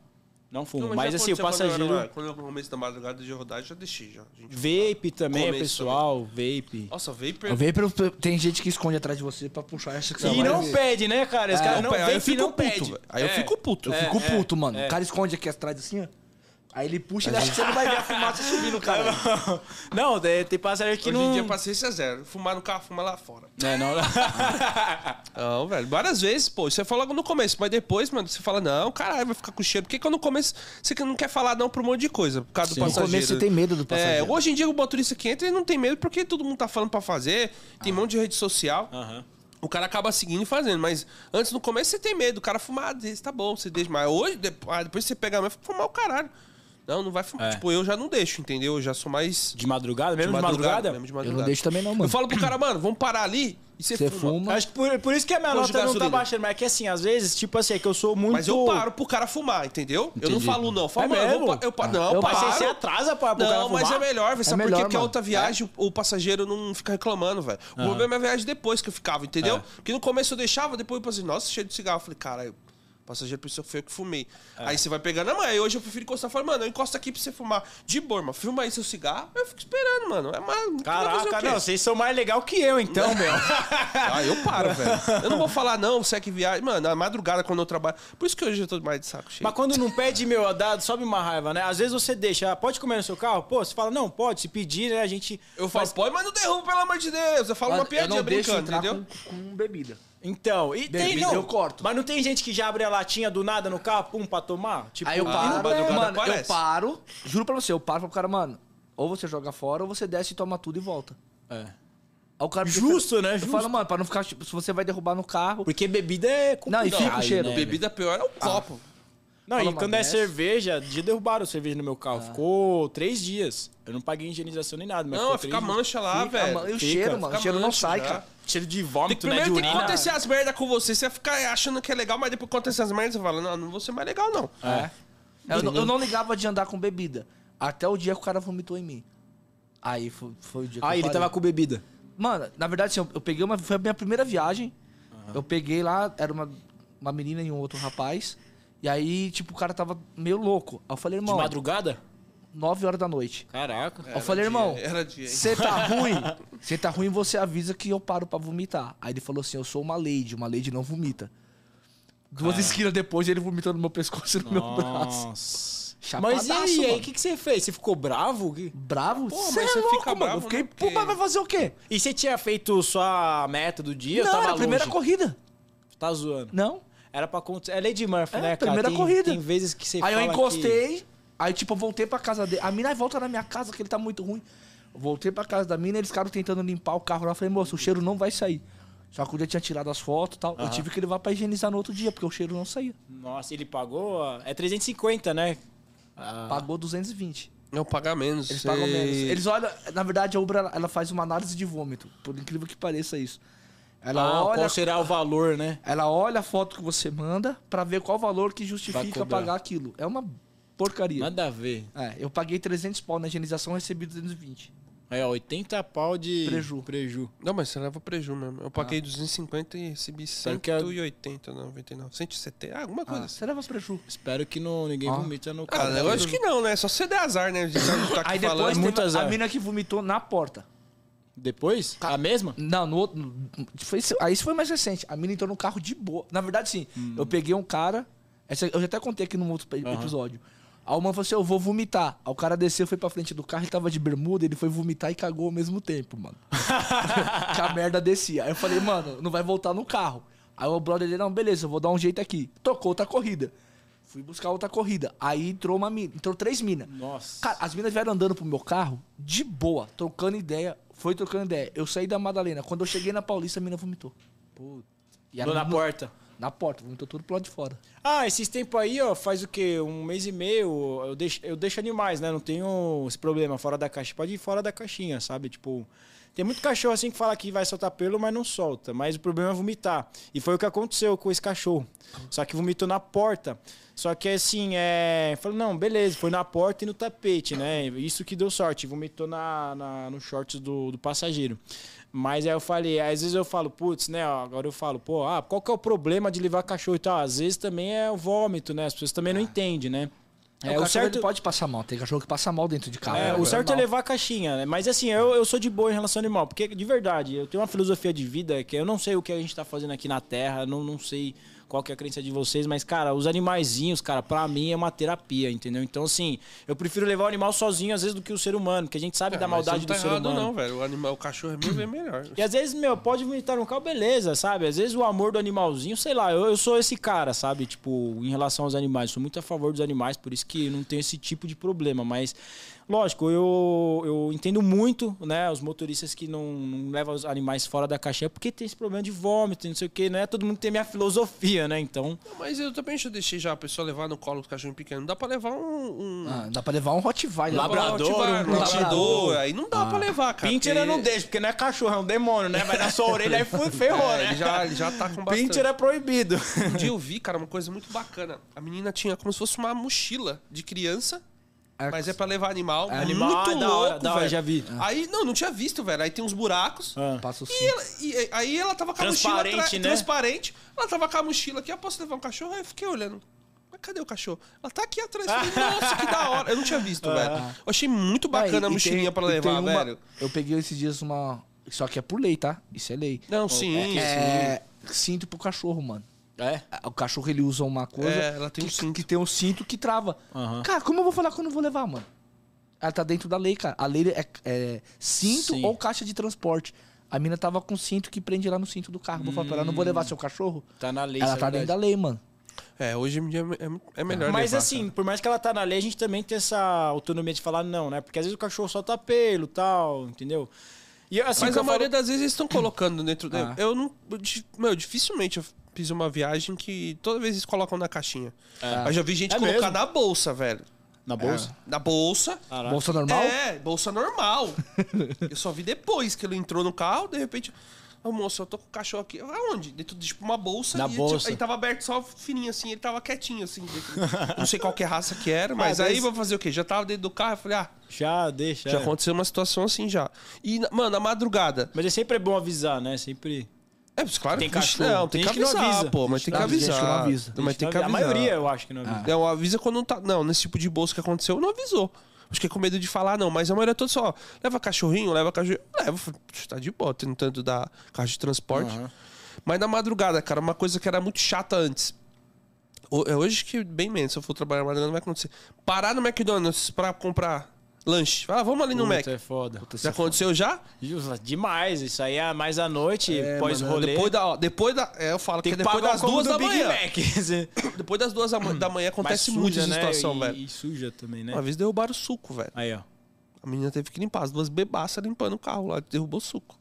Speaker 3: Não fumo.
Speaker 1: velho. Não,
Speaker 3: mas
Speaker 1: já
Speaker 3: assim, o
Speaker 1: aconteceu Quando eu, era,
Speaker 3: passageiro.
Speaker 1: quando eu comecei na madrugada de rodar, eu já deixei, já. Gente,
Speaker 3: Vape também, é
Speaker 1: Começo
Speaker 3: pessoal. Vape.
Speaker 1: Nossa, é-
Speaker 2: Eu
Speaker 1: vapor...
Speaker 2: vejo pelo- Tem gente que esconde atrás de você pra puxar. Acha que você vai
Speaker 3: E não
Speaker 2: ver.
Speaker 3: pede, né, cara? Esse
Speaker 2: É,
Speaker 3: cara não
Speaker 1: aí eu
Speaker 3: vape
Speaker 1: fico
Speaker 3: não
Speaker 1: puto,
Speaker 3: pede.
Speaker 1: velho. Aí eu
Speaker 3: É.
Speaker 1: fico puto.
Speaker 2: Eu
Speaker 1: É.
Speaker 2: fico puto, mano. O cara esconde aqui atrás assim, ó. Aí ele puxa e ele acha que você não vai ver a fumaça subindo, cara.
Speaker 3: Não, é, tem passageiro que
Speaker 1: Hoje
Speaker 3: não.
Speaker 1: em dia, paciência zero. Fumar no carro, fumar lá fora.
Speaker 3: É, não.
Speaker 1: Não, velho. Várias vezes, pô. Você fala no começo, mas depois, mano, você fala, não, caralho, vai ficar com cheiro. Por que, que eu não começo? Você que não quer falar não pra um monte de coisa, por causa do passageiro.
Speaker 2: começo você tem medo do
Speaker 1: É,
Speaker 2: passageiro.
Speaker 1: hoje em dia o motorista que entra, ele não tem medo porque todo mundo tá falando pra fazer, tem um monte de rede social.
Speaker 3: Aham.
Speaker 1: O cara acaba seguindo e fazendo, mas antes no começo você tem medo, o cara fumar, diz, tá bom, você deixa, mas hoje, depois, ah, depois você pega a mão e fala, fumar o caralho. Não, não vai fumar.
Speaker 3: É.
Speaker 1: Tipo, eu já não deixo, entendeu? Eu já sou mais.
Speaker 3: De madrugada? Mesmo de madrugada?
Speaker 1: Mesmo de
Speaker 2: Eu
Speaker 1: madrugada.
Speaker 2: não deixo também não,
Speaker 1: Eu
Speaker 2: mano.
Speaker 1: falo pro cara, mano, vamos parar ali e você,
Speaker 2: Você
Speaker 1: fuma.
Speaker 2: fuma.
Speaker 3: Acho que por, por isso que a minha
Speaker 1: Posto de
Speaker 3: nota não tá
Speaker 1: gasolina.
Speaker 3: baixando, mas é que assim, às vezes, tipo assim, é que eu sou muito.
Speaker 1: Mas eu paro pro cara fumar, entendeu? Eu não
Speaker 3: Entendi.
Speaker 1: falo não. Eu
Speaker 3: É
Speaker 1: Falo, mano, eu vou
Speaker 3: mesmo?
Speaker 1: pa- eu pa- não,
Speaker 2: eu
Speaker 1: eu
Speaker 3: Mas
Speaker 1: paro.
Speaker 3: você se atrasa pra, pro cara
Speaker 1: Não,
Speaker 3: fumar?
Speaker 1: mas é melhor, velho. Sabe por quê?
Speaker 2: melhor,
Speaker 1: Porque a
Speaker 2: mano.
Speaker 1: outra viagem,
Speaker 3: É.
Speaker 1: o o passageiro não fica reclamando, velho. O problema é a viagem depois que eu ficava, entendeu?
Speaker 3: É.
Speaker 1: Porque no começo eu deixava, depois eu pensei, nossa, cheio de cigarro. Eu falei, caralho, o passageiro pensou que foi eu que fumei.
Speaker 3: É.
Speaker 1: Aí você vai pegando a mãe. Aí hoje eu prefiro encostar e falar, mano, eu encosto aqui pra você fumar. De boa, mano. Filma aí seu cigarro, eu fico esperando, mano. É mais. fazer o
Speaker 3: Caraca,
Speaker 1: quê?
Speaker 3: não, vocês são mais legal que eu, então, meu.
Speaker 1: Ah, eu paro, velho. Eu não vou falar, não, você é que viagem. Mano, na madrugada quando eu trabalho. Por isso que hoje eu tô mais de saco cheio.
Speaker 3: Mas quando não pede, meu, dá, sobe uma raiva, né? Às vezes você deixa, ah, pode comer no seu carro? Pô, você fala, não, pode, se pedir, né? A gente.
Speaker 1: Eu falo, pode, mas não derruba, pelo amor de Deus. Eu falo uma piadinha brincando, entendeu?
Speaker 2: Com, com bebida.
Speaker 3: Então, e tem,
Speaker 2: Bebida
Speaker 3: não.
Speaker 2: eu corto.
Speaker 3: Mas não tem gente que já abre a latinha do nada no carro, pum, pra tomar? Tipo,
Speaker 2: Aí eu
Speaker 3: ah,
Speaker 2: paro,
Speaker 1: na madrugada
Speaker 2: mano, eu
Speaker 1: aparece.
Speaker 2: paro, juro pra você, eu paro pro cara, mano, ou você joga fora ou você desce e toma tudo e volta.
Speaker 3: é.
Speaker 2: Aí o cara
Speaker 3: Justo, né?
Speaker 2: Eu
Speaker 3: Justo.
Speaker 2: falo, mano, pra não ficar, tipo, se você vai derrubar no carro.
Speaker 3: Porque bebida é
Speaker 2: Não, e fica o
Speaker 3: complicado,
Speaker 2: cheiro.
Speaker 3: né,
Speaker 1: Bebida pior é o copo.
Speaker 3: Não,
Speaker 2: Fala
Speaker 3: e
Speaker 2: uma
Speaker 3: quando é
Speaker 2: dessa. Ah.
Speaker 3: cerveja, dia derrubaram cerveja no meu carro. Ficou três dias. Eu não paguei higienização nem nada, mas
Speaker 1: Não,
Speaker 3: ficou
Speaker 1: vai ficar
Speaker 3: três
Speaker 1: mancha lá,
Speaker 2: Fica,
Speaker 1: velho.
Speaker 2: mano, e o
Speaker 1: Tem
Speaker 3: fica, né?
Speaker 2: cheiro, mano,
Speaker 1: fica
Speaker 2: o cheiro não
Speaker 1: mancha
Speaker 2: sai,
Speaker 1: já.
Speaker 2: cara.
Speaker 3: dias. Cheiro de vômito, né? De
Speaker 1: Primeiro tem que
Speaker 3: urina.
Speaker 1: acontecer as merdas com você. Você vai ficar achando que é legal, mas depois que acontecer as merdas, você fala, não, não vou ser mais legal, não.
Speaker 3: É.
Speaker 2: Eu, não- eu não ligava de andar com bebida. Até o dia que o cara vomitou em mim. Aí foi, foi o dia que
Speaker 3: Ah,
Speaker 2: eu
Speaker 3: ele
Speaker 2: parei.
Speaker 3: tava com bebida.
Speaker 2: Mano, na verdade, assim, eu, eu peguei uma. Foi a minha primeira viagem. Eu peguei lá, era uma, uma menina e um outro rapaz. E aí, tipo, o cara tava meio louco. Aí eu falei,
Speaker 3: De
Speaker 2: irmão,
Speaker 3: madrugada?
Speaker 2: 9 horas da noite.
Speaker 3: Caraca.
Speaker 2: Aí eu falei,
Speaker 1: É, dia,
Speaker 2: irmão,
Speaker 1: era dia, hein?
Speaker 2: você tá ruim? Você tá ruim, você avisa que eu paro pra vomitar. Aí ele falou assim: eu sou uma lady, uma lady não vomita. Duas
Speaker 1: É.
Speaker 2: esquinas depois, ele vomitou no meu pescoço e no meu braço.
Speaker 3: Nossa. Mas
Speaker 2: Chapadaço,
Speaker 3: e aí,
Speaker 2: mano.
Speaker 3: o que, que você fez? Você ficou bravo? Que-
Speaker 2: Bravo?
Speaker 1: Pô, mas
Speaker 2: Cê é
Speaker 1: você
Speaker 2: louco,
Speaker 1: fica
Speaker 2: mano.
Speaker 1: bravo,
Speaker 2: eu fiquei,
Speaker 1: né? Porque-
Speaker 2: pô, mas vai fazer o quê?
Speaker 3: E você tinha feito sua meta do dia?
Speaker 2: não,
Speaker 3: tava
Speaker 2: era a primeira
Speaker 3: longe?
Speaker 2: corrida.
Speaker 3: Tá zoando.
Speaker 2: Não.
Speaker 3: Era pra acontecer. É Lady Murphy,
Speaker 2: É,
Speaker 3: né, cara?
Speaker 2: primeira
Speaker 3: Tem-
Speaker 2: corrida.
Speaker 3: Tem vezes que você
Speaker 2: Aí eu
Speaker 3: fala que-
Speaker 2: encostei, aí tipo, eu voltei pra casa dele. A mina "Ai, volta na minha casa, que ele tá muito ruim. Eu Voltei pra casa da mina, eles ficaram tentando limpar o carro lá. Eu falei, moço, o cheiro não vai sair. Só que eu já tinha tirado as fotos e tal. Eu
Speaker 3: Aham.
Speaker 2: tive que levar pra higienizar no outro dia, porque o cheiro não saía.
Speaker 3: Nossa, ele pagou. ah, É 350, né?
Speaker 2: Pagou 220.
Speaker 1: Não, pagar menos.
Speaker 2: Eles
Speaker 1: Sei.
Speaker 2: pagam menos. Eles olham. Na verdade, a Ubra ela- ela faz uma análise de vômito. Por incrível que pareça isso. Ela
Speaker 3: Ah,
Speaker 2: olha.
Speaker 3: qual será o valor, né?
Speaker 2: Ela olha a foto que você manda pra ver qual valor que
Speaker 3: Vai
Speaker 2: justifica
Speaker 3: cobrar.
Speaker 2: pagar aquilo. É uma porcaria.
Speaker 3: Nada a ver.
Speaker 2: É, eu paguei 300 pau na higienização, recebi 220.
Speaker 3: Aí, ó, 80 É, pau de
Speaker 2: Preju.
Speaker 3: preju.
Speaker 1: Não, mas você leva preju mesmo. Eu paguei 250 e recebi
Speaker 3: Sabe que é-
Speaker 1: 180, 99, 170, ah, alguma coisa
Speaker 2: Ah,
Speaker 1: assim.
Speaker 2: você leva preju.
Speaker 3: Espero que não, ninguém
Speaker 2: Ó.
Speaker 3: vomita no
Speaker 1: Ah,
Speaker 3: carro.
Speaker 1: eu acho que não, né? Só você der azar, né? A gente sabe que tá aqui
Speaker 2: Aí
Speaker 1: falando.
Speaker 2: depois
Speaker 3: muito
Speaker 2: teve a- a
Speaker 3: azar.
Speaker 2: mina que vomitou na porta.
Speaker 3: Depois? A mesma?
Speaker 2: Não, no outro. no- Foi, isso- aí isso foi mais recente. A mina entrou no carro de boa. Na verdade, sim. Eu peguei um cara. essa- eu já até contei aqui num outro pe- episódio. A uma falou assim: Eu vou vomitar. Aí o cara desceu, foi pra frente do carro, ele tava de bermuda, ele foi vomitar e cagou ao mesmo tempo, mano. que a merda descia. Aí eu falei, mano, não vai voltar no carro. Aí o brother dele, não, beleza, eu vou dar um jeito aqui. Tocou outra corrida. Fui buscar outra corrida. Aí entrou uma mina, entrou três minas.
Speaker 3: Nossa.
Speaker 2: Cara, as minas vieram andando pro meu carro de boa, trocando ideia. Foi trocando ideia. Eu saí da Madalena. Quando eu cheguei na Paulista, a mina vomitou. E ela
Speaker 3: Dou na
Speaker 2: vomitou-
Speaker 3: porta.
Speaker 2: Na porta, vomitou tudo pro lado de fora.
Speaker 3: Ah, esses tempos aí, ó, faz o quê? Um mês e meio, eu deixo, eu deixo animais, né? Não tenho esse problema, fora da caixa. Pode ir fora da caixinha, sabe? Tipo, tem muito cachorro assim que fala que vai soltar pelo, mas não solta. Mas o problema é vomitar. E foi o que aconteceu com esse cachorro. Só que vomitou na porta. Só que assim, é. Falou, não, beleza, foi na porta e no tapete, né? Isso que deu sorte. Vomitou na, na, no shorts do, do passageiro. Mas aí eu falei, às vezes eu falo, putz, né? ó, Agora eu falo, pô, ah, qual que é o problema de levar cachorro e tal? Às vezes também é o vômito, né? As pessoas também
Speaker 1: É.
Speaker 3: não entendem, né?
Speaker 2: É, o cachorro ele pode passar mal. Tem cachorro que passa mal dentro de carro.
Speaker 1: né,
Speaker 3: É, o
Speaker 2: normal.
Speaker 3: certo é levar a caixinha, né? Mas assim, eu, eu sou de boa em relação ao animal, porque de verdade, eu tenho uma filosofia de vida que eu não sei o que a gente tá fazendo aqui na Terra, não, não sei qual que é a crença de vocês, mas, cara, os animaizinhos, cara, pra mim é uma terapia, entendeu? Então, assim, eu prefiro levar o animal sozinho, às vezes, do que o ser humano, porque a gente sabe
Speaker 1: É,
Speaker 3: da
Speaker 1: mas você não
Speaker 3: maldade
Speaker 1: tá
Speaker 3: do ser
Speaker 1: errado,
Speaker 3: humano.
Speaker 1: não, velho. O animal, o cachorro é mil vezes melhor.
Speaker 3: E às vezes, meu, pode vomitar no carro, beleza, sabe? Às vezes o amor do animalzinho, sei lá, eu, eu sou esse cara, sabe? Tipo, em relação aos animais, sou muito a favor dos animais, por isso que não tenho esse tipo de problema. Mas, lógico, eu, eu entendo muito, né? Os motoristas que não, não levam os animais fora da caixinha, porque tem esse problema de vômito, não sei o quê, não é todo mundo tem minha filosofia, né? Então,
Speaker 1: Mas eu também já deixei já a pessoa levar no colo do cachorro pequeno. Dá pra levar um. um...
Speaker 2: Ah, dá pra levar um Rottweiler.
Speaker 1: dá pra
Speaker 3: labrador,
Speaker 1: levar
Speaker 3: um
Speaker 1: um labrador.
Speaker 3: labrador.
Speaker 1: Aí não dá pra levar, cara.
Speaker 3: Pinter eu não deixo, porque não é cachorro, é um demônio, né? Vai na sua orelha e fu- ferrou,
Speaker 1: É,
Speaker 3: né?
Speaker 1: ele já, ele já tá com bastante.
Speaker 3: Pinter é proibido.
Speaker 1: Um dia eu vi, cara, uma coisa muito bacana. A menina tinha como se fosse uma mochila de criança, mas é pra levar animal.
Speaker 3: Animal,
Speaker 1: muito
Speaker 3: ah,
Speaker 1: louco,
Speaker 3: da hora, da hora,
Speaker 1: velho.
Speaker 3: já Ah. vi.
Speaker 1: Aí, não, não tinha visto, velho. Aí tem uns buracos.
Speaker 2: Passa o
Speaker 1: E,
Speaker 2: cinto.
Speaker 1: ela- e- aí ela tava com a mochila
Speaker 3: Transparente,
Speaker 1: tra-
Speaker 3: né?
Speaker 1: transparente. Ela tava com a mochila aqui, eu posso levar um cachorro? Aí eu fiquei olhando. Mas cadê o cachorro? Ela tá aqui atrás. Eu Falei, Nossa, que da hora. Eu não tinha visto, velho.
Speaker 3: Ah.
Speaker 1: Eu achei muito bacana a
Speaker 2: Ah, e- e
Speaker 1: mochilinha
Speaker 2: tem-
Speaker 1: pra
Speaker 2: e tem
Speaker 1: levar,
Speaker 2: uma-
Speaker 1: velho.
Speaker 2: Eu peguei esses dias uma. Só que é por lei, tá? Isso é lei.
Speaker 1: Não, sim, sim.
Speaker 2: É, cinto pro cachorro, mano.
Speaker 3: É?
Speaker 2: O cachorro ele usa uma coisa
Speaker 1: É, ela tem
Speaker 2: que,
Speaker 1: um cinto.
Speaker 2: que tem um cinto que trava.
Speaker 3: Aham.
Speaker 2: Cara, como eu vou falar que eu não vou levar, mano? Ela tá dentro da lei, cara. A lei é, é cinto
Speaker 3: Sim.
Speaker 2: ou caixa de transporte. A mina tava com cinto que prende lá no cinto do carro. Vou falar pra ela, não vou levar seu cachorro.
Speaker 3: Tá na lei,
Speaker 2: ela
Speaker 3: isso é
Speaker 2: tá dentro
Speaker 3: verdade.
Speaker 2: da lei, mano.
Speaker 1: É, hoje em dia é, é melhor
Speaker 3: Mas
Speaker 1: levar,
Speaker 3: assim, por mais que ela tá na lei, a gente também tem essa autonomia de falar não, né? Porque às vezes o cachorro solta pelo tal, entendeu? E assim,
Speaker 1: Mas
Speaker 3: o que
Speaker 1: a
Speaker 3: eu
Speaker 1: maioria
Speaker 3: falo-
Speaker 1: das vezes eles estão colocando dentro dele.
Speaker 2: Ah.
Speaker 1: Eu não. eu di- Meu, dificilmente eu fiz uma viagem que toda vez eles colocam na caixinha. Eu já vi gente
Speaker 3: É
Speaker 1: colocar
Speaker 3: mesmo?
Speaker 1: na bolsa, velho.
Speaker 3: Na bolsa?
Speaker 1: Na bolsa.
Speaker 3: Caraca.
Speaker 2: Bolsa normal?
Speaker 1: É, bolsa normal. eu só vi depois que ele entrou no carro, de repente. Ô, moço, eu tô com o cachorro aqui. Aonde? Dentro de tipo, uma bolsa.
Speaker 3: Na
Speaker 1: e, tipo,
Speaker 3: bolsa.
Speaker 1: aí tava aberto só fininho assim, ele tava quietinho assim. dentro. Não sei qual que é raça que era, mas
Speaker 3: Ah,
Speaker 1: aí
Speaker 3: mas-
Speaker 1: vou fazer o quê? Já tava dentro do carro, eu falei, ah,
Speaker 3: Já deixa.
Speaker 1: já
Speaker 3: é.
Speaker 1: aconteceu uma situação assim já. E, na- mano, na madrugada,
Speaker 3: Mas é sempre bom avisar, né? Sempre.
Speaker 1: é, mas claro
Speaker 3: Tem
Speaker 1: que
Speaker 3: cachorro.
Speaker 1: Não, tem,
Speaker 3: Tem
Speaker 1: que
Speaker 3: gente que não
Speaker 1: avisar,
Speaker 3: avisa.
Speaker 1: pô. Mas tem que
Speaker 2: Tem gente que
Speaker 1: avisar.
Speaker 2: não avisa.
Speaker 1: Mas tem que
Speaker 3: a
Speaker 1: avisar. Ah.
Speaker 3: maioria eu acho que não avisa.
Speaker 1: Não, Né, avisa quando não tá. Não, nesse tipo de bolsa que aconteceu, não avisou. Acho que é com medo de falar, não. Mas a maioria toda só, ó, leva cachorrinho, leva cachorrinho. Leva, pff, tá de boa, tem tanto da caixa de transporte. Mas na madrugada, cara, uma coisa que era muito chata antes. Ho- É hoje que bem menos, se eu for trabalhar na madrugada, não vai acontecer. Parar no McDonald's pra comprar lanche. Fala, vamos ali no um Mac.
Speaker 3: Puta, é foda.
Speaker 1: Já aconteceu já?
Speaker 3: Justa, Demais, isso aí é mais à noite, pós-rolê.
Speaker 1: Depois da. ó, Depois da. É, eu falo
Speaker 3: Tem
Speaker 1: que
Speaker 3: que
Speaker 1: é depois
Speaker 3: pagar
Speaker 1: das
Speaker 3: o combo
Speaker 1: duas
Speaker 3: do
Speaker 1: da
Speaker 3: Big
Speaker 1: manhã.
Speaker 3: Mac. Hum.
Speaker 1: Depois das duas da ma- da manhã
Speaker 3: Mas
Speaker 1: acontece
Speaker 3: suja,
Speaker 1: muito essa
Speaker 3: né?
Speaker 1: situação,
Speaker 3: e,
Speaker 1: velho.
Speaker 3: E suja também, né?
Speaker 1: Uma vez derrubaram o suco, velho.
Speaker 3: Aí, ó.
Speaker 1: A menina teve que limpar. As duas bebaças limpando o carro lá, derrubou o suco.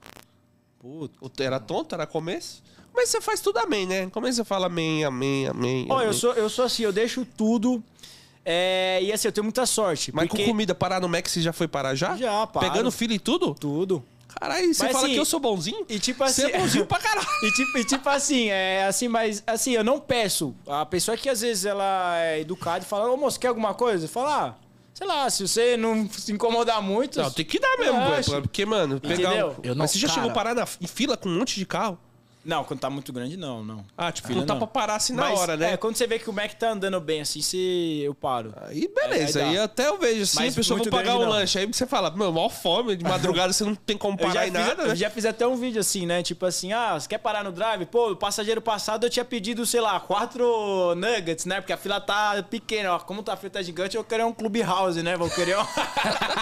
Speaker 3: Puta.
Speaker 1: O- Era tonto, era começo. Mas você faz tudo amém, né? No começo você fala amém, amém, amém.
Speaker 3: Ó, eu
Speaker 1: amém.
Speaker 3: sou, eu sou assim, eu deixo tudo. é, e assim, eu tenho muita sorte.
Speaker 1: Mas
Speaker 3: porque
Speaker 1: com comida parar no Mac, você já foi parar já?
Speaker 3: Já, paro.
Speaker 1: Pegando filho e tudo?
Speaker 3: tudo.
Speaker 1: Caralho, você
Speaker 3: Mas,
Speaker 1: fala
Speaker 3: assim,
Speaker 1: que eu sou bonzinho?
Speaker 3: E tipo assim.
Speaker 1: Você é bonzinho pra caralho.
Speaker 3: E tipo, e tipo assim, é assim, mas assim, eu não peço. A pessoa que às vezes ela é educada e fala, ô moço, quer alguma coisa? Fala, ah, sei lá, se você não se incomodar muito.
Speaker 1: Não, tem que dar mesmo,
Speaker 3: Eu
Speaker 1: pô, é
Speaker 3: acho.
Speaker 1: porque, mano, pegar
Speaker 3: Entendeu?
Speaker 1: um...
Speaker 2: Eu não-
Speaker 1: Mas você já
Speaker 2: cara.
Speaker 1: chegou a parar na... em fila com um monte de carro?
Speaker 3: Não, quando tá muito grande, não, não.
Speaker 1: Ah, tipo,
Speaker 3: Fila
Speaker 1: não tá
Speaker 3: não.
Speaker 1: pra parar assim na
Speaker 3: Mas,
Speaker 1: hora, né?
Speaker 3: É, quando você vê que o Mac tá andando bem assim, se eu paro.
Speaker 1: Aí beleza,
Speaker 3: Aí- aí
Speaker 1: aí,
Speaker 3: dá.
Speaker 1: até eu vejo assim,
Speaker 3: Mas
Speaker 1: a pessoa vai
Speaker 3: muito
Speaker 1: pagar
Speaker 3: grande
Speaker 1: um
Speaker 3: não.
Speaker 1: lanche. Aí você fala, meu, maior fome, de madrugada você não tem como
Speaker 3: Eu já,
Speaker 1: parar em
Speaker 3: fiz,
Speaker 1: nada,
Speaker 3: eu
Speaker 1: né?
Speaker 3: já fiz até um vídeo assim, né? Tipo assim, ah, você quer parar no drive? Pô, o passageiro passado eu tinha pedido, sei lá, quatro nuggets, né? Porque a fila tá pequena, ó. Como tá a fila tá gigante, eu quero um clubhouse, né? Vou querer um...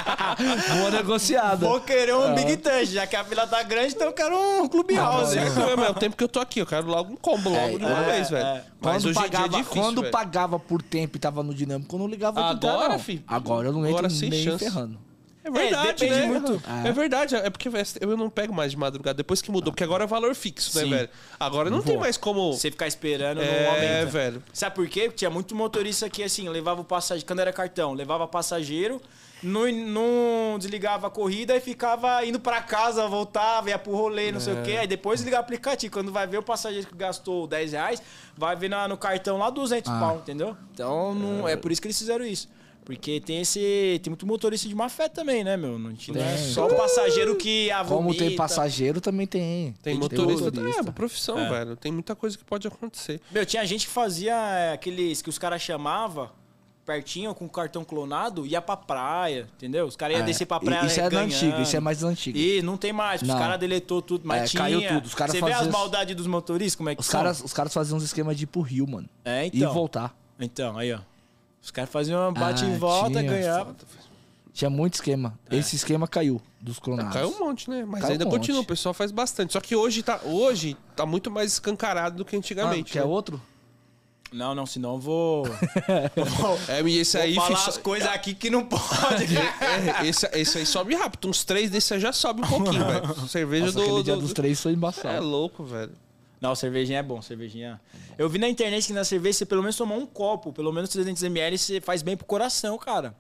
Speaker 2: Boa negociada.
Speaker 3: Vou querer
Speaker 1: É.
Speaker 3: um Big Touch, já que a fila tá grande, então eu quero um
Speaker 1: Mas
Speaker 3: Clubhouse.
Speaker 1: é que, meu, é o tempo que eu tô aqui, eu quero logo um combo logo de uma
Speaker 3: é,
Speaker 1: vez, velho.
Speaker 3: é.
Speaker 1: Mas
Speaker 2: Quando,
Speaker 1: hoje em dia
Speaker 2: pagava,
Speaker 1: é difícil,
Speaker 2: quando
Speaker 1: velho.
Speaker 2: pagava por tempo e tava no dinâmico, eu não ligava outro
Speaker 1: Agora,
Speaker 2: cara, não.
Speaker 1: filho,
Speaker 2: Agora eu não
Speaker 1: agora
Speaker 2: entro
Speaker 1: sem
Speaker 2: nem
Speaker 1: chance.
Speaker 2: ferrando.
Speaker 1: É verdade,
Speaker 3: É, depende
Speaker 1: né?
Speaker 3: muito.
Speaker 1: É verdade, é porque eu não pego mais de madrugada depois que mudou, porque agora é valor fixo, né,
Speaker 3: Sim.
Speaker 1: velho? Agora não tem mais como.
Speaker 3: Você ficar esperando
Speaker 1: É,
Speaker 3: não aumenta.
Speaker 1: velho.
Speaker 3: Sabe por quê? Porque tinha muito motorista que, assim, levava o passageiro, quando era cartão, levava passageiro, não, não desligava a corrida e ficava indo pra casa, voltava, ia pro rolê, não sei
Speaker 2: É.
Speaker 3: o quê. Aí depois desligava o aplicativo. Quando vai ver o passageiro que gastou 10 reais, vai ver na- no cartão lá 200
Speaker 2: Ah.
Speaker 3: pau, entendeu? Então, não, é por isso que eles fizeram isso. Porque tem esse. Tem muito motorista de má fé também, né, meu? Não, não é
Speaker 2: Tem.
Speaker 3: só o passageiro que a
Speaker 2: Como tem
Speaker 3: vomita.
Speaker 2: passageiro, também tem.
Speaker 1: Tem motorista, também, é uma profissão,
Speaker 3: É.
Speaker 1: velho. Tem muita coisa que pode acontecer.
Speaker 3: Meu, tinha gente que fazia é, aqueles que os caras chamavam pertinho com cartão clonado ia pra praia, entendeu? Os caras iam
Speaker 2: É,
Speaker 3: descer pra
Speaker 2: e-
Speaker 3: praia.
Speaker 2: Isso é da
Speaker 3: ganhando.
Speaker 2: antiga, isso é mais da antiga.
Speaker 3: E não tem mais, os
Speaker 2: Não.
Speaker 3: caras deletou tudo, mas
Speaker 2: É,
Speaker 3: tinha.
Speaker 2: caiu tudo, os caras
Speaker 3: Você vê
Speaker 2: faziam
Speaker 3: as
Speaker 2: isso.
Speaker 3: maldades dos motoristas, como é que
Speaker 2: Os
Speaker 3: são?
Speaker 2: caras, os caras faziam uns esquemas de ir pro Rio, mano.
Speaker 3: É,
Speaker 2: E
Speaker 3: então.
Speaker 2: voltar.
Speaker 3: Então, aí, ó. Os caras faziam uma bate e
Speaker 2: Ah,
Speaker 3: volta,
Speaker 2: tinha,
Speaker 3: ganhava.
Speaker 2: Tinha muito esquema. Esse esquema caiu dos clonados.
Speaker 1: É. Caiu um monte, né? Mas
Speaker 2: Caiu
Speaker 1: ainda
Speaker 2: um monte.
Speaker 1: continua, o pessoal faz bastante. Só que hoje tá, hoje tá muito mais escancarado do que
Speaker 2: Ah,
Speaker 1: antigamente.
Speaker 2: quer
Speaker 1: né?
Speaker 2: outro?
Speaker 3: Não, não, senão eu vou.
Speaker 1: É, e esse aí
Speaker 3: vou falar
Speaker 1: fi-
Speaker 3: as coisas aqui que não pode.
Speaker 1: É, esse, esse aí sobe rápido. Uns três desses aí já sobe um pouquinho, velho. Cerveja
Speaker 2: Nossa,
Speaker 1: do.
Speaker 2: aquele
Speaker 1: do-
Speaker 2: dia
Speaker 1: do-
Speaker 2: dos três foi embaçado.
Speaker 1: É louco, velho.
Speaker 3: Não, cervejinha é bom, cervejinha. Eu vi na internet que na cerveja você pelo menos tomar um copo, pelo menos 300ml, você faz bem pro coração, cara.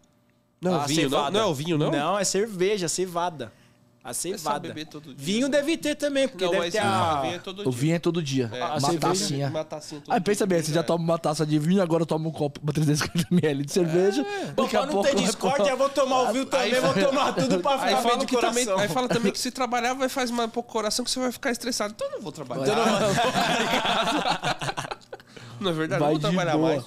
Speaker 1: Não,
Speaker 3: A
Speaker 1: vinho, não,
Speaker 3: Ah, cevada.
Speaker 1: não é o vinho, não?
Speaker 3: Não, é cerveja, cevada. A
Speaker 1: só
Speaker 3: cevada.
Speaker 1: beber todo dia,
Speaker 3: vinho
Speaker 1: né?
Speaker 3: deve ter também, porque
Speaker 1: Não,
Speaker 3: deve
Speaker 1: mas
Speaker 3: ter a...
Speaker 1: vinho é todo
Speaker 2: O
Speaker 1: dia.
Speaker 2: vinho é todo dia.
Speaker 1: É,
Speaker 3: a
Speaker 2: uma
Speaker 3: cerveja-
Speaker 2: tacinha.
Speaker 1: Uma tacinha todo
Speaker 2: Aí
Speaker 1: dia,
Speaker 2: pensa bem, você já
Speaker 1: velho.
Speaker 2: toma uma taça de vinho, agora toma um copo, uma 350ml de cerveja.
Speaker 3: Bom,
Speaker 2: Daqui a
Speaker 3: pra É. não ter
Speaker 2: pouco vai
Speaker 3: discórdia,
Speaker 2: tomar-
Speaker 3: eu vou tomar o vinho também, vou tomar tudo pra
Speaker 1: Aí
Speaker 3: ficar bem
Speaker 1: fala,
Speaker 3: de
Speaker 1: que
Speaker 3: coração.
Speaker 1: também, aí fala também que se trabalhar vai fazer mais um pouco coração que você vai ficar estressado. Então eu não vou trabalhar. não é verdade?
Speaker 2: Vai
Speaker 1: não vou
Speaker 2: de
Speaker 1: trabalhar
Speaker 2: boa.
Speaker 1: mais.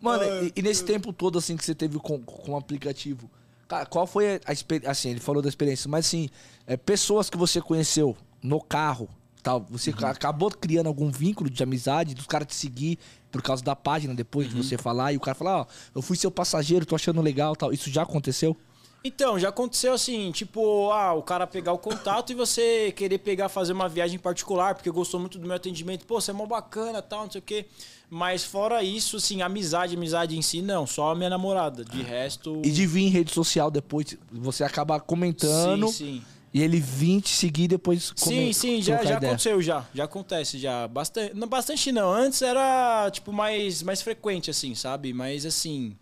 Speaker 2: Mano,
Speaker 3: Ah.
Speaker 2: e, e nesse tempo todo, assim, que você teve com, com o aplicativo, cara, qual foi a experiência? Assim, ele falou da experiência, mas assim, é, pessoas que você conheceu no carro, tal, você
Speaker 3: Uhum.
Speaker 2: ca- acabou criando algum vínculo de amizade, dos caras te seguir por causa da página depois
Speaker 3: Uhum.
Speaker 2: de você falar, e o cara falar, ó, eu fui seu passageiro, tô achando legal, tal. Isso já aconteceu?
Speaker 3: Então, já aconteceu assim, tipo, ah, o cara pegar o contato e você querer pegar, fazer uma viagem particular, porque gostou muito do meu atendimento, pô, você é mó bacana, tal, não sei o quê. Mas fora isso, assim, amizade, amizade em si, não, só a minha namorada. De resto.
Speaker 2: E de vir em rede social depois, você acaba comentando,
Speaker 3: Sim, sim.
Speaker 2: e ele vir te seguir e depois
Speaker 3: Sim, sim, já, já aconteceu, já. Já acontece, já. Bastante não, bastante não. Antes era, tipo, mais, mais frequente, assim, sabe? Mas, assim...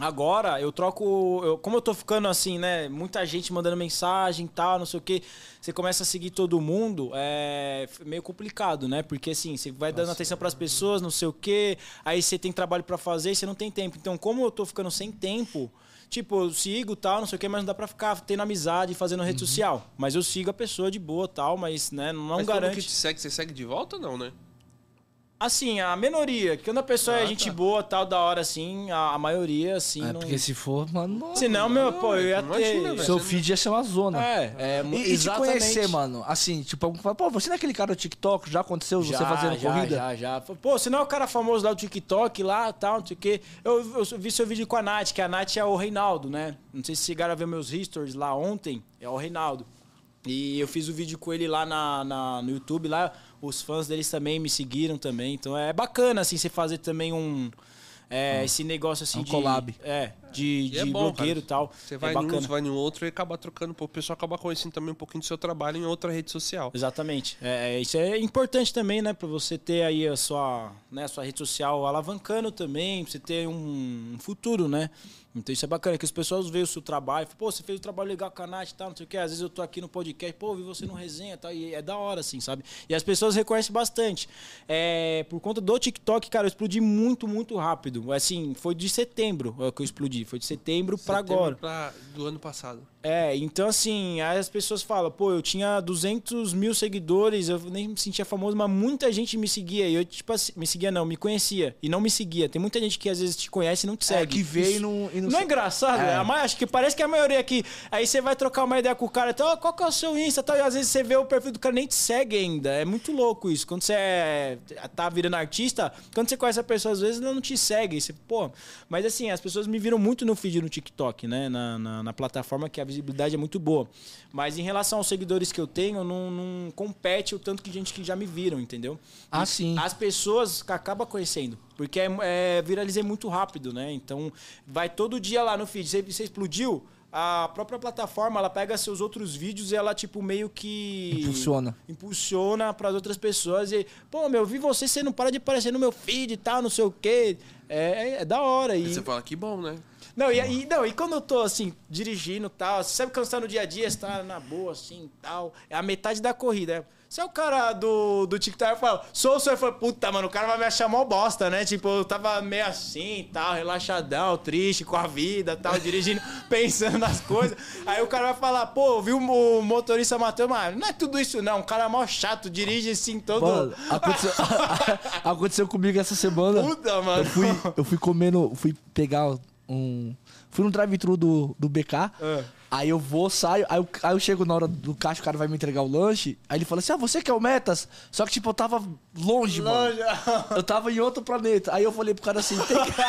Speaker 3: Agora, eu troco... eu- como eu tô ficando, assim, né? Muita gente mandando mensagem e tal, não sei o quê. Você começa a seguir todo mundo, é f- meio complicado, né? Porque, assim, você vai dando atenção pras pessoas, não sei o quê. Aí você tem trabalho pra fazer e você não tem tempo. Então, como eu tô ficando sem tempo... Tipo, eu sigo tal, não sei o que, mas não dá pra ficar tendo amizade e fazendo rede social. Mas eu sigo a pessoa de boa tal, mas né, não
Speaker 1: Uhum. Mas todo
Speaker 3: garante.
Speaker 1: que te segue, você segue de volta ou não, né?
Speaker 3: Assim, a minoria, que quando a pessoa
Speaker 1: Ah,
Speaker 3: é gente
Speaker 1: tá.
Speaker 3: boa tal, da hora assim, a, a maioria assim.
Speaker 2: É,
Speaker 3: não...
Speaker 2: porque se for, mano...
Speaker 3: Senão, meu,
Speaker 1: Não,
Speaker 3: pô, eu ia
Speaker 1: imagina,
Speaker 3: ter.
Speaker 1: velho.
Speaker 2: Seu feed ia ser uma zona.
Speaker 3: É, é
Speaker 2: E,
Speaker 3: mu-
Speaker 2: e te
Speaker 3: exatamente.
Speaker 2: conhecer, mano. Assim, tipo, alguém fala, pô, você não é aquele cara do TikTok? Já aconteceu você
Speaker 3: Já,
Speaker 2: fazendo
Speaker 3: já,
Speaker 2: corrida?
Speaker 3: Já, já. Pô, se não é o cara famoso lá do TikTok, lá, tal, não sei o quê. Eu, eu vi seu vídeo com a Nath, que a Nath é o Reinaldo, né? Não sei se chegaram a ver meus stories lá ontem, é o Reinaldo. E eu fiz o vídeo com ele lá na, na- no YouTube, lá os fãs deles também me seguiram também. Então é bacana, assim, você fazer também um... É, Esse negócio assim
Speaker 2: É um
Speaker 3: de.
Speaker 2: collab.
Speaker 3: É, de,
Speaker 1: E é
Speaker 3: de
Speaker 1: bom,
Speaker 3: blogueiro e tal.
Speaker 1: Você vai
Speaker 3: é
Speaker 1: em um,
Speaker 3: bacana.
Speaker 1: você vai em outro e acaba trocando. pô, O pessoal acaba conhecendo também um pouquinho do seu trabalho em outra rede social.
Speaker 3: Exatamente. É, é, isso é importante também, né? Pra você ter aí a sua, né, a sua rede social alavancando também, pra você ter um, um futuro, né? Então isso é bacana, que as pessoas veem o seu trabalho, falam, pô, você fez um trabalho legal com a Nath e tal, não sei o quê. Às vezes eu tô aqui no podcast, pô, vi você no resenha e tal, e é da hora, assim, sabe? E as pessoas reconhecem bastante. É, por conta do TikTok, cara, eu explodi muito, muito rápido. Assim, foi de setembro é, que eu explodi, foi de setembro pra
Speaker 1: Setembro
Speaker 3: agora.
Speaker 1: pra- do ano passado.
Speaker 3: É, então assim, aí as pessoas falam, pô, eu tinha 200 mil seguidores, eu nem me sentia famoso, mas muita gente me seguia. E eu, tipo assim, me seguia não, me conhecia. E não me seguia. Tem muita gente que às vezes te conhece e não te segue.
Speaker 2: É, que veio e
Speaker 3: Isso-
Speaker 2: não, e
Speaker 3: não,
Speaker 2: não
Speaker 3: é engraçado,
Speaker 2: É.
Speaker 3: né? A ma- acho que parece que a maioria aqui. Aí você vai trocar uma ideia com o cara, então, ó, qual que é o seu Insta? e Tal, e às vezes você vê o perfil do cara e nem te segue ainda. É muito louco isso. Quando você é- tá virando artista, quando você conhece a pessoa, às vezes ela não te segue. Você, pô, mas assim, as pessoas me viram muito no feed no TikTok, né? Na, na- na plataforma que a visibilidade é muito boa. Mas em relação aos seguidores que eu tenho, não, não compete o tanto que gente que já me viram, entendeu?
Speaker 2: Ah, sim.
Speaker 3: As pessoas acabam conhecendo, porque é, é, viralizei muito rápido, né? Então, vai todo dia lá no feed. Você, você explodiu, a própria plataforma, ela pega seus outros vídeos e ela, tipo, meio que...
Speaker 2: Impulsiona.
Speaker 3: Impulsiona pras outras pessoas e... Pô, meu, vi você, você não para de aparecer no meu feed e tal, não sei o quê. É, é- é da hora. E...
Speaker 1: Aí você fala, que bom, né?
Speaker 3: Não, e, e- não, e quando eu tô assim, dirigindo e tal, você sabe que quando você tá no dia a dia, você tá na boa, assim tal. É a metade da corrida. né? Você é o cara do, do TikTok, eu falo, sou o seu fã. Puta, mano, o cara vai me achar mó bosta, né? Tipo, eu tava meio assim e tal, relaxadão, triste com a vida e tal, dirigindo, pensando nas coisas. Aí o cara vai falar, pô, viu o motorista matando, mas não é tudo isso não. O cara é mó chato, dirige assim todo.
Speaker 2: Mano, aconteceu, aconteceu comigo essa semana.
Speaker 3: Puta, mano.
Speaker 2: Eu fui, eu fui comendo, fui pegar um. Fui no drive-thru do, do BK.
Speaker 3: É.
Speaker 2: Aí eu vou, saio, aí eu, aí eu chego na hora do caixa, o cara vai me entregar o lanche. Aí ele fala assim: Ah, você que é o Metas? Só que, tipo, eu tava longe, mano. Eu tava em outro planeta. Aí eu falei pro cara assim: tem que-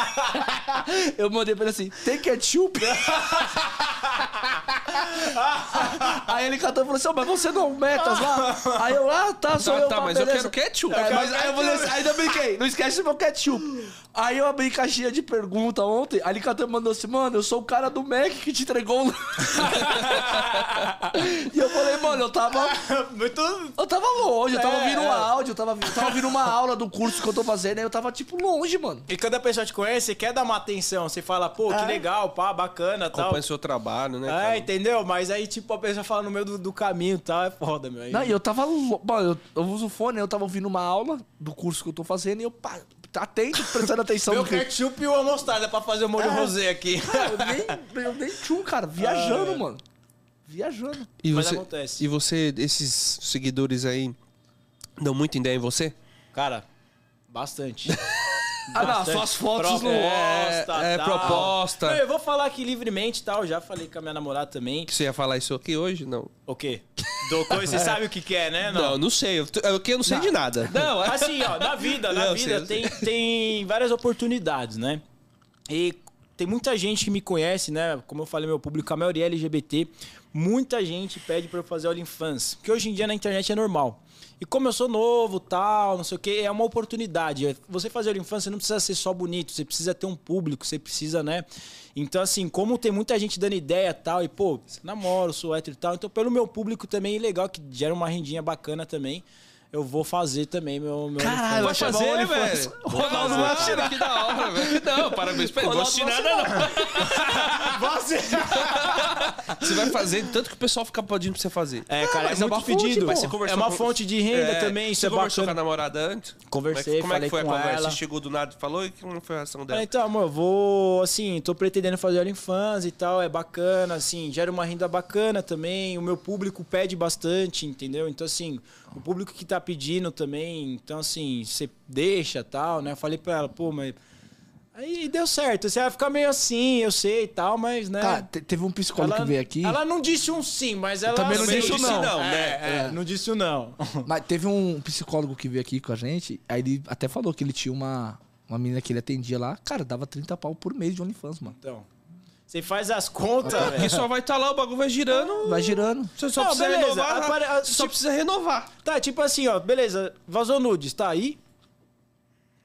Speaker 2: Eu mandei pra ele assim: Tem ketchup? aí ele catou e falou assim: "Ô, Mas você não é o Metas lá? Aí eu: Ah, tá, sou
Speaker 1: Tá,
Speaker 2: eu.
Speaker 1: tá,
Speaker 2: tá,
Speaker 1: mas eu
Speaker 2: beleza."
Speaker 1: quero ketchup.
Speaker 2: É,
Speaker 1: Eu
Speaker 2: mas
Speaker 1: quero
Speaker 2: aí eu falei assim, ainda brinquei, não esquece do meu ketchup. Aí eu abri caixinha de pergunta ontem, a Alicante mandou assim, mano, eu sou o cara do Mac que te entregou o... e eu falei, mano, eu tava...
Speaker 3: Muito
Speaker 2: Eu tava longe, eu tava
Speaker 3: É,
Speaker 2: ouvindo
Speaker 3: é.
Speaker 2: um áudio, eu tava, eu tava ouvindo uma aula do curso que eu tô fazendo, aí eu tava, tipo, longe, mano.
Speaker 3: E quando a pessoa te conhece, você quer dar uma atenção. Você fala, pô,
Speaker 2: É.
Speaker 3: que legal, pá, bacana tal.
Speaker 1: Acompanha seu trabalho, né?
Speaker 3: É,
Speaker 1: cara?
Speaker 3: entendeu? Mas aí, tipo, a pessoa fala no meio do, do caminho e tal, é foda, meu. Aí-
Speaker 2: Não, e eu tava... lo- Mano, eu, eu uso o fone, eu tava ouvindo uma aula do curso que eu tô fazendo e eu, pá, atento, prestando atenção.
Speaker 3: Meu
Speaker 2: no que...
Speaker 3: ketchup e uma mostarda pra fazer o molho
Speaker 2: É.
Speaker 3: rosé aqui.
Speaker 2: Eu nem, eu nem tchum, cara, viajando,
Speaker 3: Ah.
Speaker 2: mano. Viajando.
Speaker 1: E
Speaker 3: Mas
Speaker 1: você,
Speaker 3: acontece.
Speaker 1: E você, esses seguidores aí, dão muita ideia em você?
Speaker 3: Cara, bastante.
Speaker 2: Ah, não,
Speaker 3: Bastante.
Speaker 2: suas fotos
Speaker 3: Proposta,
Speaker 2: no...
Speaker 1: é,
Speaker 3: tal.
Speaker 1: proposta.
Speaker 3: Não, eu vou falar aqui livremente e tal. Já falei com a minha namorada também.
Speaker 1: Que você ia falar isso aqui hoje? Não.
Speaker 3: O quê? Doutor, você sabe o que quer, né?
Speaker 1: É. Não, não, sei. Eu, eu que eu não sei de nada.
Speaker 3: Não, assim, ó, na vida, na
Speaker 1: Não,
Speaker 3: vida
Speaker 1: sei,
Speaker 3: tem, tem várias oportunidades, né? E tem muita gente que me conhece, né? Como eu falei, meu público, a maioria é LGBT. Muita gente pede pra eu fazer OnlyFans, que hoje em dia na internet é normal. E como eu sou novo, tal, não sei o que, é uma oportunidade. Você fazer OnlyFans, você não precisa ser só bonito, você precisa ter um público, você precisa, né? Então, assim, como tem muita gente dando ideia tal, e pô, namoro, sou hétero e tal, então pelo meu público também é legal, que gera uma rendinha bacana também. Eu vou fazer também meu. meu
Speaker 2: Caralho,
Speaker 3: OnlyFans.
Speaker 2: vai chamar o OnlyFans.
Speaker 1: Ronaldo Machina, que da hora, velho. Não, parabéns. Pera, não vou assistir nada, não. Você vai fazer tanto que o pessoal fica pedindo pra você fazer.
Speaker 3: É, cara,
Speaker 2: mas
Speaker 3: é
Speaker 2: é uma
Speaker 3: muito
Speaker 2: fonte,
Speaker 3: pedido.
Speaker 2: pô. Mas
Speaker 1: Você
Speaker 3: é
Speaker 1: conversou
Speaker 3: uma
Speaker 1: com-
Speaker 3: fonte de renda
Speaker 1: É,
Speaker 3: também, isso
Speaker 1: você
Speaker 3: é
Speaker 1: conversou com a
Speaker 3: bacana.
Speaker 1: namorada antes?
Speaker 3: Conversei,
Speaker 1: Como é que, como é que
Speaker 3: falei
Speaker 1: foi a
Speaker 3: com
Speaker 1: conversa?
Speaker 3: ela.
Speaker 1: Você chegou do nada e falou? E como foi a reação
Speaker 3: Falei,
Speaker 1: dela?
Speaker 3: Então, amor, vou, assim, tô pretendendo fazer OnlyFans e tal, é bacana, assim, gera uma renda bacana também, o meu público pede bastante, entendeu? Então, assim, o público que tá pedindo também, então, assim, você deixa tal, né? Falei pra ela, pô, mas... Aí deu certo, você vai ficar meio assim, eu sei e tal, mas, né...
Speaker 2: Cara, te- teve um psicólogo que veio aqui,
Speaker 3: ela não disse um sim, mas ela...
Speaker 2: também não
Speaker 3: também
Speaker 2: disse um não,
Speaker 3: é,
Speaker 1: né?
Speaker 3: é, não disse um não.
Speaker 2: mas teve um psicólogo que veio aqui com a gente, aí ele até falou que ele tinha uma, uma menina que ele atendia lá, cara, dava 30 pau por mês de OnlyFans, mano.
Speaker 3: Então, você faz as contas,
Speaker 1: Porque
Speaker 3: velho.
Speaker 1: só vai estar lá, o bagulho vai girando.
Speaker 2: Vai girando.
Speaker 1: Você só
Speaker 3: Não,
Speaker 1: precisa
Speaker 3: beleza,
Speaker 1: renovar. né?
Speaker 3: apare-
Speaker 1: Você só
Speaker 3: tipo-
Speaker 1: precisa renovar.
Speaker 3: Tá, tipo assim, ó, beleza, vazou nudes, tá aí?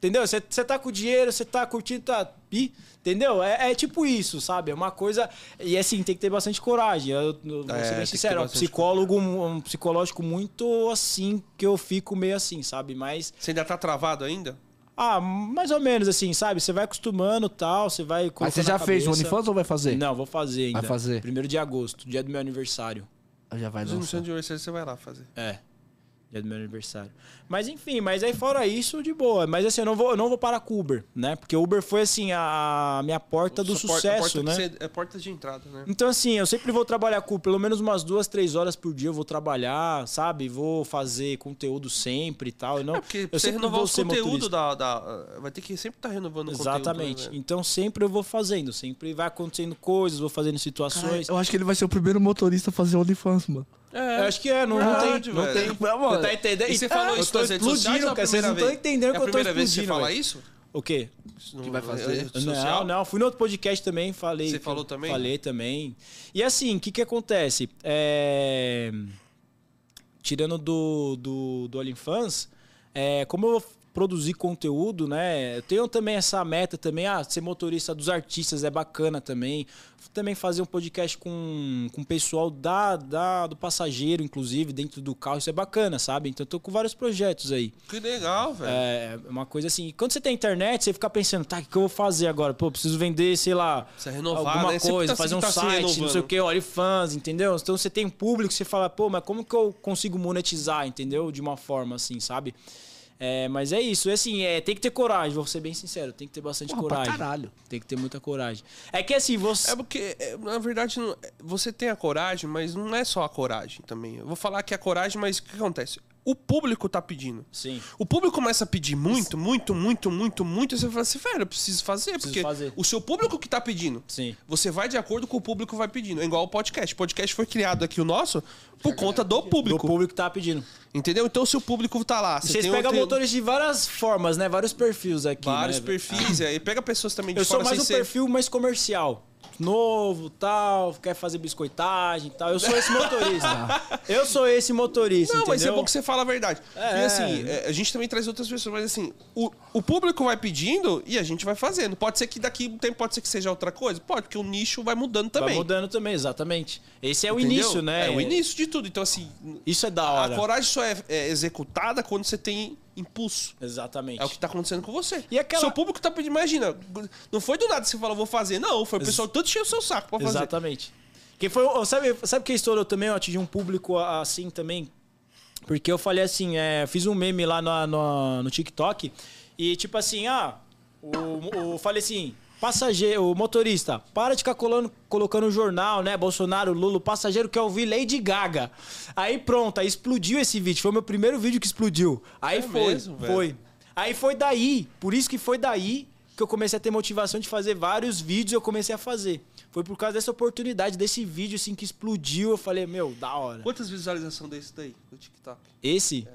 Speaker 3: Entendeu? Você tá com dinheiro, você tá curtindo, tá. Ih, entendeu? É, é tipo isso, sabe? É uma coisa. E assim, tem que ter bastante coragem. Eu,
Speaker 1: É,
Speaker 3: eu vou
Speaker 1: tem
Speaker 3: ser bem
Speaker 1: que ter
Speaker 3: sincero, é um
Speaker 1: bastante
Speaker 3: psicólogo, um psicológico muito assim, que eu fico meio assim, sabe? Mas.
Speaker 1: Você ainda tá travado ainda?
Speaker 3: Ah, mais ou menos assim, sabe? Você vai acostumando tal, você vai.
Speaker 2: Mas você
Speaker 3: colocando
Speaker 2: já
Speaker 3: na
Speaker 2: fez o
Speaker 3: cabeça.
Speaker 2: OnlyFans ou vai fazer?
Speaker 3: Não, vou fazer ainda.
Speaker 2: Vai fazer.
Speaker 3: Primeiro de agosto, dia do meu aniversário.
Speaker 2: Ah, Já vai
Speaker 1: Mas não sei
Speaker 2: lançar.
Speaker 1: de aniversário você vai lá fazer.
Speaker 3: É. Dia do meu aniversário. Mas enfim, mas aí fora isso, de boa. Mas assim, eu não vou, eu não vou parar com o Uber, né? Porque o Uber foi assim, a minha porta do
Speaker 1: Sua porta-
Speaker 3: sucesso,
Speaker 1: porta
Speaker 3: né?
Speaker 1: de- É porta de entrada, né?
Speaker 3: Então, assim, eu sempre vou trabalhar com pelo menos umas duas, três horas por dia. Eu vou trabalhar, sabe? Vou fazer conteúdo sempre e tal. Eu não,
Speaker 1: É porque
Speaker 3: eu
Speaker 1: você
Speaker 3: sempre
Speaker 1: renovar
Speaker 3: vou
Speaker 1: os
Speaker 3: ser
Speaker 1: conteúdo
Speaker 3: motorista.
Speaker 1: da, da- Vai ter que sempre estar renovando o conteúdo.
Speaker 3: Exatamente.
Speaker 1: né, velho?
Speaker 3: então, sempre eu vou fazendo. Sempre vai acontecendo coisas, vou fazendo situações.
Speaker 2: eu acho que ele vai ser o primeiro motorista a fazer OnlyFans, mano.
Speaker 1: É,
Speaker 3: Eu acho que é, não, não
Speaker 1: Verdade,
Speaker 3: tem. Não
Speaker 1: velho.
Speaker 3: tem.
Speaker 2: Mano,
Speaker 3: Você tá entendendo?
Speaker 1: E você
Speaker 3: Ah,
Speaker 1: falou
Speaker 3: eu
Speaker 1: isso
Speaker 3: tô
Speaker 1: nas redes sociais
Speaker 3: explodindo,
Speaker 1: ou é a
Speaker 3: cara. Vocês não estão
Speaker 1: primeira vez?
Speaker 3: entendendo
Speaker 1: é
Speaker 3: que
Speaker 1: a
Speaker 3: eu tô
Speaker 1: primeira vez que você
Speaker 3: explodindo.
Speaker 1: fala
Speaker 3: velho.
Speaker 1: isso?
Speaker 3: O quê?
Speaker 1: Que
Speaker 2: vai fazer?
Speaker 1: Social?
Speaker 3: Não, não, fui no outro podcast também, falei.
Speaker 1: Você falou também?
Speaker 3: Falei também. E assim, o que que acontece? É, Tirando do, do, do OnlyFans, é, como eu produzi conteúdo, né? Eu tenho também essa meta também, ah, ser motorista dos artistas é bacana também. Também fazer um podcast com, com o pessoal da, da, do passageiro, inclusive, dentro do carro, isso é bacana, sabe? Então eu tô com vários projetos aí.
Speaker 1: Que legal, velho.
Speaker 3: É uma coisa assim. Quando você tem internet, você fica pensando, tá, o que eu vou fazer agora? Pô, preciso vender, sei lá,
Speaker 1: Precisa renovar,
Speaker 3: alguma
Speaker 1: né? Sempre
Speaker 3: coisa,
Speaker 1: tá-
Speaker 3: fazer um
Speaker 1: sempre tá se
Speaker 3: site, não sei o
Speaker 1: renovando.
Speaker 3: que, olha fãs, entendeu? Então você tem um público, você fala, pô, mas como que eu consigo monetizar, entendeu? De uma forma assim, sabe? É, mas é isso, é assim, é, tem que ter coragem, vou ser bem sincero, tem que ter bastante
Speaker 2: Porra, pra
Speaker 3: coragem.
Speaker 2: caralho.
Speaker 3: Tem que ter muita coragem. É que assim, você.
Speaker 1: É porque, é, na verdade, não- é, você tem a coragem, mas não é só a coragem também. Eu vou falar que é a coragem, mas o que acontece? O público tá pedindo.
Speaker 3: Sim.
Speaker 1: O público começa a pedir muito, muito, muito, muito, muito, e você fala assim, velho, eu preciso fazer, porque
Speaker 3: fazer.
Speaker 1: o seu público que tá pedindo.
Speaker 3: Sim.
Speaker 1: Você vai de acordo com o público vai pedindo. É igual o podcast. O podcast foi criado aqui, o nosso, por conta do
Speaker 3: O
Speaker 1: público.
Speaker 3: público tá pedindo.
Speaker 1: Entendeu? Então, se o público tá lá... Você
Speaker 3: Vocês
Speaker 1: tem
Speaker 3: pegam
Speaker 1: outro-
Speaker 3: motores de várias formas, né? Vários perfis aqui.
Speaker 1: Vários
Speaker 3: né?
Speaker 1: perfis, aí pega pessoas também de
Speaker 3: Eu sou
Speaker 1: fora
Speaker 3: mais
Speaker 1: sem
Speaker 3: um
Speaker 1: ser-
Speaker 3: perfil mais comercial. Novo, tal, quer fazer biscoitagem e tal. Eu sou esse motorista. eu sou esse motorista,
Speaker 1: Não,
Speaker 3: entendeu?
Speaker 1: mas é bom que você fala a verdade.
Speaker 3: É.
Speaker 1: E assim, é, a gente também traz outras pessoas, mas assim, o, o público vai pedindo e a gente vai fazendo. Pode ser que daqui um tempo pode ser que seja outra coisa? Pode, porque o nicho vai mudando
Speaker 3: Vai
Speaker 1: também.
Speaker 3: mudando também, exatamente. Esse é o
Speaker 1: entendeu?
Speaker 3: início, né?
Speaker 1: É o início de tudo. Então, assim,
Speaker 3: Isso é da
Speaker 1: a
Speaker 3: hora.
Speaker 1: coragem só é, é executada quando você tem impulso.
Speaker 3: Exatamente.
Speaker 1: É o que tá acontecendo com você.
Speaker 3: E aquela-
Speaker 1: Seu público tá pedindo, imagina, não foi do nada que você falou, vou fazer. Não, foi o pessoal todo cheio o seu saco pra fazer.
Speaker 3: Exatamente. Que foi, o- sabe, sabe que estourou também? Eu atingi um público a- assim também. Porque eu falei assim, é, fiz um meme lá na- na- no TikTok e tipo assim, ah, o, o- falei assim, passageiro, o motorista, para de ficar colando, colocando jornal, né? Bolsonaro, Lula, o passageiro quer ouvir Lady Gaga. Aí pronto, aí explodiu esse vídeo. Foi o meu primeiro vídeo que explodiu. Aí
Speaker 1: É
Speaker 3: foi,
Speaker 1: mesmo, velho?
Speaker 3: foi. Aí foi daí, por isso que foi daí que eu comecei a ter motivação de fazer vários vídeos, eu comecei a fazer. Foi por causa dessa oportunidade, desse vídeo assim que explodiu, eu falei, meu, da hora.
Speaker 1: Quantas visualizações desse daí, do TikTok?
Speaker 3: Esse?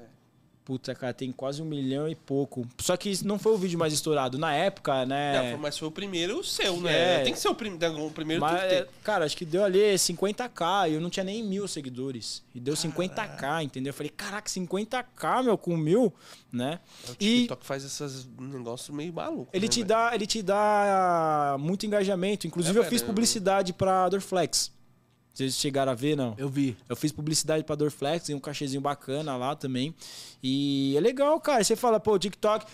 Speaker 3: Puta, cara, tem quase um milhão e pouco. Só que isso não foi o vídeo mais estourado. Na época,
Speaker 1: Não,
Speaker 3: né?
Speaker 1: É, foi- mas foi o primeiro o seu, né?
Speaker 3: É.
Speaker 1: Tem que ser o, prim... o primeiro
Speaker 3: mas,
Speaker 1: tem que ter.
Speaker 3: é, cara, acho que deu ali 50k e eu não tinha nem mil seguidores. E deu 50k, entendeu? Eu falei, caraca, 50k, meu, com mil, né?
Speaker 1: É O
Speaker 3: E
Speaker 1: TikTok faz esses negócios meio maluco.
Speaker 3: Ele
Speaker 1: né,
Speaker 3: te
Speaker 1: velho?
Speaker 3: dá, ele te dá muito engajamento. Inclusive,
Speaker 1: É,
Speaker 3: eu fiz
Speaker 1: velho.
Speaker 3: publicidade pra Dorflex. Vocês chegaram a ver, não?
Speaker 2: Eu vi.
Speaker 3: Eu fiz publicidade pra Dorflex, tem um cachezinho bacana lá também. E é legal, cara. Você fala, pô, TikTok,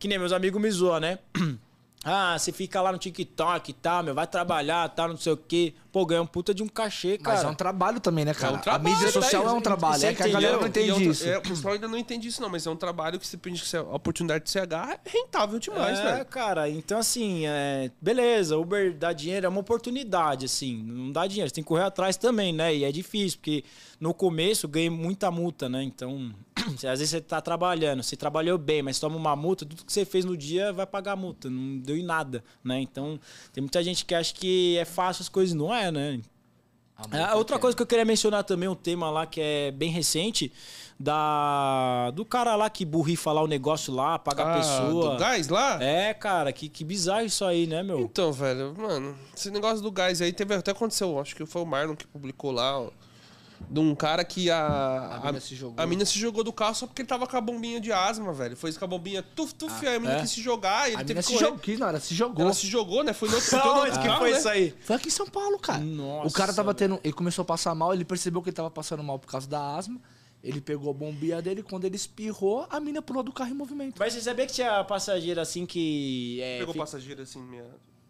Speaker 3: que nem meus amigos me zoam, né? Ah, você fica lá no TikTok e tal, meu, vai trabalhar, tal, não sei o quê. Pô, ganha um puta de um cachê, cara.
Speaker 2: Mas é um trabalho também, né, cara?
Speaker 1: um trabalho,
Speaker 2: a mídia
Speaker 1: tá
Speaker 2: social
Speaker 1: aí,
Speaker 2: é um
Speaker 1: você
Speaker 2: trabalho. É que a galera não
Speaker 1: Entendeu? E
Speaker 2: entende
Speaker 1: outra-
Speaker 2: isso.
Speaker 1: é, o pessoal ainda não entende isso, não, mas é um trabalho que se depende que se a oportunidade de CH é rentável demais,
Speaker 3: é,
Speaker 1: velho.
Speaker 3: cara, então assim, é, beleza, Uber dá dinheiro, é uma oportunidade, assim, não dá dinheiro, você tem que correr atrás também, né? E é difícil, porque no começo eu ganhei muita multa, né? Então, às vezes você tá trabalhando, você trabalhou bem, mas toma uma multa, tudo que você fez no dia vai pagar a multa, não deu em nada, né? Então, tem muita gente que acha que é fácil as coisas, não é, né? Ah, outra coisa que eu queria mencionar também, um tema lá que é bem recente, da do cara lá que burrifa lá o negócio lá, paga a pessoa.
Speaker 1: Ah, do gás lá?
Speaker 3: É, cara, que, que bizarro isso aí, né, meu?
Speaker 1: Então, velho, mano, esse negócio do gás aí teve até aconteceu, acho que foi o Marlon que publicou lá, ó, de um cara que a.
Speaker 2: A mina se jogou.
Speaker 1: a mina se jogou do carro só porque ele tava com a bombinha de asma, velho. Foi isso com a bombinha tuf, tuf, aí a mina
Speaker 3: é?
Speaker 1: quis se jogar, ele
Speaker 2: A
Speaker 1: teve
Speaker 2: menina
Speaker 1: que
Speaker 2: se
Speaker 1: correr.
Speaker 2: jogou, não, ela se jogou.
Speaker 1: Ela se jogou, né? Foi no outro todo
Speaker 3: Onde
Speaker 1: outro
Speaker 3: que
Speaker 1: carro,
Speaker 3: foi
Speaker 1: né?
Speaker 3: isso aí?
Speaker 2: Foi aqui em São Paulo, cara.
Speaker 3: Nossa,
Speaker 2: o cara tava tendo. Ele começou a passar mal, ele percebeu que ele tava passando mal por causa da asma. Ele pegou a bombinha dele, quando ele espirrou, a mina pulou do carro em movimento.
Speaker 3: Mas você sabia que tinha passageiro assim que. É,
Speaker 1: Pegou
Speaker 3: fi-
Speaker 1: passageiro assim, minha.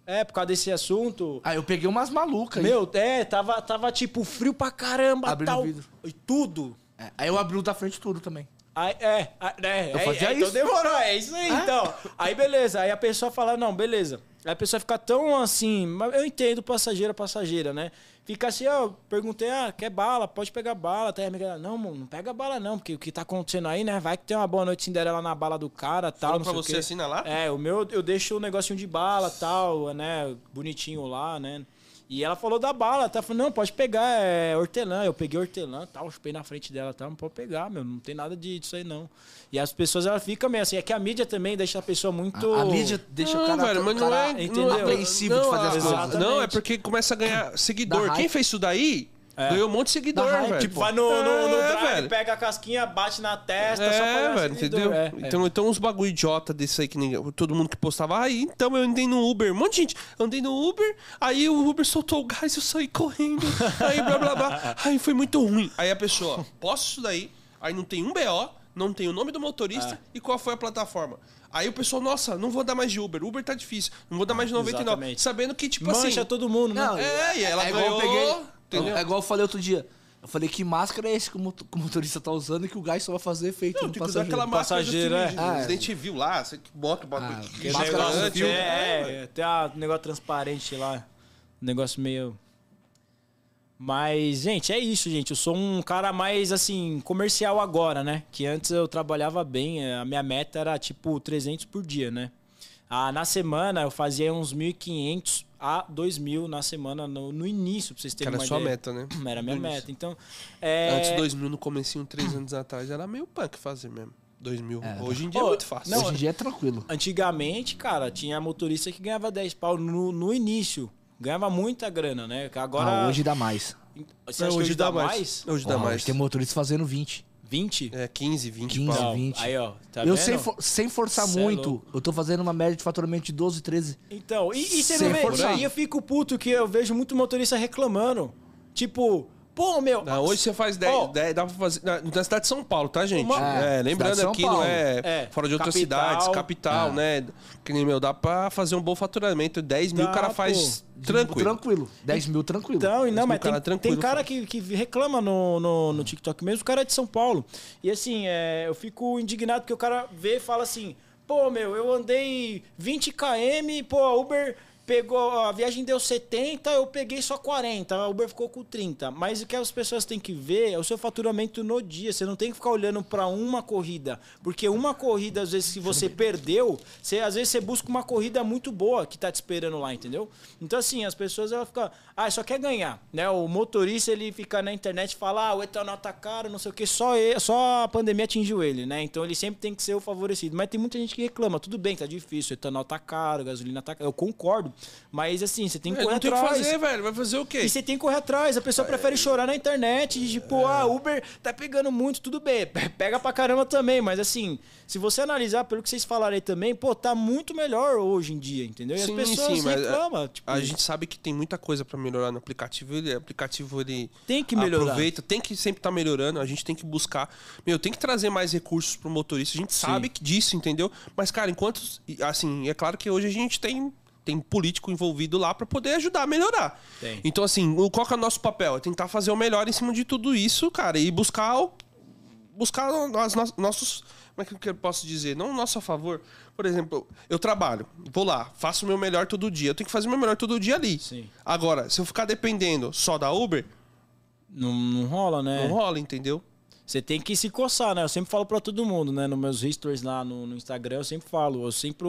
Speaker 3: é, por causa desse assunto.
Speaker 2: Aí eu peguei umas malucas. aí.
Speaker 3: Meu, é, tava, tava tipo frio pra caramba,
Speaker 2: Abrindo
Speaker 3: tal.
Speaker 2: o vidro.
Speaker 3: E tudo.
Speaker 2: É, aí eu abri o da frente tudo também.
Speaker 3: Aí, é, a- é,
Speaker 2: Eu
Speaker 3: é,
Speaker 2: fazia
Speaker 3: é, então
Speaker 2: isso. Ah.
Speaker 3: demorou, é isso aí, então. Aí beleza, aí a pessoa fala, não, beleza. Aí a pessoa fica tão assim, mas eu entendo passageira, passageira, né? Fica assim, ó, eu perguntei, ah, quer bala? Pode pegar bala. Até a amiga, não, mano, não pega bala não, porque o que tá acontecendo aí, né? Vai que tem uma boa noite Cinderela na bala do cara, tal,
Speaker 1: Falou
Speaker 3: não
Speaker 1: pra
Speaker 3: sei o
Speaker 1: você
Speaker 3: quê.
Speaker 1: assim na lata?
Speaker 3: É, o meu eu deixo o negocinho de bala, tal, né? Bonitinho lá, né? E ela falou da bala, tá? Falou, não, pode pegar, é hortelã. Eu peguei hortelã, tal, chupei na frente dela, tal. Não pode pegar, meu, não tem nada de- disso aí, não. E as pessoas, ela fica meio assim. É que a mídia também deixa a pessoa muito...
Speaker 2: A, a mídia deixa
Speaker 1: não,
Speaker 2: o cara,
Speaker 1: velho,
Speaker 2: o
Speaker 1: mas não
Speaker 2: cara
Speaker 1: é
Speaker 3: entendeu?
Speaker 1: não,
Speaker 2: apreensivo
Speaker 1: não,
Speaker 2: de fazer as
Speaker 1: ah,
Speaker 2: coisas.
Speaker 3: exatamente.
Speaker 1: Não, é porque começa a ganhar seguidor.
Speaker 2: Dá
Speaker 1: Quem
Speaker 2: hype.
Speaker 1: fez isso daí ganhou um monte de seguidor,
Speaker 2: Dá hype,
Speaker 1: velho.
Speaker 2: tipo,
Speaker 3: Vai no, no, no
Speaker 1: É,
Speaker 3: drive,
Speaker 1: velho.
Speaker 3: pega a casquinha, bate na testa, só pra
Speaker 1: É,
Speaker 3: ganhar
Speaker 1: velho,
Speaker 3: seguidor.
Speaker 1: entendeu?
Speaker 3: É.
Speaker 1: Então, então uns bagulho idiota desse aí que ninguém, todo mundo que postava, aí então eu andei no Uber, um monte de gente, andei no Uber, aí o Uber soltou o gás, eu saí correndo, aí blá blá blá, aí foi muito ruim. Aí a pessoa, posso isso daí, aí não tem um BO, não tem o nome do motorista
Speaker 3: Ah.
Speaker 1: e qual foi a plataforma. Aí o pessoal, nossa, não vou dar mais de Uber, Uber tá difícil, não vou dar mais de 99,
Speaker 3: Exatamente.
Speaker 1: sabendo que, tipo
Speaker 3: Mancha
Speaker 1: assim...
Speaker 3: todo mundo, né?
Speaker 2: Não,
Speaker 1: É, e ela
Speaker 2: é igual eu
Speaker 1: ganhou,
Speaker 2: peguei-
Speaker 1: entendeu?
Speaker 2: É igual eu falei outro dia. Eu falei que máscara é esse que o moto- que o motorista tá usando e que o gás só vai fazer efeito
Speaker 1: Não,
Speaker 2: no
Speaker 1: tem que usar
Speaker 2: passageiro.
Speaker 1: aquela máscara
Speaker 3: Passageiro,
Speaker 1: de
Speaker 3: é.
Speaker 1: cirurgia.
Speaker 2: Ah, é.
Speaker 1: Resident Evil lá, você que bota o bagulho.
Speaker 2: Ah,
Speaker 1: que
Speaker 2: aquele
Speaker 1: gira
Speaker 2: negócio
Speaker 1: antes,
Speaker 2: do filme.
Speaker 1: né, velho?
Speaker 3: É, é, tem um negócio transparente lá. Um negócio meio. Mas, gente, é isso, gente. Eu sou um cara mais, assim, comercial agora, né? Que antes eu trabalhava bem. eh, A minha meta era, tipo, 300 por dia, né? Ah, na semana eu fazia uns 1.500 a 2.000 na semana, no, no início, pra vocês terem
Speaker 1: Cara, é
Speaker 3: uma
Speaker 1: sua
Speaker 3: ideia.
Speaker 1: meta, né?
Speaker 3: Era a minha meta. Então,
Speaker 1: Antes
Speaker 3: é...
Speaker 1: 2000, no comecinho, três anos atrás, era meio punk fazer mesmo. 2000. Hoje em dia
Speaker 3: Ô,
Speaker 1: é muito fácil.
Speaker 3: Não,
Speaker 2: Hoje em dia é tranquilo.
Speaker 3: Antigamente, cara, tinha motorista que ganhava 10 pau no, no início. Ganhava muita grana, né? Agora.
Speaker 2: Ah, hoje dá mais.
Speaker 3: Você acha que hoje dá mais?
Speaker 1: Hoje
Speaker 2: Ó,
Speaker 1: dá mais.
Speaker 2: Tem motorista fazendo 20.
Speaker 3: 20?
Speaker 1: É, 15, 20
Speaker 2: 15.
Speaker 1: pau.
Speaker 3: Não,
Speaker 2: 20.
Speaker 3: Aí, ó. Tá
Speaker 2: eu
Speaker 3: vendo?
Speaker 2: sem, for- sem forçar
Speaker 3: Cê é
Speaker 2: muito,
Speaker 3: louco.
Speaker 2: eu tô fazendo uma média de faturamento de 12, 13.
Speaker 3: Então, e, e você
Speaker 2: Sem
Speaker 3: não vê?
Speaker 2: forçar.
Speaker 3: E eu fico puto que eu vejo muito motorista reclamando. Tipo, pô, meu.
Speaker 1: Não, Ah, hoje você faz 10,
Speaker 3: Ó.
Speaker 1: 10, dá pra fazer. Na, na cidade de São Paulo, tá, gente? É,
Speaker 2: É,
Speaker 3: Uma-
Speaker 2: cidade de
Speaker 1: lembrando
Speaker 2: São
Speaker 1: aqui, não é,
Speaker 3: Paulo. É,
Speaker 1: fora de outras
Speaker 3: capital.
Speaker 1: cidades, capital,
Speaker 2: Ah.
Speaker 1: né? Que nem meu, dá pra fazer um bom faturamento. 10 mil
Speaker 3: Dá,
Speaker 1: o cara faz tranquilo.
Speaker 2: Tranquilo. 10 mil, tranquilo.
Speaker 3: Então, e não,
Speaker 1: Mas
Speaker 3: mas
Speaker 1: o cara é
Speaker 3: tem,
Speaker 1: tranquilo,
Speaker 3: tem cara que, que reclama no, no, no TikTok mesmo, o cara é de São Paulo. E assim, é, eu fico indignado porque o cara vê e fala assim: pô, meu, eu andei 20 km, pô, a Uber pegou, a viagem deu 70, eu peguei só 40, a Uber ficou com 30. Mas o que as pessoas têm que ver é o seu faturamento no dia, você não tem que ficar olhando para uma corrida, porque uma corrida, às vezes, que você perdeu, você, às vezes você busca uma corrida muito boa que tá te esperando lá, entendeu? Então, assim, as pessoas, ela fica, ah, só quer ganhar, né? O motorista, ele fica na internet e fala, ah, o etanol tá caro, não sei o que, só, ele- só a pandemia atingiu ele, né? Então, ele sempre tem que ser o favorecido. Mas tem muita gente que reclama, tudo bem, tá difícil, o etanol tá caro, a gasolina tá caro, eu concordo, mas, assim, você tem que
Speaker 1: É,
Speaker 3: correr
Speaker 1: não tem o que
Speaker 3: atrás.
Speaker 1: fazer, velho. Vai fazer o quê?
Speaker 3: E você tem que correr atrás. A pessoa prefere
Speaker 1: é.
Speaker 3: chorar na internet. de Tipo, ah, Uber tá pegando muito, tudo bem. pe- Pega pra caramba também. Mas assim, se você analisar pelo que vocês falaram aí também, pô, tá muito melhor hoje em dia, entendeu? E
Speaker 1: Sim,
Speaker 3: as pessoas
Speaker 1: sim, mas,
Speaker 3: reclamam. tipo,
Speaker 1: A gente sabe que tem muita coisa pra melhorar no aplicativo. Ele, o aplicativo ele
Speaker 3: Tem que melhorar.
Speaker 1: Aproveita, tem que sempre estar melhorando. A gente tem que buscar. Meu, tem que trazer mais recursos pro motorista. A gente sabe que disso, entendeu? Mas cara, enquanto e, assim, é claro que hoje a gente tem tem político envolvido lá pra poder ajudar a melhorar.
Speaker 3: Tem.
Speaker 1: Então assim, o- qual que é o nosso papel? É tentar fazer o melhor em cima de tudo isso, cara, e buscar o buscar os no- nossos. Como é que- que eu posso dizer? Não o nosso a favor. Por exemplo, eu trabalho, vou lá, faço o meu melhor todo dia. Eu tenho que fazer o meu melhor todo dia ali.
Speaker 3: Sim.
Speaker 1: Agora, se eu ficar dependendo só da Uber,
Speaker 3: Não, não rola, né?
Speaker 2: É.
Speaker 1: não rola, entendeu?
Speaker 3: Você tem que se coçar, né? Eu sempre falo pra todo mundo, né? Nos meus stories lá no, no Instagram, eu sempre falo. Eu sempre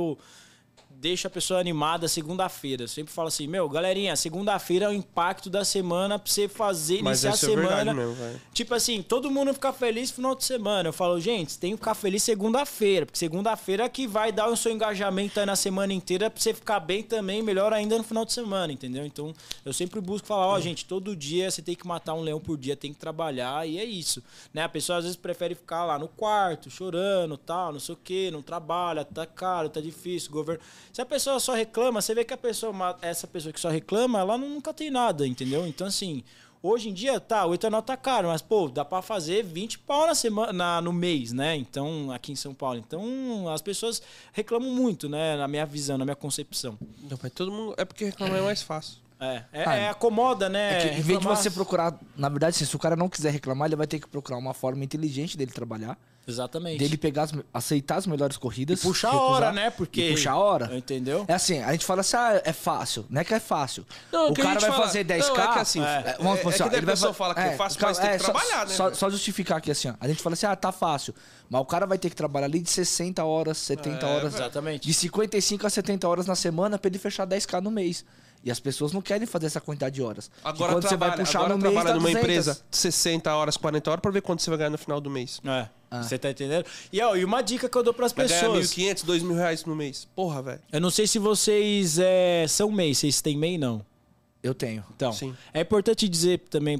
Speaker 3: deixa a pessoa animada segunda-feira. Eu sempre falo assim, meu, galerinha, segunda-feira é o impacto da semana pra você fazer,
Speaker 1: Mas
Speaker 3: iniciar a
Speaker 1: isso é
Speaker 3: semana.
Speaker 1: verdade mesmo, vai.
Speaker 3: Tipo assim, todo mundo fica feliz no final de semana. Eu falo, gente, tem que ficar feliz segunda-feira, porque segunda-feira é que vai dar o seu engajamento aí na semana inteira pra você ficar bem também, melhor ainda no final de semana, entendeu? Então, eu sempre busco falar, ó, gente, todo dia você tem que matar um leão por dia, tem que trabalhar e é isso, né? A pessoa às vezes prefere ficar lá no quarto, chorando, tal, não sei o quê, não trabalha, tá caro, tá difícil, governo. Se a pessoa só reclama, você vê que a pessoa, ma- essa pessoa que só reclama, ela nunca tem nada, entendeu? Então, assim, Hoje em dia, tá, o etanol tá caro, mas, pô, dá pra fazer 20 pau na semana, na- no mês, né? Então, aqui em São Paulo. Então, as pessoas reclamam muito, né? Na minha visão, na minha concepção.
Speaker 1: Não, mas todo mundo. É porque reclamar é mais fácil.
Speaker 3: É, é,
Speaker 2: Ah,
Speaker 3: é acomoda, né?
Speaker 2: É que, em vez de
Speaker 3: Reclamar-
Speaker 2: você procurar, na verdade, assim, se o cara não quiser reclamar, ele vai ter que procurar uma forma inteligente dele trabalhar,
Speaker 3: Exatamente.
Speaker 2: dele pegar, as, aceitar as melhores corridas,
Speaker 3: puxar a
Speaker 2: recusar,
Speaker 3: hora, né? Porque.
Speaker 2: e puxar a hora.
Speaker 3: Entendeu?
Speaker 2: É assim, a gente fala assim, ah, é fácil, não é que é fácil.
Speaker 1: Não,
Speaker 2: o
Speaker 1: que a
Speaker 2: cara
Speaker 1: gente
Speaker 2: vai
Speaker 1: fala-
Speaker 2: fazer 10k.
Speaker 1: não, é que assim,
Speaker 2: é,
Speaker 1: é-
Speaker 2: vamos
Speaker 1: é
Speaker 2: supor assim, ó,
Speaker 1: que daí
Speaker 2: ele
Speaker 1: a
Speaker 2: vai
Speaker 1: pessoa
Speaker 2: fa-
Speaker 1: fala que é fácil,
Speaker 2: o cara-
Speaker 1: mas tem que
Speaker 2: só-
Speaker 1: trabalhar, né,
Speaker 2: Só,
Speaker 1: velho?
Speaker 2: só justificar aqui assim, ó, a gente fala assim, ah, tá fácil. Mas o cara vai ter que trabalhar ali de 60 horas, 70
Speaker 1: É,
Speaker 2: horas.
Speaker 3: exatamente.
Speaker 2: De 55 a 70 horas na semana pra ele fechar 10k no mês. E as pessoas não querem fazer essa quantidade de horas.
Speaker 1: Agora
Speaker 2: e quando
Speaker 1: trabalha,
Speaker 2: você vai puxar
Speaker 1: agora
Speaker 2: no mês, tá
Speaker 1: trabalha
Speaker 2: dá
Speaker 1: numa
Speaker 2: 200.
Speaker 1: empresa 60 horas, 40 horas pra ver quanto você vai ganhar no final do mês.
Speaker 3: É.
Speaker 2: Ah.
Speaker 3: Você tá entendendo? E, ó, e uma dica que eu dou pras
Speaker 1: Vai ganhar
Speaker 3: pessoas.
Speaker 1: 1.500, 2.000 reais no mês. Porra, velho.
Speaker 3: Eu não sei se vocês é, são MEI, vocês têm MEI, não?
Speaker 2: Eu tenho.
Speaker 3: Então,
Speaker 1: Sim.
Speaker 3: é importante dizer também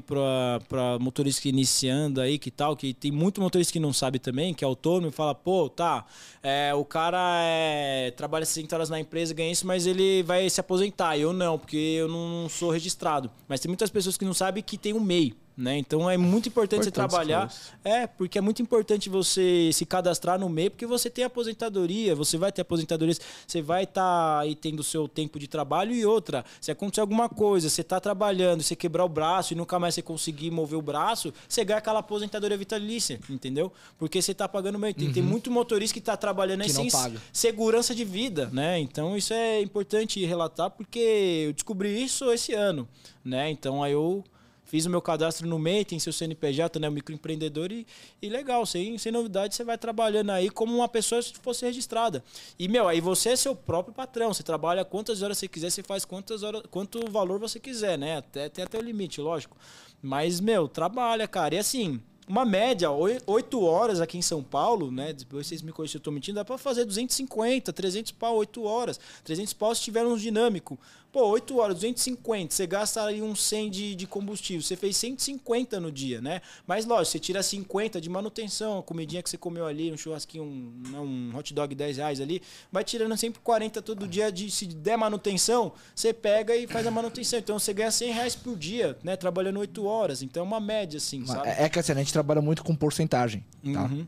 Speaker 3: para motorista que iniciando aí, que tal, que tem muito motorista que não sabe também, que é autônomo e fala, pô, tá, é, o cara é, trabalha 60 horas na empresa, ganha isso, mas ele vai se aposentar. Eu não, porque eu não sou registrado. Mas tem muitas pessoas que não sabem que tem um MEI. Né? Então é muito importante, você
Speaker 1: Importante
Speaker 3: trabalhar.
Speaker 1: você
Speaker 3: É, porque é muito importante você se cadastrar no MEI, porque você tem aposentadoria, você vai ter aposentadoria, você vai estar aí tendo o seu tempo de trabalho e outra. Se acontecer alguma coisa, você tá trabalhando, você quebrar o braço e nunca mais você conseguir mover o braço, você ganha aquela aposentadoria vitalícia, entendeu? Porque você tá pagando MEI. Tem, tem muito motorista que tá trabalhando aí
Speaker 2: Uhum. Que não
Speaker 3: sem
Speaker 2: paga.
Speaker 3: segurança de vida, né? Então isso é importante relatar porque eu descobri isso esse ano, né? Então aí eu fiz o meu cadastro no MEI, tem seu CNPJ, né, microempreendedor e, e legal, sem, sem novidade você vai trabalhando aí como uma pessoa se fosse registrada. E meu, aí você é seu próprio patrão, você trabalha quantas horas você quiser, você faz quantas horas, quanto valor você quiser, né? Até tem até o limite, lógico. Mas meu, trabalha, cara. E assim, uma média, 8 horas aqui em São Paulo, né? Depois vocês me corrigem se eu tô mentindo, dá pra fazer 250, 300 pau, 8 horas. 300 pau se tiver um dinâmico. Pô, 8 horas, 250, você gasta aí uns 100 de, de combustível. Você fez 150 no dia, né? Mas lógico, você tira 50 de manutenção, a comidinha que você comeu ali, um churrasquinho, um, né, um hot dog 10 reais ali. Vai tirando sempre 40 todo dia. De, se der manutenção, você pega e faz a manutenção. Então você ganha 100 reais por dia, né? Trabalhando 8 horas. Então é uma média, assim,
Speaker 2: Mas
Speaker 3: sabe?
Speaker 2: É é que assim, a gente trabalha muito com porcentagem, tá?
Speaker 3: Uhum.